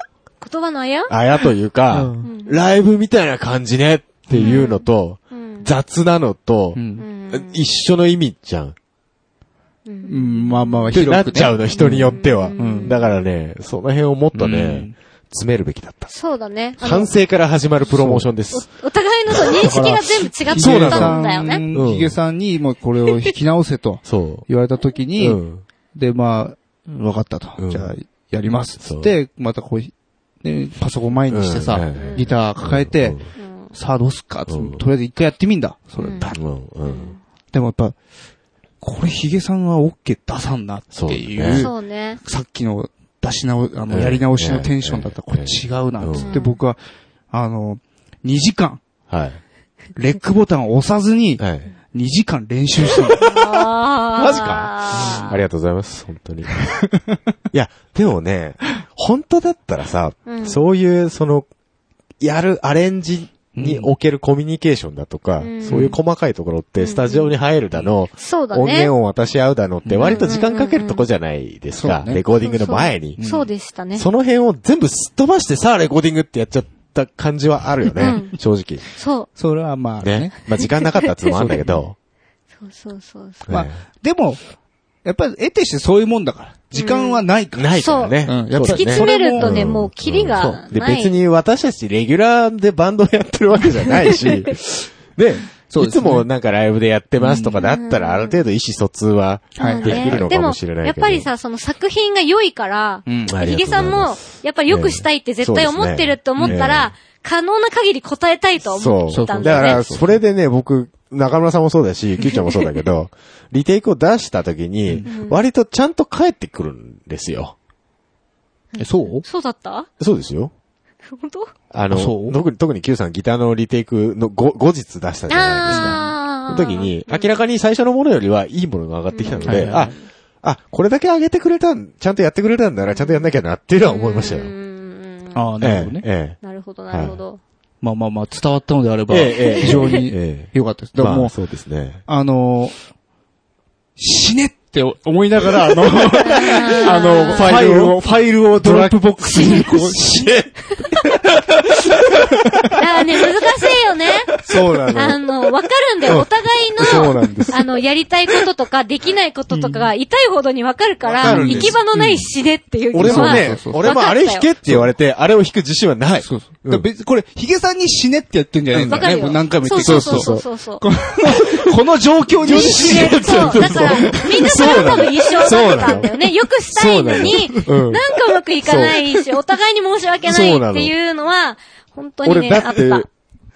Speaker 2: 言葉のあや
Speaker 1: あやというか、
Speaker 3: うん
Speaker 1: ライブみたいな感じねっていうのと、
Speaker 2: うん。
Speaker 1: 雑なのと、
Speaker 3: うん
Speaker 2: うん
Speaker 1: 一緒の意味じゃん。っ
Speaker 3: うんまあまあ、
Speaker 1: て
Speaker 3: 広
Speaker 1: なっ
Speaker 3: く
Speaker 1: ちゃう
Speaker 3: ね。
Speaker 1: の、人によっては。
Speaker 2: うん
Speaker 1: だからね、その辺をもっとね、
Speaker 3: うん
Speaker 1: 詰めるべきだった。
Speaker 2: そうだね。あの
Speaker 1: 反省から始まるプロモーションです。
Speaker 2: おお互いのと認識が全部違
Speaker 3: ヒ
Speaker 2: っ
Speaker 3: ゲ
Speaker 2: た
Speaker 3: さ
Speaker 2: んだよね。
Speaker 1: うん
Speaker 3: ん、ヒゲさんに、もうこれを引き直せと
Speaker 1: そ
Speaker 3: 言われた時
Speaker 1: う。
Speaker 3: に、
Speaker 1: うん
Speaker 3: で、まあ、分かったと。
Speaker 1: うん
Speaker 3: じゃあ、やります。
Speaker 1: そ
Speaker 3: つ
Speaker 1: う
Speaker 3: って、またこう、ね、パソコン前にしてさ、
Speaker 1: うんうん
Speaker 3: ギター抱えて、
Speaker 1: うん
Speaker 2: うん
Speaker 3: さあどうすっか、つ
Speaker 1: うん
Speaker 3: とりあえず一回やってみんだ。それ、
Speaker 2: うん
Speaker 3: だ
Speaker 1: うんうん
Speaker 3: でもやっぱ、これヒゲさんは OK 出さんなって
Speaker 1: そうだ
Speaker 3: い
Speaker 1: ね
Speaker 3: う、
Speaker 2: そうね。
Speaker 3: さっきの出し直、あの、
Speaker 1: うん
Speaker 3: やり直しのテンションだったら、
Speaker 1: う
Speaker 3: こ
Speaker 1: ん
Speaker 3: れ違うな、つっ
Speaker 2: う
Speaker 3: て
Speaker 2: ん
Speaker 3: 僕は、あの、2時間、
Speaker 1: はい。
Speaker 3: レックボタンを押さずに、
Speaker 1: はい。
Speaker 3: 2時間練習した の。
Speaker 2: マ
Speaker 1: マジ
Speaker 2: か
Speaker 1: ありがとうございます、本当に。いや、でもね、本当だったらさ、
Speaker 2: うん
Speaker 1: そういう、その、やるアレンジにおけるコミュニケーションだとか、
Speaker 2: うん
Speaker 1: そういう細かいところって、スタジオに入るだの、
Speaker 2: そうだ
Speaker 1: 音
Speaker 2: ね
Speaker 1: 源。を渡し合うだのって、割と時間かけるとこじゃないです
Speaker 3: うんうんう
Speaker 1: か、
Speaker 3: んうんそうね
Speaker 1: レコーディングの前に。
Speaker 3: ん
Speaker 2: そうでしたね。
Speaker 1: その辺を全部すっ飛ばして、さあ、レコーディングってやっちゃった感じはあるよね、
Speaker 2: うん
Speaker 1: 正直。
Speaker 2: そう。
Speaker 3: それはまあ
Speaker 1: ね
Speaker 3: ね。。
Speaker 1: まあ、時間なかったっていうのもあるんだけ ど。
Speaker 2: そうそうそうそう。
Speaker 1: ね
Speaker 3: まあ、でも、やっぱり得てしてそういうもんだから。時間はないから。
Speaker 1: ないからね。
Speaker 3: そううん
Speaker 1: やっぱ
Speaker 2: 突き詰めるとね、
Speaker 1: うん
Speaker 2: もうキリ
Speaker 1: そ
Speaker 2: が
Speaker 1: う。で、
Speaker 2: ない。
Speaker 1: 別に私たちレギュラーでバンドやってるわけじゃないし、 ね、
Speaker 3: そう
Speaker 1: い
Speaker 3: です
Speaker 1: つ
Speaker 3: ね
Speaker 1: もなんかライブでやってますとかだったら、ある程度意思疎通は
Speaker 2: そう
Speaker 3: はい
Speaker 2: ね
Speaker 1: できるの
Speaker 2: で
Speaker 1: か
Speaker 2: も
Speaker 1: もしれない
Speaker 2: やっ
Speaker 1: けど。
Speaker 2: ぱりさ、その作品が良いから、
Speaker 3: うん
Speaker 1: あり
Speaker 2: ヒ
Speaker 1: がとうござ
Speaker 2: ゲさ
Speaker 1: い
Speaker 2: ん
Speaker 1: ま
Speaker 2: も
Speaker 1: す、
Speaker 2: やっぱ良くしたいって絶対思ってるって思ったら、可能な限り答えたいと
Speaker 1: そ
Speaker 2: 思
Speaker 1: う。
Speaker 2: った
Speaker 1: だか
Speaker 2: んだよ
Speaker 1: ら、
Speaker 2: ね。
Speaker 1: それでね、僕、中村さんもそうだし、キューちゃんもそうだけ ど、リテイクを出した時に、割とちゃんと帰ってくるんですよ。
Speaker 3: えそう
Speaker 2: そうだった
Speaker 1: そうですよ。
Speaker 2: 本当
Speaker 1: あの、
Speaker 3: あそう
Speaker 1: 特に、特に Q さんギターのリテイクの後後日出したじゃないですか。そ
Speaker 2: あ
Speaker 1: の時に、明らかに最初のものよりはいいものが上がってきたの
Speaker 3: うんは
Speaker 1: で、
Speaker 3: いはい
Speaker 1: あ、あ、これだけ上げてくれたん、ちゃんとやってくれたんだな、ちゃんとやんなきゃなっていうのは思いましたよ。
Speaker 2: よ。
Speaker 3: ああ、なるほどね。
Speaker 1: え
Speaker 2: なるほど、なるほど。
Speaker 3: まあまあまあ、伝わったのであれば、
Speaker 1: えええ
Speaker 3: 非常
Speaker 1: え。え
Speaker 3: に
Speaker 1: え。
Speaker 3: 良かったです。だから
Speaker 1: ま
Speaker 3: も
Speaker 1: あ、
Speaker 3: う、
Speaker 1: そうですね。
Speaker 3: あのー死ねって思いながら、あの、あの、ファイルを、ファイルをドラップボックスにこう、死ね
Speaker 2: ああね、難しいよね。
Speaker 1: そうな
Speaker 2: あの、わかるんだよ。お互い
Speaker 1: そう
Speaker 2: の
Speaker 1: なんで、
Speaker 2: あの、やりたいこととか、できないこととかが痛いほどにわかるか、
Speaker 1: わからるんで
Speaker 2: 行
Speaker 1: す
Speaker 2: き場のない死ねっていう 気
Speaker 1: 俺も
Speaker 2: は
Speaker 1: ね
Speaker 3: そうそう、そう
Speaker 1: 俺もあれ弾けって言われて、あれを弾く自信はない。
Speaker 3: そうそう。だ
Speaker 1: ん
Speaker 3: から別にこれ、ヒゲさんに死ねってやってんじゃないんだ
Speaker 2: わか
Speaker 3: よね。
Speaker 2: る
Speaker 3: も
Speaker 2: よ。
Speaker 3: う何回も言って
Speaker 2: そう
Speaker 3: る
Speaker 2: そうそうそうそう。
Speaker 3: この状況に死ねってやっ
Speaker 2: そ
Speaker 3: て
Speaker 2: う、
Speaker 3: る
Speaker 2: だから、みんなそれは多分一生だったんだよね。よくしたいのに、なんかうまくいかないし、お互いに申し訳ないっていうのは、本当に
Speaker 1: 俺
Speaker 2: ね、あ
Speaker 1: だ
Speaker 2: っ。
Speaker 1: ったて
Speaker 2: う、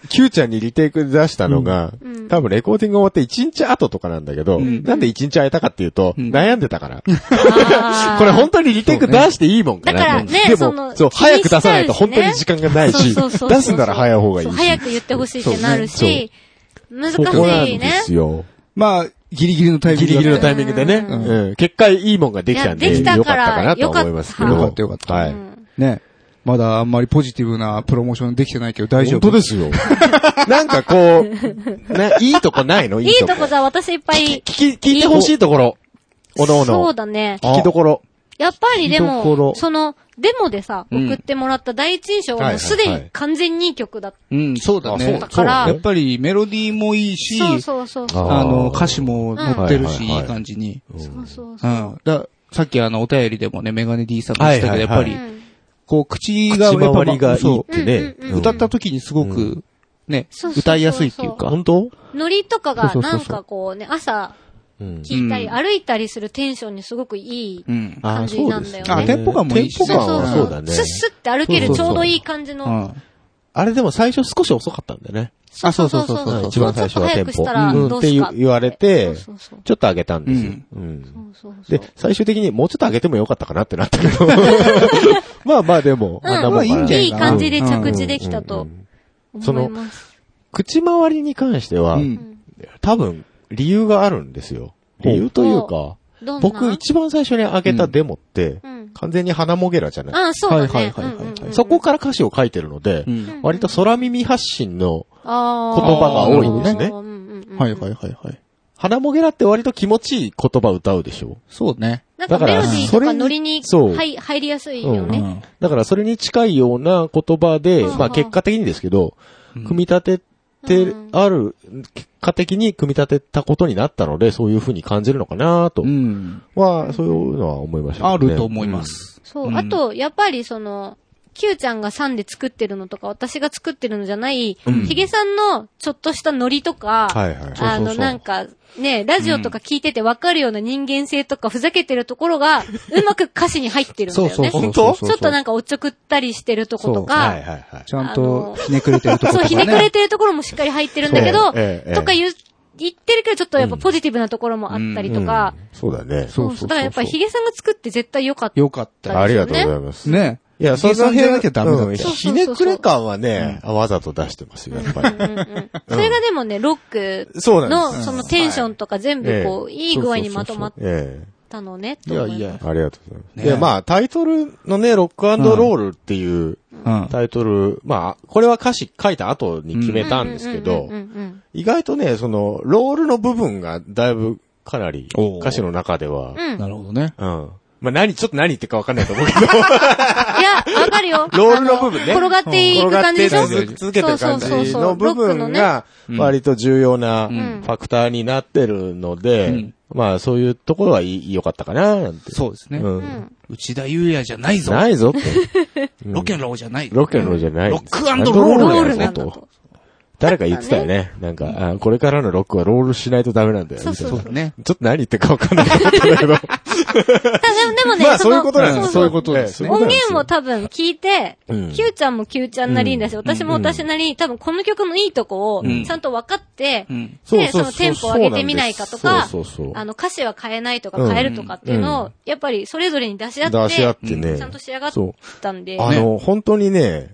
Speaker 1: キューちゃんにリテイク出したのが、
Speaker 2: うん
Speaker 1: 多分レコーディング終わって1日後とかなんだけど、なんで1日空いたかっていうと、悩んでたから。 これ本当にリテイク出していいもんかな。
Speaker 2: だからね
Speaker 1: で
Speaker 2: その
Speaker 1: も、そう、
Speaker 2: 気にしちゃう
Speaker 1: 早く出さないと
Speaker 2: しね
Speaker 1: 本当に時間がないし、
Speaker 2: そうそうそうそう
Speaker 1: 出すなら早い方がいい
Speaker 2: そう
Speaker 1: し。
Speaker 2: 早く言ってほしいってなるし、難し
Speaker 1: ここなんで
Speaker 2: いね。
Speaker 1: すよ。
Speaker 3: まあ、ギリギリのタイミン
Speaker 1: ギ
Speaker 3: グ
Speaker 1: リ
Speaker 3: だっ
Speaker 1: ギ
Speaker 3: た
Speaker 1: リのタイミングでね。
Speaker 2: う
Speaker 1: うんん結果いいもんができたん
Speaker 2: いや
Speaker 1: で、
Speaker 2: でき
Speaker 1: よ
Speaker 2: た
Speaker 1: かったからな
Speaker 2: か
Speaker 1: と思いますけど。
Speaker 2: よか
Speaker 3: ったよかった
Speaker 1: は
Speaker 2: う
Speaker 1: い。
Speaker 2: ん
Speaker 3: ね。まだあんまりポジティブなプロモーションできてないけど大丈
Speaker 1: 本
Speaker 3: 夫。
Speaker 1: 当ですよ。なんかこう、ないいとこない のい
Speaker 2: い
Speaker 1: い
Speaker 2: い
Speaker 1: とこ。
Speaker 2: とこじゃ私いっぱい。
Speaker 1: 聞き、聞いてほしいところ。おのお
Speaker 2: そう
Speaker 1: の。
Speaker 2: だね。
Speaker 1: 聞きどころ。
Speaker 2: やっぱりで
Speaker 1: 見どこ
Speaker 2: も、
Speaker 1: ろ
Speaker 2: その、デモでさ、
Speaker 3: うん
Speaker 2: 送ってもらった第一印象はもうすでに完全にいい曲だっ
Speaker 3: うん、そうだ
Speaker 1: あそう
Speaker 3: ね
Speaker 2: だ。から
Speaker 3: やっぱりメロディーもいいし、
Speaker 2: た。そうそうそう。そう
Speaker 3: あの、歌詞も載って
Speaker 1: うんはいはい
Speaker 3: るし、
Speaker 1: はい
Speaker 3: いい感じに。
Speaker 2: そう
Speaker 3: う
Speaker 2: そう。
Speaker 3: ん。ださっきあの、お便りでもね、メガネ D さんが言ってたけど、やっ
Speaker 1: はい
Speaker 3: ぱ
Speaker 1: はい
Speaker 2: う
Speaker 3: り、
Speaker 2: ん
Speaker 3: こう、口が、
Speaker 1: 口周りがいいっ
Speaker 3: そ
Speaker 1: てね
Speaker 2: うんうんう。ん
Speaker 3: う、歌った
Speaker 1: と
Speaker 3: 時にすごく、ね
Speaker 2: そうそうそう、そう
Speaker 3: 歌いやすいっていうか。
Speaker 1: 本当
Speaker 2: ノリとかが
Speaker 3: そうそう
Speaker 2: な
Speaker 3: そうんそう
Speaker 2: かこうね、朝
Speaker 1: うん。
Speaker 2: 聞いたり、
Speaker 3: うん
Speaker 2: 歩いたりするテンションにすごくいい。
Speaker 3: うん。
Speaker 1: あ
Speaker 2: 感
Speaker 1: ー
Speaker 2: じ
Speaker 1: そう
Speaker 2: なん
Speaker 1: で
Speaker 2: だ
Speaker 1: す
Speaker 2: よね
Speaker 1: よね
Speaker 3: あテンポ感もいいし
Speaker 1: テンポ感
Speaker 2: そう
Speaker 1: は
Speaker 2: そ
Speaker 1: そううだね
Speaker 2: スッ。スって歩ける
Speaker 1: そう
Speaker 2: ち
Speaker 1: そうそう
Speaker 2: ょうどいい感じの。
Speaker 1: あれでも最初少し遅かったんだよね。
Speaker 2: そうそうそう
Speaker 3: あそうそうそう
Speaker 2: そ。
Speaker 3: そうう
Speaker 1: 一番最初はテン
Speaker 2: もうち
Speaker 1: ポ。
Speaker 2: ょっと早くしたら
Speaker 1: うん
Speaker 2: ど
Speaker 1: っ
Speaker 2: う
Speaker 1: て
Speaker 2: す
Speaker 1: 言
Speaker 2: か
Speaker 1: 言われて
Speaker 2: そう、そうそう
Speaker 1: ちょっと上げたんですよ
Speaker 3: うん。
Speaker 1: うん。
Speaker 2: そうそう
Speaker 1: で
Speaker 2: そう、
Speaker 1: 最終的にもうちょっと上げてもよかったかなってなったけど。まあまあでも、
Speaker 2: うん
Speaker 1: あんなもんか
Speaker 3: まあいいん
Speaker 1: な
Speaker 3: じゃない
Speaker 2: いい感じで着地できた
Speaker 1: う
Speaker 2: と
Speaker 1: んそ
Speaker 2: 思
Speaker 1: の
Speaker 2: います。
Speaker 1: 口周りに関しては
Speaker 3: う、。
Speaker 2: うんん
Speaker 1: 多分、理由があるんですよ。理由というか、
Speaker 2: どんな
Speaker 1: 僕一番最初に上げたデモって、
Speaker 2: うん。
Speaker 1: 完全に花もげらじゃない。
Speaker 2: あ、そうだね。
Speaker 3: はいはいはいはい
Speaker 2: うんうんうん
Speaker 1: そこから歌詞を書いてるので、
Speaker 3: うん
Speaker 1: 割と空耳発信の、
Speaker 2: あー
Speaker 1: 言
Speaker 3: 葉が多いんです
Speaker 1: ね
Speaker 2: うんうんうんうん
Speaker 3: はいはいはいはい。
Speaker 1: 花もげらって割と気持ちいい言葉歌うでしょ
Speaker 3: そうね。
Speaker 2: なんかメロディーとかノリに
Speaker 1: だからそれにそう
Speaker 2: はい入りやすいよ
Speaker 3: う
Speaker 2: ね。
Speaker 3: ん。
Speaker 1: だからそれに近いような言葉で、
Speaker 2: うん
Speaker 1: まあ結果的にですけど、
Speaker 3: うん
Speaker 1: 組み立てて
Speaker 2: うん
Speaker 1: ある、結果的に組み立てたことになったので、そういう風に感じるのかなと
Speaker 3: う、ん。
Speaker 1: は、そういうのは思いましたね。
Speaker 3: あると思います。
Speaker 2: そうう。
Speaker 3: ん
Speaker 2: あと、やっぱりその、Q ちゃんが3で作ってるのとか、私が作ってるのじゃない、ヒゲさんのちょっとしたノリとか、
Speaker 1: うん。はいはい。
Speaker 2: あの、なんか、ね、ラジオとか聞いててわかるような人間性とか、ふざけてるところが、うまく歌詞に入ってるんだよね。
Speaker 1: 本当
Speaker 2: ちょっとなんかおっちょくったりしてるとこ
Speaker 1: は
Speaker 2: と
Speaker 1: い
Speaker 2: か、
Speaker 1: はいはい。
Speaker 3: ちゃんと、ひねくれてるとこ
Speaker 2: そ
Speaker 3: ろ
Speaker 2: う、
Speaker 3: とかね。
Speaker 2: ひねくれてるところもしっかり入ってるんだけど、
Speaker 1: そうええええ
Speaker 2: とか言う言ってるけど、ちょっとやっぱポジティブなところもあったりとか、
Speaker 1: うんそうだね。
Speaker 3: そうそうそうそう
Speaker 2: だからやっぱヒゲさんが作って絶対良かった。
Speaker 3: よかったよ。
Speaker 1: ありがとうございます。
Speaker 3: ね。
Speaker 1: いや、そ
Speaker 3: ヒゲ
Speaker 1: の
Speaker 3: さん
Speaker 1: 辺
Speaker 3: じゃなきゃダメだって
Speaker 1: うん
Speaker 2: そうそ
Speaker 1: ひ
Speaker 2: う
Speaker 1: ねくれ感はね、わざと出してますよ、やっぱり。
Speaker 2: うんうんそれがでもね、ロック
Speaker 1: そうなん
Speaker 2: の
Speaker 1: です。
Speaker 2: そのテンションとか全部こう、いい具合にまとまっ
Speaker 1: え
Speaker 2: たのね、
Speaker 3: い
Speaker 2: と
Speaker 3: や
Speaker 2: 思います
Speaker 3: いや。
Speaker 1: え。ありがとうございます。
Speaker 3: ね
Speaker 1: で、まあ、タイトルのね、ロックロールっていう
Speaker 3: うん。
Speaker 1: タイトル、まあ、これは歌詞書いた後に決めたんですけ
Speaker 2: う
Speaker 1: ど
Speaker 2: んうん、うんうん
Speaker 1: 意外とね、その、ロールの部分がだいぶかなり
Speaker 3: おー
Speaker 1: 歌詞の中では
Speaker 2: う、ん。うん
Speaker 3: なるほどね。
Speaker 1: うん。まあ、何、ちょっと何言ってるかわかんないと思うけど、
Speaker 2: いや、わかるよ。
Speaker 1: ロールの部分ね
Speaker 2: あの転がっていく
Speaker 1: 転がっ
Speaker 2: 感じ
Speaker 1: て
Speaker 2: でしょ
Speaker 1: 続けてる感
Speaker 2: そうそうそう
Speaker 1: じ
Speaker 2: そ
Speaker 1: の
Speaker 2: う
Speaker 1: 部分が割と重要なフ
Speaker 2: ん
Speaker 1: ァクターになってるので、
Speaker 3: うん
Speaker 1: まあそういうところはいい良かったかななんて。
Speaker 3: そうですね。
Speaker 1: う。
Speaker 2: うんん。
Speaker 3: 内田優也じゃないぞ。
Speaker 1: ないぞって。
Speaker 3: ロケンローじゃない。
Speaker 1: ロケのじゃない。
Speaker 3: ロックロール
Speaker 2: ロ
Speaker 1: ロ
Speaker 2: ー
Speaker 1: ー
Speaker 2: ル
Speaker 1: ル
Speaker 2: な
Speaker 1: だ
Speaker 2: んだ
Speaker 1: ぞと
Speaker 2: と。
Speaker 1: 誰か言ってたよね。なんか、あこれからのロックはロールしないとダメなんだよ。
Speaker 2: そう
Speaker 1: みたいな
Speaker 2: そうそ う。
Speaker 3: ね。
Speaker 1: ちょっと何言ってるかわかんなかったんだ けど。
Speaker 2: ただでもね、
Speaker 1: まあ、そういうことなん
Speaker 2: そ
Speaker 1: で
Speaker 2: の
Speaker 1: す。
Speaker 2: そう
Speaker 1: ことですね。
Speaker 2: 音源も多分聞いて、
Speaker 1: うん
Speaker 2: キューちゃんもキューちゃんなりんだし、私も私なりに多分この曲のいいとこを
Speaker 3: ん
Speaker 2: ちゃんと分かって、
Speaker 3: うん
Speaker 2: で、そのテンポを上げてみないかとか、
Speaker 1: そうそうそう
Speaker 2: あの歌詞は変えないとか変えるとかっていうのを、やっぱりそれぞれに出し合って、
Speaker 1: 出し合ってね。
Speaker 2: ちゃんと仕上がっ
Speaker 1: そう
Speaker 2: たんで、
Speaker 1: あの、本当にね、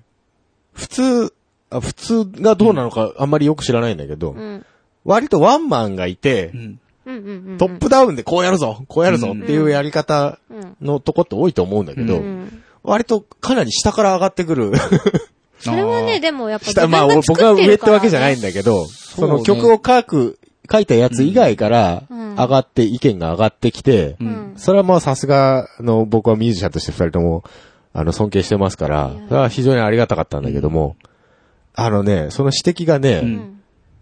Speaker 1: 普通、あ普通がどうなのかあんまりよく知らないんだけど、
Speaker 2: うん。
Speaker 1: 割とワンマンがいて、
Speaker 3: ん
Speaker 2: うんうんうんうん。
Speaker 1: トップダウンでこうやるぞ、こうやるぞっていうやり方
Speaker 2: うん。
Speaker 1: のとこって多いと思うんだけど、
Speaker 2: うん。
Speaker 1: 割とかなり下から上がってくる。
Speaker 2: それはね、でもやっぱ
Speaker 1: 下、まあ俺僕は上ってわけじゃないんだけど、
Speaker 3: う
Speaker 1: そ
Speaker 3: ね
Speaker 1: の曲を書く、書いたやつ以外から
Speaker 2: うん
Speaker 1: 上がって、意見が上がってきて、
Speaker 2: ど。うん。
Speaker 1: それはまあさすがの僕はミュージシャンとして二人とも、あの、尊敬してますから
Speaker 2: いや、
Speaker 1: それは非常にありがたかったんだけども、あのね、その指摘がね、
Speaker 2: うん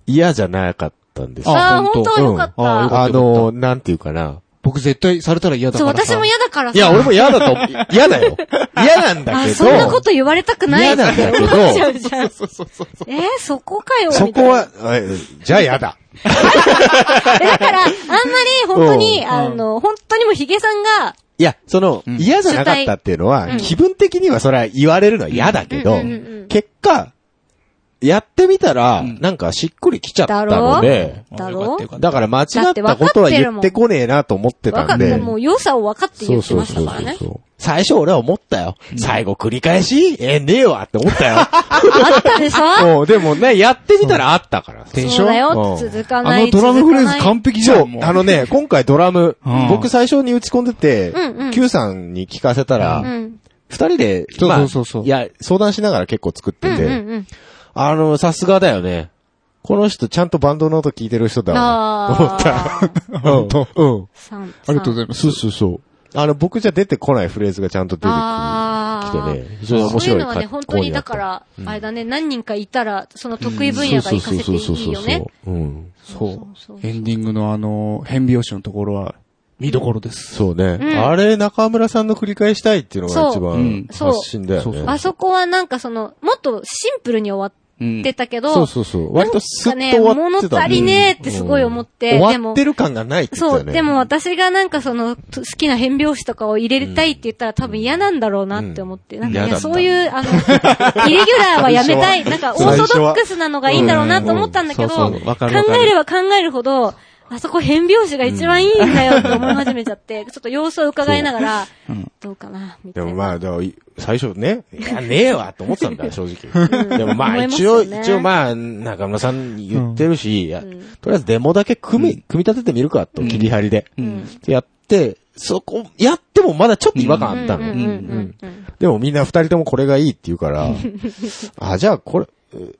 Speaker 1: 嫌じゃなかったんですよ。
Speaker 2: ああ、
Speaker 3: 本
Speaker 2: 本
Speaker 3: 当
Speaker 2: 当よかっ
Speaker 3: うんあよ
Speaker 2: た。
Speaker 3: か
Speaker 1: あ
Speaker 3: った
Speaker 1: の、なんていうかな。
Speaker 3: 僕絶対されたら嫌だ
Speaker 2: そう、
Speaker 3: からさ。
Speaker 2: 私も嫌だからさ。
Speaker 1: いや、俺も嫌だと、嫌だ よ。嫌なんだ
Speaker 2: あ、
Speaker 1: けど、
Speaker 2: そんなこと言われたくない
Speaker 1: 嫌なんだけど
Speaker 2: 思っちゃう じゃん。えー、そこかよ。
Speaker 1: そ
Speaker 2: みたい
Speaker 1: こ
Speaker 2: な
Speaker 1: は、えじゃあ嫌だ。
Speaker 2: えだから、あんまり本当
Speaker 1: う
Speaker 2: に、あの、本当にもうヒゲさんが、
Speaker 1: いや、その、嫌じゃなかったっていうの
Speaker 2: 主体う
Speaker 1: は、
Speaker 2: ん
Speaker 1: 気分的にはそれは言われるのは嫌だけ
Speaker 2: う
Speaker 1: ど
Speaker 2: んうんうんうん、
Speaker 1: 結果、やってみたら、なんかしっくりきちゃったので、
Speaker 2: だろ
Speaker 3: よかった
Speaker 1: だから間違ったことは言ってこねえなと思って
Speaker 2: 分
Speaker 1: た
Speaker 2: かっ
Speaker 1: ん
Speaker 2: て、
Speaker 1: で、
Speaker 2: もう良さを分かって
Speaker 1: そ
Speaker 2: 言
Speaker 1: う
Speaker 2: って
Speaker 1: そう
Speaker 2: まし
Speaker 1: そ
Speaker 2: た
Speaker 1: う
Speaker 2: からね。
Speaker 1: そう。最初俺は思ったよ。最後繰り返しええねえわって思 ったよ。
Speaker 2: あったでしょ
Speaker 1: うんでもね、やってみたらあったから。
Speaker 2: そうだよ、
Speaker 1: うん
Speaker 2: 続か
Speaker 3: あ
Speaker 2: ない。
Speaker 3: のドラムフレ
Speaker 2: 続かな
Speaker 3: ー
Speaker 2: い
Speaker 3: ズ完璧じゃ
Speaker 1: そ
Speaker 3: ん。
Speaker 1: う
Speaker 3: も、う
Speaker 1: あの ね、今回ドラム
Speaker 3: うん、
Speaker 1: 僕最初に打ち込んでて
Speaker 2: うんうん、
Speaker 1: Q さんに聞かせたら、
Speaker 2: うん。
Speaker 1: 二人で、
Speaker 3: そう
Speaker 1: まあ
Speaker 3: そうそうそう
Speaker 1: いや、相談しながら結構作っ
Speaker 2: う
Speaker 1: て
Speaker 2: ん
Speaker 1: て、
Speaker 2: うんうん。
Speaker 1: あの、さすがだよね。この人ちゃんとバンドの音聞いてる人だわ。思った。
Speaker 2: ああ。
Speaker 1: 本当。うん。
Speaker 2: さん
Speaker 3: ありがとうございます。
Speaker 1: そうそうそう。あの、僕じゃ出てこないフレーズがちゃんと出て
Speaker 2: あー
Speaker 1: きてね、非常に面
Speaker 2: そうい
Speaker 1: 白
Speaker 2: う
Speaker 1: い
Speaker 2: のはね、本当にだから、あれだね、何人かいたら、その得意分野が活かせていいよね。
Speaker 1: そう。うん。
Speaker 3: そう
Speaker 2: そうそう
Speaker 3: エンディングのあの、変拍子のところは、見どころです。
Speaker 1: そうね、
Speaker 2: うん
Speaker 1: あれ、中村さんの繰り返したいっていうのが一
Speaker 2: そう
Speaker 3: う
Speaker 1: 番
Speaker 3: ん
Speaker 1: 発信だよね。
Speaker 3: そうそう
Speaker 2: あそこはなんかその、もっとシンプルに終わ
Speaker 3: うん
Speaker 2: ってたけど、
Speaker 1: そうそうそう。割とスッ
Speaker 2: なん
Speaker 1: と終
Speaker 2: かね
Speaker 1: わってた、
Speaker 2: 物足りねえってすごい思っ
Speaker 1: う
Speaker 2: て
Speaker 1: ん
Speaker 2: でも
Speaker 1: 終わってる感がないって言ってた
Speaker 2: そう、
Speaker 1: よね。
Speaker 2: でも私がなんかその、と好きな変拍子とかを入れたいって言ったら多分嫌なんだろうなって思って。なんか
Speaker 1: 嫌
Speaker 2: い
Speaker 1: だ
Speaker 2: や
Speaker 1: った
Speaker 2: そういう、あの、イレギュラーはやめたい。なんかオーソドックスなのがいいんだろうなと思ったんだけど、
Speaker 1: うんうんうんそうそうわ
Speaker 2: 考
Speaker 1: かるわかる
Speaker 2: えれば考えるほど、あそこ変拍子が一番いいんだよって思い始めちゃって、ちょっと様子を伺いながら、どうかな、みた
Speaker 1: で
Speaker 2: いな。
Speaker 1: もまあ、でも、い最初ね、いや、ねえわと思ってたんだ、正直。でもま
Speaker 2: 思
Speaker 1: あ、
Speaker 2: います
Speaker 1: 一応、
Speaker 2: よね
Speaker 1: 一応まあ、中村さんに言ってるし、いやとりあえずデモだけ組み、組み立ててみるかと、切り張りで。でやって、そこ、やってもまだちょっと違和感あった
Speaker 2: うん
Speaker 1: の。
Speaker 2: うんうんうん。
Speaker 1: でもみんな二人ともこれがいいって言うから、あ、じゃあこれ、う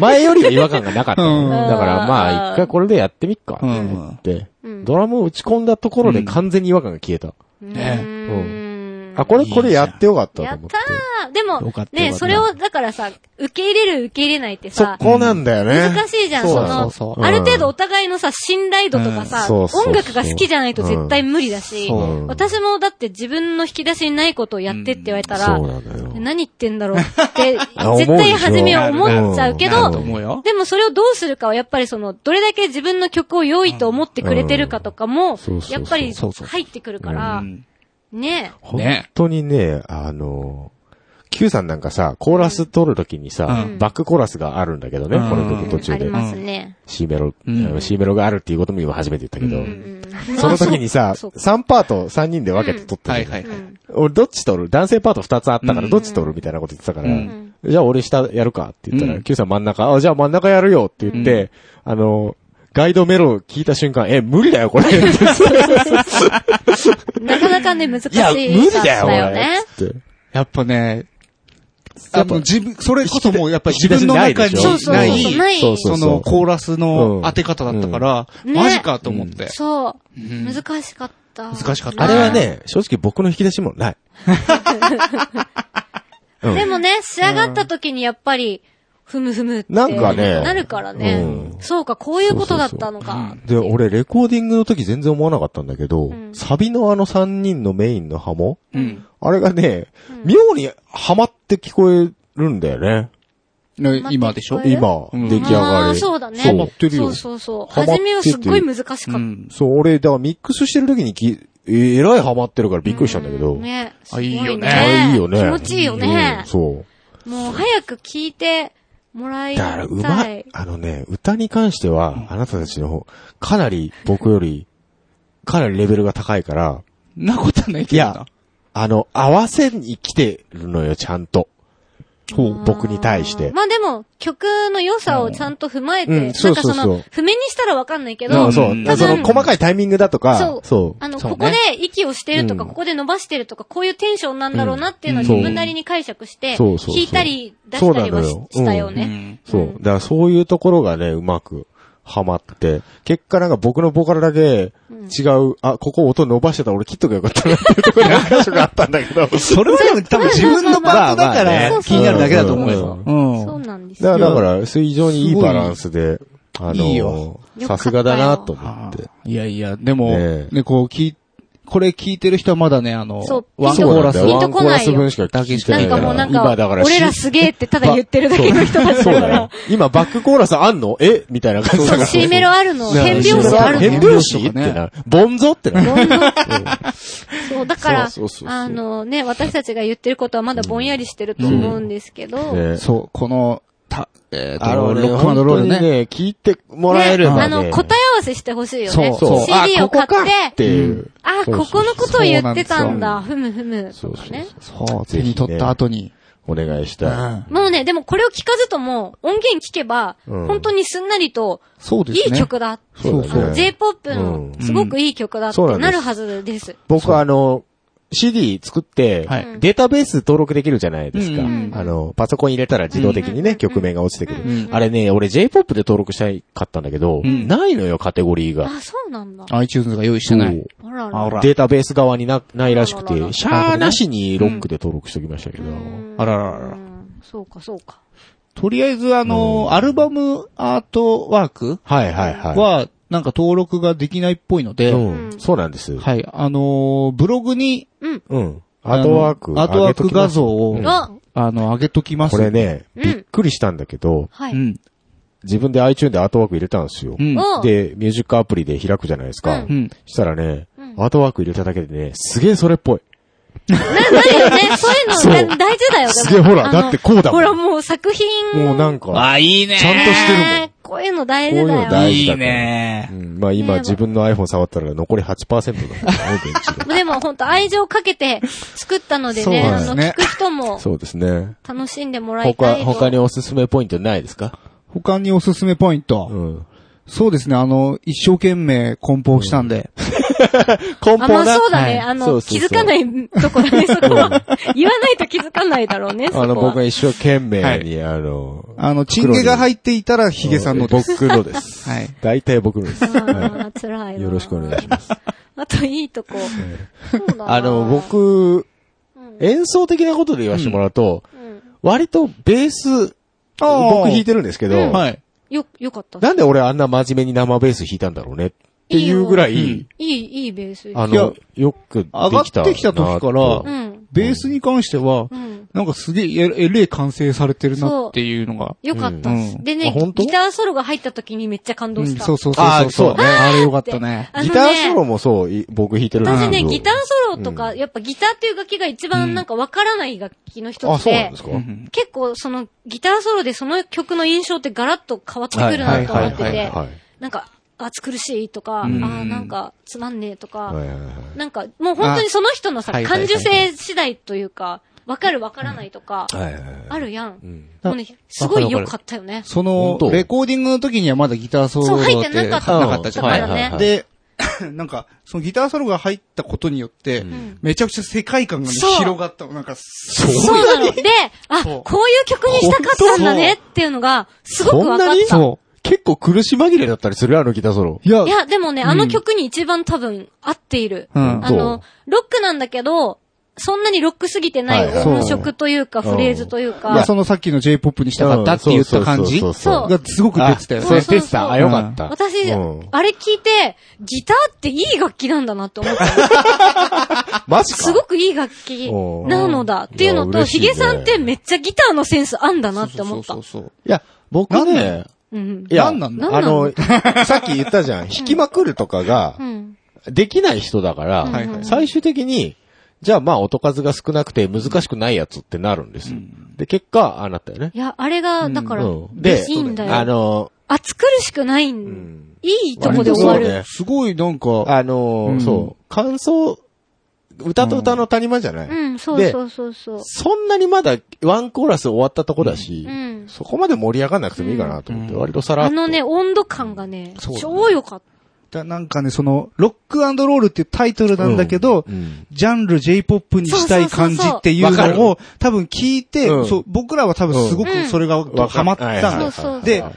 Speaker 1: 前よりは違和感がなかったの。
Speaker 3: うん
Speaker 1: だからまあ、一回これでやってみっか、
Speaker 3: うん。
Speaker 1: って。
Speaker 2: うん
Speaker 1: ドラムを打ち込んだところで完全に違和感が消えた。
Speaker 3: ね
Speaker 2: う
Speaker 1: うん
Speaker 2: ん
Speaker 1: あ、これ、
Speaker 3: いいじゃ
Speaker 1: こ
Speaker 3: ん
Speaker 1: れやってよかったと
Speaker 2: やっ
Speaker 1: 思って
Speaker 2: た。ーで
Speaker 1: よ
Speaker 2: も
Speaker 1: かっ、たよかっ
Speaker 2: ね、
Speaker 1: た
Speaker 2: それを、だからさ、受け入れる受け入れないって
Speaker 1: そ
Speaker 2: さ、
Speaker 1: こなんだよね。
Speaker 2: 難しいじゃん、
Speaker 1: そう
Speaker 2: そ
Speaker 1: そ
Speaker 2: の、
Speaker 1: うそう
Speaker 2: ある程度お互いのさ、信頼度とか
Speaker 1: うん
Speaker 2: さ、
Speaker 1: そうそうそう
Speaker 2: 音楽が好きじゃないと絶対無理だし、
Speaker 3: うん
Speaker 1: そう
Speaker 2: 私もだって自分の引き出しにないことをやってって言われたら、
Speaker 1: そうなのよ。
Speaker 2: 何言ってんだろうって、絶
Speaker 1: あ思うでしょ
Speaker 2: 対初めは思っちゃうけ
Speaker 3: な
Speaker 2: ど
Speaker 3: ると、思うよ。
Speaker 2: でもそれをどうするかはやっぱりその、どれだけ自分の曲を良いと思ってくれてるかとかも
Speaker 1: そうそう、そう
Speaker 2: やっぱり
Speaker 3: そうそう
Speaker 2: 入ってくるか
Speaker 3: う
Speaker 2: ら、
Speaker 3: ん
Speaker 2: ねえ。
Speaker 1: 本当にね、あの、Q さんなんかさ、コーラス取るときにさ、
Speaker 2: うん
Speaker 1: バックコーラスがあるんだけどね、
Speaker 3: うん
Speaker 1: この曲途
Speaker 2: あ
Speaker 1: 中
Speaker 2: り
Speaker 1: で。
Speaker 2: ますね。
Speaker 1: C メロ、
Speaker 3: うん
Speaker 1: あの C メロがあるっていうことも今初めて言ったけど、
Speaker 2: うん
Speaker 1: その時にさ、
Speaker 2: そうか
Speaker 1: 3パート3人で分けて撮って
Speaker 3: は
Speaker 1: た
Speaker 3: い
Speaker 1: じゃん
Speaker 3: はいは
Speaker 2: う
Speaker 3: い。
Speaker 2: ん
Speaker 1: 俺どっち撮る男性パート2つあったからどっち撮るみたいなこと言ってたから、
Speaker 3: うん
Speaker 1: じゃあ俺下やるかって言ったら、
Speaker 3: うん
Speaker 1: Q さん真ん中、あ、じゃあ真ん中やるよって言って、あの、ガイドメロを聞いた瞬間、え、無理だよ これ。
Speaker 2: なかなかね、難しい
Speaker 1: いや、無理だよ、
Speaker 2: だよ
Speaker 1: 俺
Speaker 2: ね。。
Speaker 1: つって。
Speaker 3: やっぱね、
Speaker 1: や
Speaker 3: あ
Speaker 1: っぱ
Speaker 3: の、自分、それこそもうやっぱり自分の中
Speaker 1: 引き
Speaker 3: に
Speaker 1: 出し
Speaker 2: そうそう
Speaker 1: な
Speaker 3: ない
Speaker 2: そ
Speaker 1: で
Speaker 2: う
Speaker 1: しょ
Speaker 2: そう。
Speaker 3: い、
Speaker 2: ない。
Speaker 1: そう
Speaker 3: その、コーラスの当て方だったから、
Speaker 2: うん
Speaker 3: マジかと思って。
Speaker 2: そうう。
Speaker 3: ん
Speaker 2: 難しかった。
Speaker 3: 難しかった
Speaker 1: あれは、ね、正直僕の引き出しもない。うん
Speaker 2: でもね、仕上がった時にやっぱり、ふむふむって。
Speaker 1: なんかね
Speaker 2: なるからね
Speaker 1: う。
Speaker 2: そうか、こういうことだったのか。
Speaker 1: で、俺、レコーディングの時全然思わなかったんだけど、
Speaker 2: ん
Speaker 1: サビのあの3人のメインのハモ、
Speaker 3: うん。
Speaker 1: あれがね、妙にハマって聞こえるんだよね。
Speaker 3: ね今でしょ
Speaker 2: 待って
Speaker 1: 今、
Speaker 3: うん
Speaker 1: 出来上
Speaker 2: あ
Speaker 1: が
Speaker 2: あー
Speaker 1: り。
Speaker 2: そうだね。
Speaker 1: そう
Speaker 3: ハマってるよ
Speaker 2: そうそうそう。
Speaker 1: ハマって
Speaker 2: 初
Speaker 1: て
Speaker 2: めはすっごい難しかった。
Speaker 3: うん。
Speaker 1: そう、俺、だからミックスしてる時にき、えらいハマってるからびっくりしたんだけど。
Speaker 2: ね。す
Speaker 3: あ
Speaker 2: ご
Speaker 3: いいよね
Speaker 1: あいいよね。
Speaker 2: 気持ちいいよ
Speaker 1: う
Speaker 2: ね
Speaker 1: ん。そう。
Speaker 2: もう早く聞いてもらい
Speaker 1: だか
Speaker 2: た
Speaker 1: ら、。
Speaker 2: いう
Speaker 1: まい。あのね、歌に関しては、あなたたちの方、かなり僕より、かなりレベルが高いから、
Speaker 3: なことはないけど
Speaker 1: い
Speaker 3: な
Speaker 1: や。あの、合わせに来てるのよ、ちゃんと。僕に対して。
Speaker 2: まあでも、曲の良さをちゃんと踏まえて、
Speaker 1: うんう
Speaker 2: な
Speaker 1: んん
Speaker 2: か
Speaker 1: そうそうそう
Speaker 2: その、譜面にしたらわかんないけ
Speaker 1: う
Speaker 2: ど
Speaker 1: ん、そう
Speaker 3: うん。
Speaker 1: だからそ
Speaker 2: 多分
Speaker 1: の、細かいタイミングだと
Speaker 2: そ
Speaker 1: か、
Speaker 2: う
Speaker 1: そう。
Speaker 2: あの、
Speaker 3: そうね
Speaker 2: ここで息をしてるとか、
Speaker 1: うん
Speaker 2: ここで伸ばしてるとか、こういうテンションなんだろうなっていうのを
Speaker 3: うん
Speaker 2: 自分なりに解釈して、
Speaker 1: そうそうそう
Speaker 2: 弾いたり出したりは
Speaker 1: そうなの
Speaker 2: し
Speaker 1: よ
Speaker 2: したよ
Speaker 3: う
Speaker 2: ね。
Speaker 3: ん。
Speaker 1: そう。だからそういうところがね、うまくハマって、結果なんか僕のボーカルだけ違う、あ、ここ音伸ばしてたら俺切っとけばよかったなっていうところに何箇所があったんだけど。
Speaker 3: それはでも多分自分のパートだか
Speaker 2: まあまあ
Speaker 3: ら
Speaker 2: ね
Speaker 3: 気になるだけだと思うよ。
Speaker 2: そう
Speaker 3: うん。
Speaker 2: なんです
Speaker 1: だ
Speaker 2: よ。
Speaker 1: から、だから、非常にいいバランスで、あ
Speaker 3: いい
Speaker 1: の
Speaker 3: よ、
Speaker 1: さすがだなと思
Speaker 3: あ
Speaker 1: って。
Speaker 3: ーいやいや、でも、
Speaker 1: ねえ
Speaker 3: ね、こう、聞い、これ聞いてる人はまだね、あの
Speaker 2: そう、
Speaker 3: ワン
Speaker 2: ピンと
Speaker 3: コー
Speaker 1: な
Speaker 3: ラ
Speaker 1: ん
Speaker 3: ス
Speaker 1: だよ
Speaker 2: ピン
Speaker 1: ワ
Speaker 2: と
Speaker 1: ン
Speaker 2: こ
Speaker 1: コ
Speaker 2: ない
Speaker 1: ーラス
Speaker 2: よ
Speaker 1: 分しか聞いて
Speaker 2: なん
Speaker 1: い
Speaker 2: かもうなんか、俺らすげえってただ言ってるだけの人たち
Speaker 1: そう
Speaker 2: だ
Speaker 1: だ
Speaker 2: か
Speaker 1: よ
Speaker 2: ら。。
Speaker 1: 今、バックコーラスあんのえみたいな感じだから。
Speaker 2: C メロあるの、変拍子ある
Speaker 1: 変
Speaker 2: の。
Speaker 1: 拍子ってな。ボンゾってな。
Speaker 2: そう、だから
Speaker 1: そうそうそうそう、
Speaker 2: あのね、私たちが言ってることはまだぼんやりしてると思うんですけど、
Speaker 1: ね
Speaker 3: そう、この、た、えっと、
Speaker 1: あの
Speaker 3: ロ
Speaker 1: ね、
Speaker 3: ックマンドロール
Speaker 1: 本当に
Speaker 3: ね。
Speaker 1: ね、聞いてもらえればね。
Speaker 2: あの、答え合わせしてほしいよね。
Speaker 3: そうそう
Speaker 2: CD を買っ、
Speaker 1: ってていう。
Speaker 2: あ、
Speaker 1: そうそう
Speaker 2: こ
Speaker 1: そう
Speaker 2: このことを言ってたんだ。ふむふむ。
Speaker 1: そ
Speaker 2: と
Speaker 1: う
Speaker 2: か
Speaker 1: そう
Speaker 2: ね。
Speaker 3: そう、
Speaker 1: ぜ
Speaker 3: 手
Speaker 1: ひね
Speaker 3: に取った後に。
Speaker 1: お願いし
Speaker 3: う
Speaker 1: たい。
Speaker 3: ん
Speaker 2: もうね、でもこれを聞かずとも、音源聞けば、
Speaker 1: うん
Speaker 2: 本当にすんなりと、
Speaker 3: そうです
Speaker 2: い
Speaker 3: ね。
Speaker 2: い曲だ。
Speaker 1: そう
Speaker 2: あ
Speaker 1: だ
Speaker 2: の、
Speaker 1: ね。
Speaker 2: J-POP の
Speaker 1: う、ん
Speaker 2: すごくいい曲だって
Speaker 1: そうなんです
Speaker 2: なるはずです。
Speaker 1: 僕はあの、CD 作って、
Speaker 3: はい
Speaker 2: うん
Speaker 1: データベース登録できるじゃないですか。
Speaker 3: うん
Speaker 2: うん
Speaker 1: あの、パソコン入れたら自動的にね、
Speaker 2: うん
Speaker 1: 曲名が落ちてくる。
Speaker 3: うん
Speaker 1: あれね、俺 J-POP で登録したいかったんだけど、
Speaker 3: うん
Speaker 1: ないのよ、カテゴリーが。
Speaker 2: あ、そうなんだ。
Speaker 3: iTunes が用意してない。
Speaker 2: あら
Speaker 3: あ
Speaker 2: ら。
Speaker 3: ら
Speaker 1: データベース側にな、ないらしく
Speaker 2: あららら
Speaker 1: て、シャーなしにロックで登録してきましたけど。
Speaker 2: うん
Speaker 3: あらららら
Speaker 2: うんそうか、そうか。
Speaker 3: とりあえず、あの、アルバムアートワーク
Speaker 1: はいはいはい。
Speaker 3: は、なんか登録ができないっぽいので、
Speaker 1: うん、そうなんです。
Speaker 3: はい、あのー、ブログに、
Speaker 1: うん。アートワーク。
Speaker 3: あのアートワーク画像を、
Speaker 1: うん
Speaker 2: あ、
Speaker 3: あの、上げときます。
Speaker 1: これ。ね、
Speaker 2: うん
Speaker 1: びっくりしたんだけど、
Speaker 2: は
Speaker 3: う
Speaker 2: い。
Speaker 3: ん。
Speaker 1: 自分で iTunes でアートワーク入れたんですよ
Speaker 3: う。ん。
Speaker 2: お
Speaker 1: で、ミュージックアプリで開くじゃないですか。
Speaker 2: うん
Speaker 3: うん。
Speaker 1: したらね、
Speaker 2: うん
Speaker 1: アートワーク入れただけでね、すげえそれっぽい。
Speaker 2: な、なるよね。そういうの
Speaker 1: そう
Speaker 2: な大事だよ。でも
Speaker 1: すげえほら
Speaker 2: あの
Speaker 1: だってこうだもん
Speaker 2: ほら、もう作品の。
Speaker 1: もうなんか、
Speaker 3: あ、いいね
Speaker 1: ちゃんとしてるもん
Speaker 2: ねこういうの大事だ
Speaker 1: こういうの
Speaker 2: よ
Speaker 1: 大。
Speaker 3: いいね
Speaker 1: うん、まあ今自分の iPhone 触ったら残り8%だからね、電 池が。
Speaker 2: でも本当愛情かけて作ったので
Speaker 3: そう
Speaker 2: ね、
Speaker 3: で
Speaker 2: あ
Speaker 3: す
Speaker 2: の、
Speaker 3: ね
Speaker 2: 聞く人も
Speaker 1: そうですね。
Speaker 2: 楽しんでもらいた
Speaker 1: 他、
Speaker 2: い。
Speaker 1: 他に。おすすめポイントないですか
Speaker 3: 他におすすめポイント。
Speaker 1: うん。
Speaker 3: そうですね、あの、一生懸命梱包したんで。
Speaker 1: 梱
Speaker 2: あ、まあそうだ
Speaker 1: はい
Speaker 2: ね。あ
Speaker 1: そ
Speaker 2: の、
Speaker 1: うそう
Speaker 2: 気
Speaker 1: そう
Speaker 2: づかないとこ だね、そこは。言わないと気づかないだろうね、そこ
Speaker 1: あ
Speaker 2: は。
Speaker 1: の、僕が一生懸命
Speaker 3: は
Speaker 1: に、あの、
Speaker 3: あの、チンゲが入っていたらヒゲさんのです。
Speaker 1: 僕のです。
Speaker 3: はい。
Speaker 1: 大体僕のです。
Speaker 2: あー辛いな。
Speaker 1: よろしくお願いします。
Speaker 2: あと、いいとこ。そうだな
Speaker 1: あの、、僕、
Speaker 2: うん
Speaker 1: 演奏的なことで言わせてもらうと、
Speaker 2: うん
Speaker 1: 割とベース、僕弾いてるんですけど、
Speaker 3: はい。
Speaker 2: よ、よかった。
Speaker 1: なんで俺あんな真面目に生ベース弾いたんだろうねっていうぐらい、
Speaker 3: いいよ
Speaker 2: いい、いいベース。
Speaker 1: あ
Speaker 3: いや
Speaker 1: の、よくできたなと。
Speaker 3: 上がってきた時から
Speaker 2: うん。
Speaker 3: ベースに関しては
Speaker 2: う、ん。
Speaker 3: なんかすげえ、ええれえ完成されてるなっていうのが。
Speaker 2: よかった。
Speaker 3: うん
Speaker 2: で
Speaker 1: あ
Speaker 2: ね、
Speaker 1: 本当
Speaker 2: ギターソロが入った時にめっちゃ感動
Speaker 3: ん、
Speaker 2: した。
Speaker 3: そうそうそう
Speaker 1: あ
Speaker 3: そ
Speaker 1: ー
Speaker 3: うそう。
Speaker 1: そうね
Speaker 3: あれよかったね。
Speaker 2: あのね
Speaker 1: ギターソロもそう、い僕弾いてるんですけ
Speaker 2: 私ね、
Speaker 1: ど。
Speaker 2: ギターソロとか、やっぱギターっていう楽器が一番なんかわからない楽器の一
Speaker 1: あ、
Speaker 2: つ
Speaker 1: そうな
Speaker 2: で
Speaker 1: んです、か。
Speaker 3: うん
Speaker 2: 結構そのギターソロでその曲の印象ってガラッと変わってくるなと思って
Speaker 1: はいはい
Speaker 2: て
Speaker 1: はい、はい
Speaker 2: なんか、暑苦しいとか、あ
Speaker 3: ん
Speaker 2: ーなんかつまんねえとか、
Speaker 1: はいはいはい
Speaker 2: なんかもう本当にその人のさ、
Speaker 3: はいはい
Speaker 2: 感
Speaker 3: はい
Speaker 2: 受性次第というか、わかるわからないと
Speaker 1: は
Speaker 2: か、
Speaker 1: いはいはい。
Speaker 2: あるやん。
Speaker 1: うん
Speaker 2: もうね、すごい良かったよね。
Speaker 3: その
Speaker 1: 本、当
Speaker 3: レコーディングの時にはまだギターソロ
Speaker 2: そう、
Speaker 3: だ
Speaker 2: 入ってなかった。
Speaker 3: なかったじゃん。
Speaker 2: だ
Speaker 1: は
Speaker 2: か
Speaker 1: い
Speaker 2: ら
Speaker 1: はい
Speaker 2: ね。
Speaker 3: で、なんか、そのギターソロが入ったことによって、
Speaker 2: ん
Speaker 3: めちゃくちゃ世界観がね
Speaker 2: そう
Speaker 3: 広がった。なんか、そ
Speaker 2: そうなの。で、あ、
Speaker 3: そう
Speaker 2: こういう曲にしたかったんだねっていうのが、すごく分かっ
Speaker 1: そんな
Speaker 2: た。
Speaker 1: に結構苦し紛れだったりするよあのギターソロ。
Speaker 3: いや
Speaker 2: いや、でもね、あの曲に一番多分合っている。
Speaker 3: うん
Speaker 2: あの、ロックなんだけど、そんなにロックすぎてない
Speaker 1: はいはい
Speaker 2: 音色というか、
Speaker 1: そう
Speaker 2: フレーズという
Speaker 3: いや
Speaker 2: か、
Speaker 3: そのさっきの J-POP にしたかったって言った感じ
Speaker 1: そう
Speaker 3: が
Speaker 1: そうそうそう。
Speaker 3: すごく出てたよ
Speaker 1: あ
Speaker 3: ね。
Speaker 1: そう
Speaker 2: そうそ
Speaker 1: 出
Speaker 2: う
Speaker 1: てた。あ、よかった。
Speaker 2: 私
Speaker 1: うん、
Speaker 2: あれ聞いて、ギターっていい楽器なんだなって思った。
Speaker 7: マジか。
Speaker 2: すごくいい楽器
Speaker 1: おう
Speaker 2: なのだっていうの
Speaker 7: いや
Speaker 2: と、
Speaker 7: 嬉し
Speaker 2: ヒ
Speaker 7: いね
Speaker 2: ゲさんってめっちゃギターのセンスあんだなって思った
Speaker 3: そう。そうそうそう。
Speaker 1: いや、僕ね、
Speaker 2: うん
Speaker 1: いや、
Speaker 3: 何なん
Speaker 2: だ
Speaker 1: あの、さっき言ったじゃん、弾きまくるとかが
Speaker 2: う、ん。
Speaker 1: できない人だから、
Speaker 3: はいはい
Speaker 1: 最終的に、じゃあまあ音数が少なくて難しくないやつってなるんですよ。で、結果、ああなったよね。
Speaker 2: いや、あれが、だから、
Speaker 1: うん
Speaker 2: で
Speaker 1: で、
Speaker 2: いいんだ
Speaker 1: あ
Speaker 2: よ。
Speaker 1: の、
Speaker 2: 暑苦しくない。
Speaker 1: うんん
Speaker 2: いいとこで終わ
Speaker 1: 割とそう
Speaker 2: る。
Speaker 1: ね
Speaker 3: すごいなんか、
Speaker 1: あのー
Speaker 3: うん
Speaker 1: そう、感想、歌と歌の谷間じゃない、
Speaker 2: うん、そうそうそうそう。
Speaker 1: そんなにまだワンコーラス終わったとこだし、
Speaker 2: うん。
Speaker 1: そこまで盛り上がんなくてもいいかなと思って、
Speaker 3: うん
Speaker 1: 割とさらっ
Speaker 2: あ
Speaker 1: と
Speaker 2: のね、温度感がね、
Speaker 1: そうだね
Speaker 2: 超良かった。
Speaker 3: だなんかね、その、ロックアンドロールっていうタイトルなんだけど、
Speaker 1: うん
Speaker 3: ジャンル J-POP にしたい感じっていう
Speaker 1: そうそうそう
Speaker 3: の
Speaker 1: そう
Speaker 3: を多分聞いて、
Speaker 1: うん
Speaker 3: そう、僕らは多分すご
Speaker 2: う
Speaker 3: く
Speaker 2: ん
Speaker 3: それが
Speaker 1: わか
Speaker 3: ハマったんだ。
Speaker 1: はいはい
Speaker 2: そ
Speaker 1: はい
Speaker 2: うそうそう
Speaker 3: で、や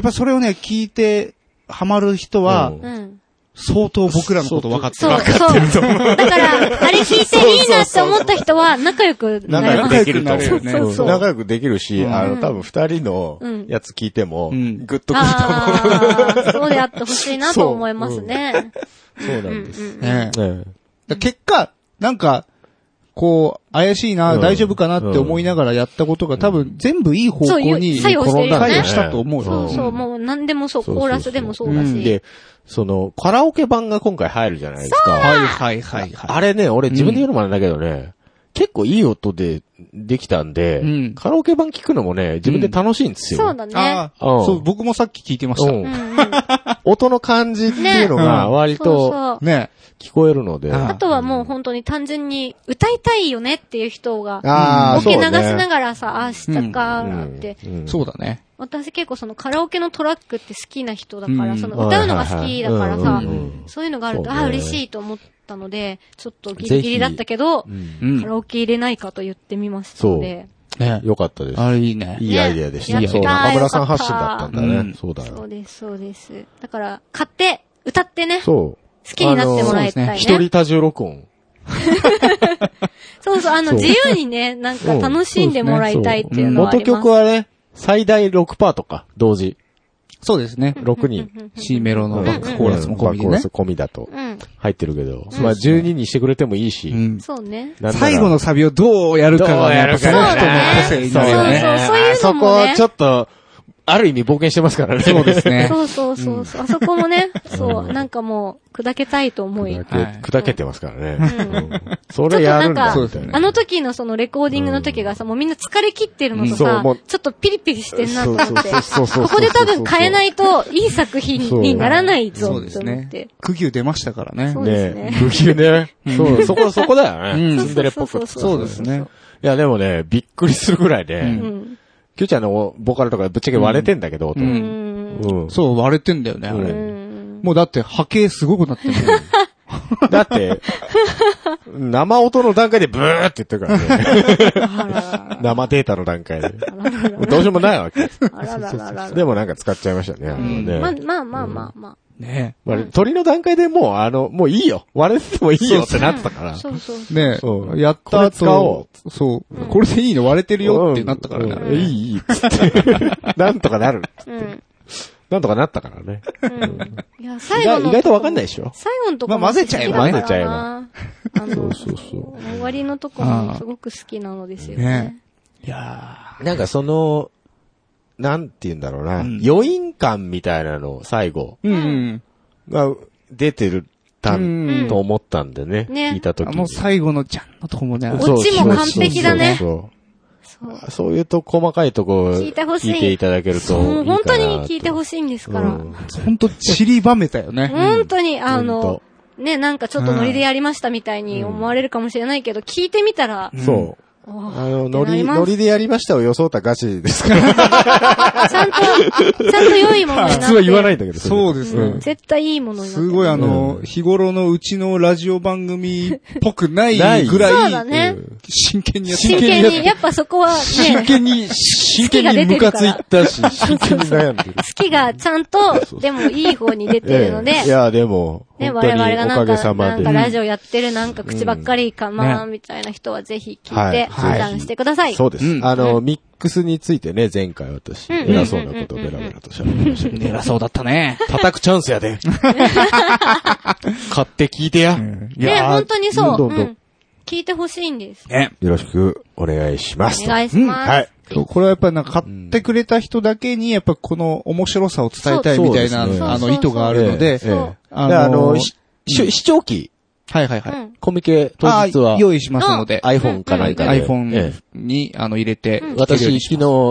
Speaker 3: っぱそれをね、聞いてハマる人は
Speaker 1: うん、
Speaker 2: うん。
Speaker 3: 相当僕らのこと分かって
Speaker 2: そ
Speaker 3: る。
Speaker 2: う、そう。だから、あれ聞いていいなって思った人は仲良くなれま
Speaker 1: 仲
Speaker 2: す。
Speaker 1: 良くなれ
Speaker 3: 仲良
Speaker 1: る
Speaker 3: くな
Speaker 2: そ
Speaker 3: れ
Speaker 2: うそう
Speaker 3: るね
Speaker 2: そう
Speaker 1: 仲良くできるし、
Speaker 3: うん
Speaker 1: あの、多分二人の
Speaker 2: うん
Speaker 1: やつ聞いても、
Speaker 3: うん
Speaker 1: グッとくると思
Speaker 2: ああ、そうであってほしいなと思いますね。
Speaker 1: う。そうな
Speaker 2: うんん
Speaker 1: です。
Speaker 2: うん
Speaker 3: ねえ
Speaker 1: ええ
Speaker 3: だ結果、なんか、こう、怪しいな、
Speaker 1: うん
Speaker 3: 大丈夫かなって思いながらやったことが多分全部いい方向に
Speaker 2: そういう作用してるよね
Speaker 3: 作用したと思う
Speaker 2: そうそう、
Speaker 3: う。
Speaker 2: もう何でもそう、
Speaker 1: そ
Speaker 2: コ
Speaker 1: うそうそう
Speaker 2: ーラスでもそうだ
Speaker 3: うん
Speaker 2: し。
Speaker 1: で、その、カラオケ版が今回入るじゃないですか。
Speaker 3: はいはいはいは
Speaker 1: あれね、俺自分で言うのもなんだけどね、結構いい音でできたんで、
Speaker 3: うん
Speaker 1: カラオケ版聞くのもね、自分で楽しいんですよ。
Speaker 2: そうだ
Speaker 3: い。
Speaker 2: ね。
Speaker 3: ああ、
Speaker 1: うん
Speaker 3: そう、僕もさっき聞いてました。
Speaker 1: うん
Speaker 2: うんうん
Speaker 1: 音の感じっていうの
Speaker 3: ね
Speaker 1: が割
Speaker 2: そう
Speaker 1: と
Speaker 2: そう。
Speaker 3: ね
Speaker 1: 聞こえるので。
Speaker 3: あ
Speaker 2: あとはもう本当に単純に歌いたいよねっていう人が、
Speaker 7: あ
Speaker 2: オ
Speaker 7: あ、そう
Speaker 2: ケ流
Speaker 7: ね。
Speaker 2: しながらさ、ああしたかーって。
Speaker 1: うん
Speaker 3: そうだね。
Speaker 2: 私結構そのカラオケのトラックって好きな人だから、
Speaker 3: うん
Speaker 2: その歌うのが好きだから
Speaker 1: はい
Speaker 2: さ
Speaker 1: はいはいうんうんうん、
Speaker 2: そういうのがあると、
Speaker 1: そうね
Speaker 2: ああ嬉しいと思ったので、ちょっとギリギリだったけど
Speaker 1: う、ん
Speaker 3: うん
Speaker 2: カラオケ入れないかと言ってみましたので。
Speaker 3: ね
Speaker 1: よかったです。
Speaker 3: あれいいね。
Speaker 1: いいアイデアでした。
Speaker 2: ね
Speaker 1: そう、
Speaker 2: やった
Speaker 1: 中村さん発信だったんだね。
Speaker 3: よかった
Speaker 1: そうだ
Speaker 2: そ
Speaker 1: よ。
Speaker 2: うです、そうです。だから、買って、歌ってね、好
Speaker 1: そう。
Speaker 2: きになってもらいた
Speaker 3: あ
Speaker 2: い
Speaker 3: の
Speaker 1: 一人
Speaker 2: ね。
Speaker 1: 多重録音。
Speaker 2: そうそう、あの、
Speaker 1: そう
Speaker 2: 自由にね、なんか楽しんでもらいたいっていうのはあ
Speaker 1: 元
Speaker 2: ります。
Speaker 1: 曲はね、最大6パーとか、同時。
Speaker 3: そうですね。
Speaker 1: 6人。
Speaker 3: C メロのバックコーラスも込みで
Speaker 1: バックコーラ
Speaker 3: ね
Speaker 1: ス。込みだと
Speaker 2: うん。
Speaker 1: 入ってるけど。まあ12にしてくれてもいいし。
Speaker 3: うん
Speaker 2: そうね。
Speaker 1: なんなら
Speaker 3: 最後のサビをどうやるかがね、やっぱその人の個性になるよね。
Speaker 2: そうそうそういうのもね
Speaker 1: あそこちょっと、ある意味冒険してますからね。
Speaker 3: そうですね。
Speaker 2: そうそうそうそう。あそこ もね、そう、なんかもう、砕けたいと思い。
Speaker 1: 砕
Speaker 2: ち
Speaker 1: け
Speaker 3: はい
Speaker 1: 砕けてますから
Speaker 2: う
Speaker 1: ね。うんそ
Speaker 2: ょっと
Speaker 1: れや
Speaker 2: な
Speaker 1: る
Speaker 2: ん
Speaker 1: んだ
Speaker 2: か
Speaker 3: そうですよね、
Speaker 2: あの時のそのレコーディングの時がさ、もうみんな疲れ切ってるのと
Speaker 1: うんそ
Speaker 2: さ
Speaker 1: うもう、
Speaker 2: ちょっとピリピリしてんなと思って。
Speaker 1: そうそうそうそう
Speaker 2: ここで多分変えないと、いい作品
Speaker 1: そう
Speaker 2: にならない
Speaker 3: そ
Speaker 2: ぞ
Speaker 3: うで
Speaker 2: と
Speaker 3: す
Speaker 2: 思っ
Speaker 3: ね
Speaker 2: て。。
Speaker 3: 苦牛出ましたからね
Speaker 2: そ。うですね
Speaker 1: ね不器ね。そう、そこ、そこだよ
Speaker 3: う
Speaker 1: ね。
Speaker 3: ん
Speaker 1: ツンデレっぽく。
Speaker 3: そうですね。
Speaker 1: いや、でもね、びっくりするぐらいで、
Speaker 3: うん
Speaker 2: うん。
Speaker 1: キューちゃんのボーカルとかぶっちゃけ割れてんだけど、と。
Speaker 3: う
Speaker 1: うん。
Speaker 2: うん
Speaker 3: ん。
Speaker 2: ん。
Speaker 3: そう、割れてんだよね、あ
Speaker 1: う
Speaker 3: れ。
Speaker 2: うん
Speaker 3: もうだって波形すごくなってる。
Speaker 1: だって、生音の段階でブーって言ってるからね。
Speaker 2: あら
Speaker 1: 生データの段階で。
Speaker 2: あららら
Speaker 1: どうしようもないわけ。
Speaker 2: あららららら
Speaker 1: でもなんか使っちゃいましたね、あのね。
Speaker 2: ま、まあまあまあま
Speaker 3: ね
Speaker 1: まあ鳥の段階でもう、あの、もういいよ。割れてもいいよってなってたか
Speaker 2: あ。
Speaker 1: ら。
Speaker 2: そうそう。
Speaker 3: ね
Speaker 1: そう
Speaker 3: やった
Speaker 1: これ使お
Speaker 3: 後、そう、これでいいの割れてるよってなったからねあ
Speaker 1: うん
Speaker 3: れ
Speaker 1: うんいい、い いっつって。なんとかなる。
Speaker 2: うん。
Speaker 1: なんとかなったからね。
Speaker 2: うん。いや、
Speaker 1: 意
Speaker 2: 最後
Speaker 1: 外
Speaker 2: の。
Speaker 1: 意外とわかんないでしょ。
Speaker 2: 最後のとこ
Speaker 3: まあ混ぜちゃえば
Speaker 1: ね混ぜちゃえば
Speaker 2: ば。あの、
Speaker 1: そうそう。
Speaker 2: 終わりのとこもすごく好きなのですよね
Speaker 3: ね。いや
Speaker 1: なんかその、なんて言うんだろうな、
Speaker 3: ん
Speaker 1: 余韻感みたいなの、最後、
Speaker 3: ーうん。
Speaker 1: が出てる、た、
Speaker 3: うん
Speaker 2: ん
Speaker 1: と思ったんでね。
Speaker 2: ね
Speaker 1: 聞いたとき
Speaker 3: あ
Speaker 1: に。
Speaker 3: の最後のちゃんのとこもね、
Speaker 2: オチも完璧だね
Speaker 1: そうそうそう
Speaker 2: そう。
Speaker 1: そうそういうと細かいとこ、
Speaker 2: 聞いてほしい
Speaker 1: 聞いていただけると
Speaker 2: もう本当に聞いて
Speaker 1: し
Speaker 2: ほしいんですから。
Speaker 3: ほんと散りばめたよね。
Speaker 2: 本当に、あの
Speaker 1: 本、
Speaker 2: ね、なんかちょっとノリでやりましたみたいに思われるかもしれないけど、聞いてみたら、
Speaker 1: そう。
Speaker 2: おー
Speaker 1: あの、ノ
Speaker 2: ってなり
Speaker 1: リ、
Speaker 2: ます
Speaker 1: ノリでやりましたを装ったガチです から。
Speaker 2: ちゃんと、ちゃんと良いものになって。
Speaker 1: 普通は言わないんだけど。
Speaker 3: そう
Speaker 1: う。
Speaker 3: です
Speaker 2: う
Speaker 3: ね
Speaker 2: ん。絶対いいものになって。
Speaker 3: すごいあの、日頃のうちのラジオ番組っぽくないぐ
Speaker 2: そうだ
Speaker 3: らい、
Speaker 2: ね。
Speaker 3: 真剣にやって
Speaker 2: 真
Speaker 3: る
Speaker 2: 剣に、やっぱそこは
Speaker 1: 真
Speaker 2: ね、
Speaker 1: 剣に、真
Speaker 2: 剣
Speaker 1: 剣
Speaker 2: に
Speaker 1: に
Speaker 2: ム
Speaker 1: ム
Speaker 2: カ
Speaker 1: カ
Speaker 2: つ
Speaker 1: つ
Speaker 2: い
Speaker 1: いたし、真剣に 悩んでる。
Speaker 2: 好きがちゃんと、でもいい方に出てるので、
Speaker 1: いや、でも、
Speaker 2: ね、
Speaker 1: 本
Speaker 2: 我
Speaker 1: 当に
Speaker 2: 々がな
Speaker 1: おか
Speaker 2: ん
Speaker 1: げ
Speaker 2: か、
Speaker 1: さま
Speaker 2: な
Speaker 1: で。
Speaker 2: んかラジオやってる、なんか口ばっかりかまあ、
Speaker 3: う
Speaker 2: みたいな人はぜひ聞い
Speaker 1: はい
Speaker 2: て、相談してください。
Speaker 1: そうです。
Speaker 3: うん
Speaker 1: あの、ミックスについてね、前回私、
Speaker 2: うん
Speaker 1: 偉そうなことをベラベラと喋りましたけど。
Speaker 3: 偉そうだっ たね。
Speaker 1: 叩くチャンスやで。買って聞いてや。
Speaker 3: い
Speaker 2: で、
Speaker 3: や
Speaker 2: 本
Speaker 3: ー
Speaker 2: 当にそう。
Speaker 1: どん
Speaker 2: う
Speaker 1: どん
Speaker 2: ん聞いてほしいんです。
Speaker 1: よろしくお願いします。
Speaker 2: お願いし
Speaker 1: うん
Speaker 2: ます
Speaker 1: はい。
Speaker 3: そうこれはやっぱりなんか買ってくれた人だけに、やっぱこの面白さを伝えたいみたいな、
Speaker 1: そうそうですね
Speaker 3: あの、意図があるので、
Speaker 2: そう
Speaker 1: ええ
Speaker 3: あ
Speaker 1: であ
Speaker 3: の
Speaker 1: の、しし視聴機、
Speaker 3: はいはいは
Speaker 2: う
Speaker 3: い。
Speaker 2: ん。
Speaker 1: コミケ当
Speaker 3: あ
Speaker 1: 日は
Speaker 3: 用意しますので、
Speaker 1: iPhone か何かで。え
Speaker 3: iPhone
Speaker 1: え
Speaker 3: に、あの、入れて、
Speaker 1: 私、昨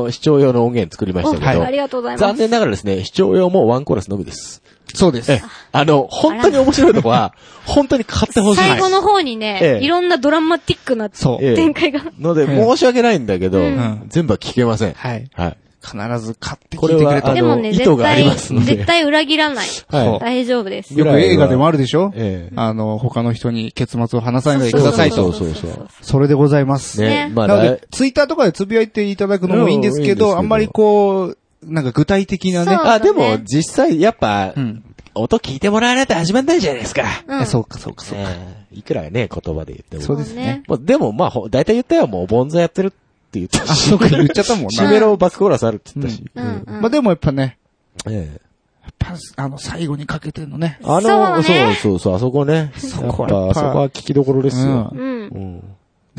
Speaker 1: 日視聴用の音源作りました
Speaker 2: お
Speaker 1: け
Speaker 2: あ
Speaker 1: ど、
Speaker 2: りがとうございま
Speaker 1: 残
Speaker 2: す。
Speaker 1: 念ながらですね、視聴用もワンコーラスのみです。
Speaker 3: そうです。
Speaker 1: ええあの、本当に面白いとこは、本当に買ってほしい。
Speaker 2: 最後の方に
Speaker 1: え
Speaker 2: ね、
Speaker 1: え
Speaker 2: いろんなドラマティックな
Speaker 3: そう。
Speaker 1: ええ
Speaker 2: 展開が。
Speaker 1: ので、
Speaker 3: ええ
Speaker 1: 申し訳ないんだけど
Speaker 3: うん、
Speaker 1: 全部は聞けません。
Speaker 3: はい。
Speaker 1: はい。
Speaker 3: 必ず買って
Speaker 1: こ
Speaker 3: 聞
Speaker 1: れ
Speaker 3: いてく
Speaker 1: は
Speaker 3: れ、
Speaker 1: あ
Speaker 3: た。
Speaker 2: でもね、
Speaker 1: の、意図
Speaker 2: 絶
Speaker 1: があり
Speaker 2: 対、
Speaker 1: ますので。
Speaker 2: 絶対裏切らない。
Speaker 1: はい。
Speaker 2: 大丈夫です。
Speaker 3: よく映画でもあるでしょ
Speaker 1: ええ
Speaker 3: あの、他の人に結末を話さないでください
Speaker 1: そ
Speaker 3: と
Speaker 1: う。そうそう。
Speaker 3: それでございます。
Speaker 1: ね
Speaker 2: ね、
Speaker 1: まあ、
Speaker 3: なの
Speaker 1: 来
Speaker 3: で、ツイッターとかでつぶやいていただくのもいいんですけ
Speaker 1: うんいいんですけ
Speaker 3: ど、
Speaker 1: ど
Speaker 3: あんまりこう、なんか具体的なね
Speaker 2: そう。
Speaker 1: あ、で
Speaker 2: だ
Speaker 1: も
Speaker 2: ね
Speaker 1: 実際やっぱ
Speaker 3: う、ん。
Speaker 1: 音聞いてもらわないと始まんないじゃないですか。
Speaker 2: うん。
Speaker 3: そうか、そうか、そうか。
Speaker 1: ねいくらね、言葉で言っても。
Speaker 3: そう
Speaker 2: う
Speaker 3: ですね。。
Speaker 1: まあでもまあ、ほ大体言ったよ、もう、ボンザやってるって言った
Speaker 3: あ、
Speaker 1: し。
Speaker 3: そうか、言っちゃったもん
Speaker 1: シ
Speaker 3: な。
Speaker 1: ベロバスコーラスあるって言ったし。
Speaker 2: うん。うん
Speaker 3: まあでもやっぱね、
Speaker 1: ええ
Speaker 3: やっぱあの、最後にかけてのね。
Speaker 1: あ
Speaker 2: そう
Speaker 1: の、そう
Speaker 2: ね
Speaker 1: そうそう、あそこね。
Speaker 3: そ
Speaker 1: やっ
Speaker 3: こ
Speaker 1: ぱ、
Speaker 3: はやっぱ
Speaker 1: あそこは聞きどころですよ。
Speaker 3: う
Speaker 2: うん。
Speaker 1: うん。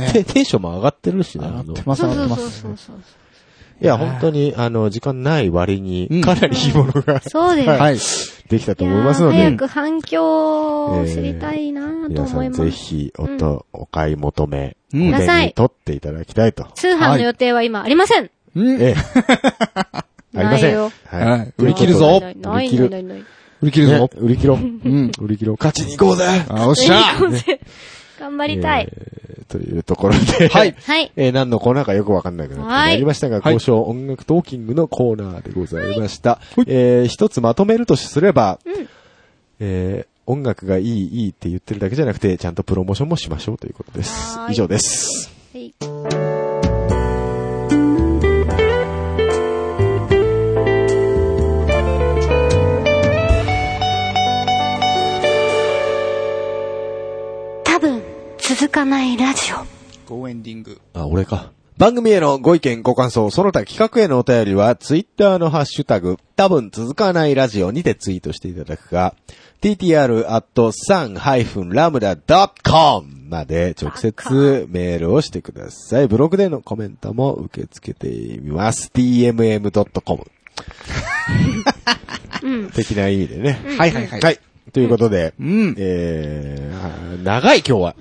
Speaker 1: テ
Speaker 3: ね。
Speaker 1: テンションも上がってるし
Speaker 3: 上
Speaker 1: な、
Speaker 3: が
Speaker 1: あ
Speaker 3: っ
Speaker 1: の
Speaker 3: てます、
Speaker 2: そう
Speaker 3: 上
Speaker 2: そ
Speaker 3: がっ
Speaker 2: う
Speaker 3: てま
Speaker 2: そう
Speaker 3: す
Speaker 2: そう。そう。
Speaker 1: いや、本当に、あの、時間ない割
Speaker 3: うん
Speaker 1: に、かなりいいものが
Speaker 2: そうです。
Speaker 3: はいい。
Speaker 1: できたと
Speaker 2: や
Speaker 1: 思います
Speaker 2: ー
Speaker 1: の
Speaker 2: 早
Speaker 1: で、
Speaker 2: く反響を知りたいなぁと
Speaker 1: 皆さ
Speaker 2: 思い
Speaker 1: ん
Speaker 2: ます。
Speaker 1: ぜひ、音、お買い求め、
Speaker 3: う
Speaker 1: お
Speaker 3: ん
Speaker 2: だ。さい
Speaker 1: 手に取っていただきたいと。
Speaker 2: 通販の予定は今ありません。
Speaker 3: うん。
Speaker 1: ええ。 ありませ
Speaker 2: ない
Speaker 1: ん。
Speaker 2: よ
Speaker 1: は
Speaker 3: はい売り切るぞ
Speaker 2: ないな
Speaker 1: 売
Speaker 2: い
Speaker 1: り切
Speaker 2: ない
Speaker 1: る
Speaker 2: ないない。
Speaker 3: 売り切る
Speaker 1: ね
Speaker 3: ぞ。
Speaker 1: 売り切ろう。
Speaker 3: うん。
Speaker 1: 売り切ろう。勝ちに行こうぜ
Speaker 3: あ、おっしゃ
Speaker 2: 行こうぜ 頑張りたい。
Speaker 1: えーというところで。
Speaker 3: はい。
Speaker 2: はい。
Speaker 1: えー何のコーナーかよくわかんなくなってまいりましたが、
Speaker 3: はい
Speaker 1: 交渉音楽トーキングのコーナーでございました。えー一つまとめるとすれば、えー音楽がいい、いいって言ってるだけじゃなくて、ちゃんとプロモーションもしましょうということです
Speaker 2: は。ーい
Speaker 1: 以上です。
Speaker 2: はい多分、続かないラジオ。
Speaker 3: ゴーエンディング。
Speaker 1: あ、俺か。番組へのご意見、ご感想、その他企画へのお便りは、ツイッターのハッシュタグ、多分続かないラジオにてツイートしていただくか、ttr.sun-lambda.com まで直接メールをしてください。ブログでのコメントも受け付けています。tmm.com。的な意味でね。
Speaker 3: はいはいは。
Speaker 1: はいい。ということで、
Speaker 3: うん。
Speaker 1: えー、長い今日は。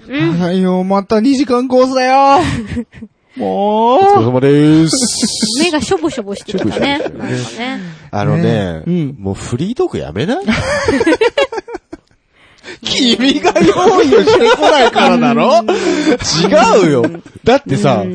Speaker 3: はいよ、また2時間コースだ よもう
Speaker 1: お疲れ様です。
Speaker 2: 目がしょぼしょぼしてきた
Speaker 1: し
Speaker 2: ね。な
Speaker 1: ょ
Speaker 2: ん
Speaker 1: ぼし
Speaker 2: か
Speaker 1: ょぼし
Speaker 2: ね。
Speaker 1: あのね、
Speaker 3: うん
Speaker 1: もうフリートークやめない
Speaker 3: 君が用意をしてこないからだろ
Speaker 1: 違うよだってさ、タイ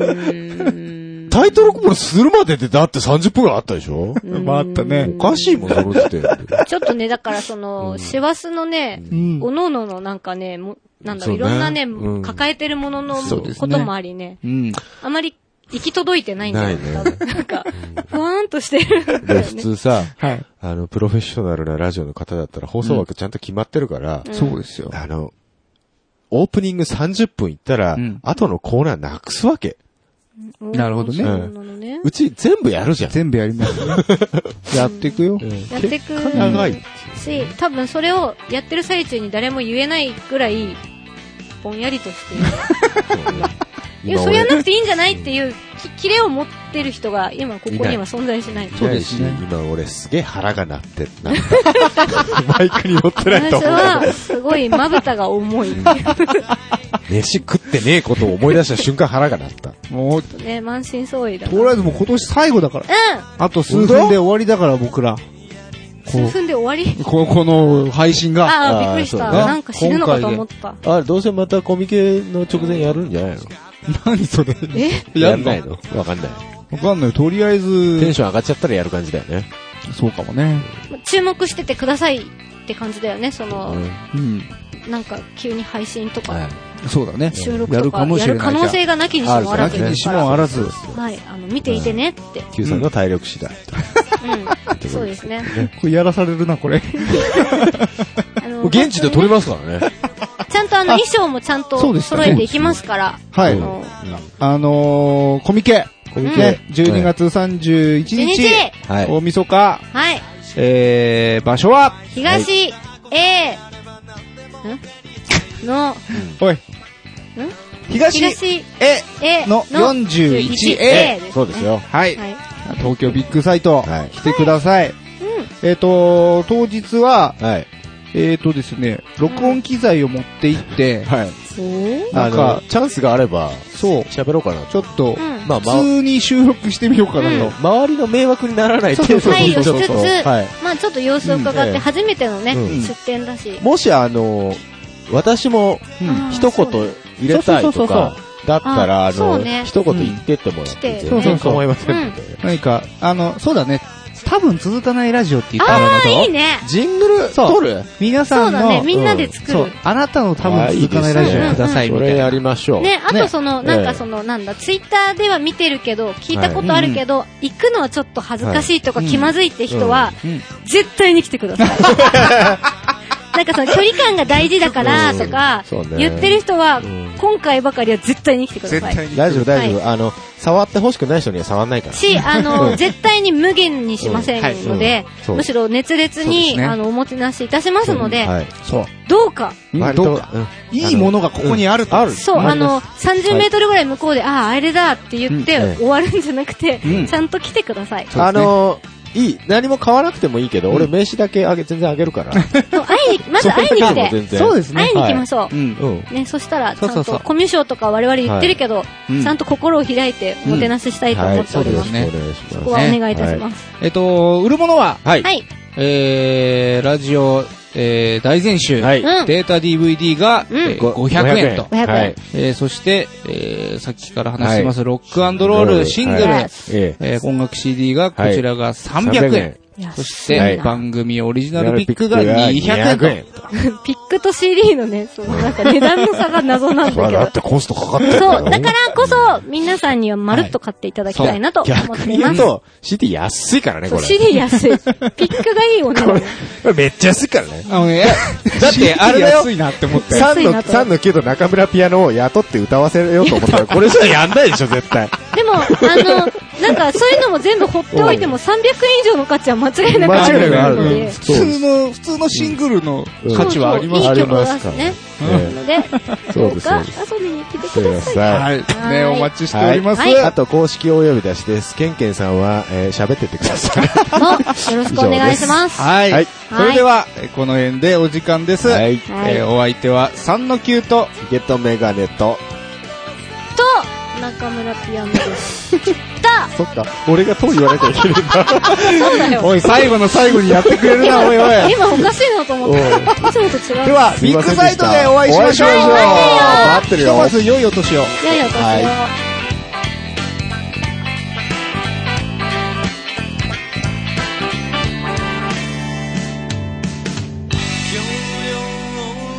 Speaker 1: トルコールするまででだって30分ぐらいあったでしょ
Speaker 3: まああったね
Speaker 1: お。かしいもん、その時 点で。
Speaker 2: ちょっとね、だからその、師走のね、
Speaker 3: ん
Speaker 2: おのおののなんかね、もなんだろう、い
Speaker 1: そう
Speaker 2: ろ
Speaker 1: ね
Speaker 2: んなね
Speaker 1: う、ん
Speaker 2: 抱えてるものの
Speaker 3: そうですね
Speaker 2: こともありね、
Speaker 3: うん。
Speaker 2: あまり行き届いてないんだよ
Speaker 1: ないね
Speaker 2: 多分なんか、ふわーんとしてるんだ
Speaker 1: で、
Speaker 2: よ
Speaker 1: 普
Speaker 2: ね。
Speaker 1: 通さ、
Speaker 3: はい。
Speaker 1: あの、プロフェッショナルなラジオの方だったら放送枠ちゃんと決まってるから、
Speaker 3: そうですよ。
Speaker 1: あの、オープニング30分いったら、
Speaker 3: うん
Speaker 1: 後のコーナーなくすわけ。
Speaker 3: なるほどね
Speaker 2: そうなのね。
Speaker 1: うち全部やるじゃん。
Speaker 3: 全部やりますね。 やっていくよ。
Speaker 2: やって
Speaker 1: 結
Speaker 2: く
Speaker 1: 果長い。
Speaker 2: し、多分それをやってる最中に誰も言えないぐらい、ぼんやりとしている。い
Speaker 1: 今
Speaker 2: や、そう
Speaker 1: 俺
Speaker 2: やんなくていいんじゃないっていう、き、キレを持ってる人が、今、ここに
Speaker 1: いない
Speaker 2: は存在しない。
Speaker 3: そうですね
Speaker 1: ないし今俺すげえ腹が鳴って、なんか マイクに乗ってない
Speaker 2: 私
Speaker 1: と思う。
Speaker 2: は、すごい、まぶたが重い。
Speaker 1: 飯食ってねえことを思い出した瞬間腹が鳴った。
Speaker 3: もう、
Speaker 2: ね、満身創痍だな。
Speaker 3: とりあえずもう今年最後だから。あと数分で終わりだから僕
Speaker 2: う
Speaker 3: ら。
Speaker 2: ん数分で終わり
Speaker 3: ここの配信が。
Speaker 2: あ
Speaker 1: あ
Speaker 2: あ、びっくりし
Speaker 1: そ
Speaker 2: た。
Speaker 1: うだ
Speaker 2: なんか死ぬのかと思った。
Speaker 1: あ、どうせまたコミケの直前やるんじゃないの
Speaker 3: 何それ。
Speaker 2: え
Speaker 1: やん
Speaker 3: ん
Speaker 1: ないのわかんない。
Speaker 3: わかんない。とりあ
Speaker 1: テ
Speaker 3: え
Speaker 1: ン
Speaker 3: ず、
Speaker 1: ション上がっちゃったらやる感じだよね。
Speaker 3: そうかもね。
Speaker 2: 注目しててくださいって感じだよね。その、
Speaker 3: うん。
Speaker 2: なんか、急に配信と
Speaker 1: は
Speaker 2: か
Speaker 1: い、。
Speaker 3: そうだね。
Speaker 2: 収録
Speaker 3: や
Speaker 2: と
Speaker 3: る
Speaker 2: か
Speaker 3: か、もし
Speaker 2: や
Speaker 3: れ
Speaker 2: る
Speaker 3: ない。
Speaker 2: 可能性がなきにしもあらず
Speaker 1: あ
Speaker 2: で
Speaker 1: る
Speaker 2: す
Speaker 3: し
Speaker 2: か
Speaker 3: も
Speaker 2: ら。
Speaker 3: あらず。
Speaker 2: はい、あの、見ていてねって。
Speaker 1: Q さんの体力次第。
Speaker 2: うん、そうですね。
Speaker 3: これやらされるな、これ。
Speaker 2: あ の
Speaker 1: 撮れますからね。
Speaker 2: ちゃんとあの衣装もちゃんと
Speaker 3: そうです
Speaker 2: 揃えていきますから。
Speaker 3: はい
Speaker 2: あの
Speaker 3: あのー、コミケ。
Speaker 1: コミ
Speaker 3: ね
Speaker 1: ケ、
Speaker 3: 12。月
Speaker 2: 12
Speaker 3: 31日。
Speaker 2: 日
Speaker 1: はい。
Speaker 3: 大晦日。
Speaker 2: はい。
Speaker 3: えー、場所は、
Speaker 2: 東 A、んの、
Speaker 3: おい。東、
Speaker 2: 東
Speaker 3: え、
Speaker 2: A
Speaker 3: の 41A
Speaker 2: 41A。
Speaker 1: そうです。よ。
Speaker 3: はい。
Speaker 2: はい。
Speaker 3: 東京ビッグサイト、
Speaker 1: はい
Speaker 3: 来てください。えっ、と、当日は、
Speaker 1: はい。
Speaker 3: えっ、とですね、録音機材を持って行って、
Speaker 1: はい。
Speaker 2: うん。
Speaker 3: な
Speaker 1: あ
Speaker 3: んか
Speaker 1: の、、チャンスがあれば、
Speaker 3: そう、
Speaker 1: 喋ろうかな
Speaker 3: ちょっと、
Speaker 2: うん
Speaker 1: まあ、まあ
Speaker 3: 普通に収録してみようかなと。
Speaker 1: 周りの迷惑にならない程度
Speaker 2: 配
Speaker 1: に
Speaker 2: 慮
Speaker 1: ちょっ
Speaker 2: しつ
Speaker 1: と、
Speaker 2: つ、
Speaker 1: はい。
Speaker 2: まあちょっと様子を伺
Speaker 1: う
Speaker 2: っ
Speaker 1: んえ
Speaker 2: て、
Speaker 1: え
Speaker 2: 初めてのね、
Speaker 1: うん
Speaker 2: 出店だし。
Speaker 1: もしあの、私も
Speaker 3: うん
Speaker 2: あー
Speaker 1: 一言入れたい
Speaker 3: そ
Speaker 1: と
Speaker 3: うそうそう
Speaker 1: か、だったら、
Speaker 2: あ
Speaker 1: あ
Speaker 2: そ
Speaker 1: の
Speaker 2: う、ね
Speaker 1: 一言言ってってもらって、
Speaker 2: う
Speaker 1: 全然
Speaker 2: ん
Speaker 3: 来てね
Speaker 1: 構いませんので。
Speaker 3: 何か、あの、そうだね、多分続かないラジオって言ったの
Speaker 2: あ
Speaker 3: だ
Speaker 2: あ、
Speaker 3: ぞ。
Speaker 2: いいね。
Speaker 1: ジングル
Speaker 3: そう
Speaker 1: 撮る
Speaker 3: 皆さ
Speaker 2: そうんだ
Speaker 3: の、
Speaker 2: ね。みんなで作
Speaker 3: そ
Speaker 2: る
Speaker 3: う。、あなたの多分続かないラジオください、
Speaker 1: そ
Speaker 3: みた
Speaker 1: れ
Speaker 3: い
Speaker 1: や
Speaker 3: な。
Speaker 1: りましょう。
Speaker 2: ね、あと
Speaker 3: ね
Speaker 2: その、
Speaker 1: ええ
Speaker 2: なんかその、なんだ、ツイッターでは見てるけど、聞いたことあるけど、行くのはちょっと恥ずかしいとか
Speaker 3: はい
Speaker 2: 気まずいって人は、
Speaker 3: うん
Speaker 2: 絶対に来てください。なんかその距離感が大事だからとか
Speaker 1: うんそうね、
Speaker 2: 言ってる人は
Speaker 1: うん、
Speaker 2: 今回ばかりは絶対に来てください。
Speaker 3: に
Speaker 1: 大丈夫、大丈夫。あの、触ってほしくない人には触んないから。
Speaker 2: し、あ
Speaker 1: う
Speaker 2: の、
Speaker 1: ん
Speaker 2: 絶対に無限にしませんので
Speaker 1: うんはいうん、そう
Speaker 2: むしろ熱烈
Speaker 3: そうです
Speaker 2: に、
Speaker 3: ね
Speaker 2: あの、おもてなしいたしますので、
Speaker 1: はい。
Speaker 3: そう。
Speaker 2: どうか、
Speaker 3: うん
Speaker 1: 割
Speaker 3: どう
Speaker 1: と
Speaker 3: か、いいものがここにあると。
Speaker 1: ある。
Speaker 2: そう、あの、30メートルぐらい向こうで、ああ、あれだって言っ
Speaker 1: うんえ
Speaker 2: て
Speaker 1: え
Speaker 2: 終わるんじゃなくて
Speaker 3: うん、
Speaker 2: ちゃんと来てください。
Speaker 3: そうですね
Speaker 1: あの、いい。何も買わなくてもいいけど、俺名刺だけあげ、全然あげるから。
Speaker 2: そう会いに、まず会いに
Speaker 1: そ
Speaker 2: 来
Speaker 1: んなこと
Speaker 2: て、
Speaker 1: 全然。
Speaker 3: そうですね。
Speaker 2: 会いに来ましょ
Speaker 3: う
Speaker 2: う。
Speaker 3: ん。
Speaker 1: うん。
Speaker 2: ね、そしたら、ち
Speaker 3: そうそ
Speaker 2: ゃ
Speaker 3: うんそう
Speaker 2: と、コミュ障とか我々言ってるけど、
Speaker 3: うん
Speaker 2: ちゃんと心を開いて、おもてなししたいと思っております。
Speaker 1: はい
Speaker 3: そうですね
Speaker 1: よろしくお願いします
Speaker 2: ここはお願いいたします。
Speaker 3: えっと、売るものは、
Speaker 1: はい。
Speaker 2: はい。
Speaker 3: えー、ラジオ、えー、大全集、
Speaker 1: はい
Speaker 2: うん
Speaker 3: データ DVD が、
Speaker 2: うん
Speaker 3: えー
Speaker 1: ご
Speaker 3: 500円と。
Speaker 2: 500円
Speaker 1: はい
Speaker 3: えー、そして、えー、さっきから話してます、ロックアンドロールシングル、
Speaker 2: はい
Speaker 1: ええ
Speaker 3: えー、音楽 CD が、こちらが300円。
Speaker 1: 300円
Speaker 2: いや
Speaker 3: そし
Speaker 2: すご
Speaker 3: て、
Speaker 2: いな
Speaker 3: 番組オリジナルピックが200円と。
Speaker 2: ピックと CD のね、そのなんか値段の差が謎なんだけど。
Speaker 1: てコストかかって
Speaker 2: そう、だからこそ、皆さんにはまるっと買っていただきたいなと思っ
Speaker 1: 逆
Speaker 2: て
Speaker 1: に
Speaker 2: いま
Speaker 1: 言う
Speaker 2: す。
Speaker 1: と、CD 安いからね、
Speaker 2: そ
Speaker 1: こ
Speaker 2: う、
Speaker 1: れ。
Speaker 2: CD 安い。ピックがいいお値段。
Speaker 1: これめっちゃ安いからね。
Speaker 3: あのね、 だって、あれだよ。安いなって思って。
Speaker 1: 3の、
Speaker 2: 安いなと
Speaker 1: 3の9と中村ピアノを雇って歌わせようと思った ら、これじゃやんないでしょ、絶対。
Speaker 2: でも、あの、なんかそういうのも全部放っておいても300円以上の価値は間違いなくある
Speaker 1: 間違いなくある
Speaker 2: の
Speaker 1: ね
Speaker 2: で
Speaker 3: 普。通の、普通のシングルの
Speaker 1: うん
Speaker 3: 価値はあります
Speaker 2: そ
Speaker 1: あ
Speaker 2: う
Speaker 1: り
Speaker 2: そういい曲
Speaker 1: ます
Speaker 2: だし
Speaker 1: から
Speaker 2: ね
Speaker 1: ね。。
Speaker 2: な
Speaker 1: え
Speaker 2: ので、
Speaker 1: えそ
Speaker 2: ど
Speaker 1: う
Speaker 2: う
Speaker 1: です、
Speaker 2: か
Speaker 1: そうです。
Speaker 2: 遊びに来て
Speaker 1: 来て
Speaker 2: く
Speaker 1: く
Speaker 2: だ
Speaker 1: だ
Speaker 2: さい。
Speaker 1: さい。
Speaker 3: はい。ね、
Speaker 2: はい
Speaker 3: お待ちしております。
Speaker 2: はい
Speaker 1: あと、公式お呼び出しです。ケンケンさんは、えー喋ってってください。
Speaker 2: もうよろしくお願いします。
Speaker 3: はい。
Speaker 1: はい
Speaker 3: それでは、えーこの辺でお時間です。
Speaker 1: はい。
Speaker 2: はい
Speaker 3: えーお相手は3の9と、
Speaker 1: ゲットメガネと、
Speaker 2: と、中村ピアノです。だ
Speaker 1: そっか、俺がと言わなきゃいけないんだ。
Speaker 2: そうだよ。
Speaker 3: おい、最後の最後にやってくれる な、おいおい。
Speaker 2: 今おかしいなと思った。いつもと違う。
Speaker 3: では、
Speaker 1: す
Speaker 3: ビ
Speaker 1: い
Speaker 3: ッ
Speaker 1: ませ
Speaker 3: グ
Speaker 1: んで
Speaker 3: サ
Speaker 1: し
Speaker 3: イト
Speaker 1: た
Speaker 3: でお会いしましょう。
Speaker 1: お会いしましょう
Speaker 3: 待
Speaker 1: 待ってるよ
Speaker 3: まず良いお年を。
Speaker 2: いやいや、私は。
Speaker 9: 容量オ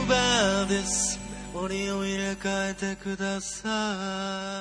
Speaker 9: ーバーですメモリを入れ替えてください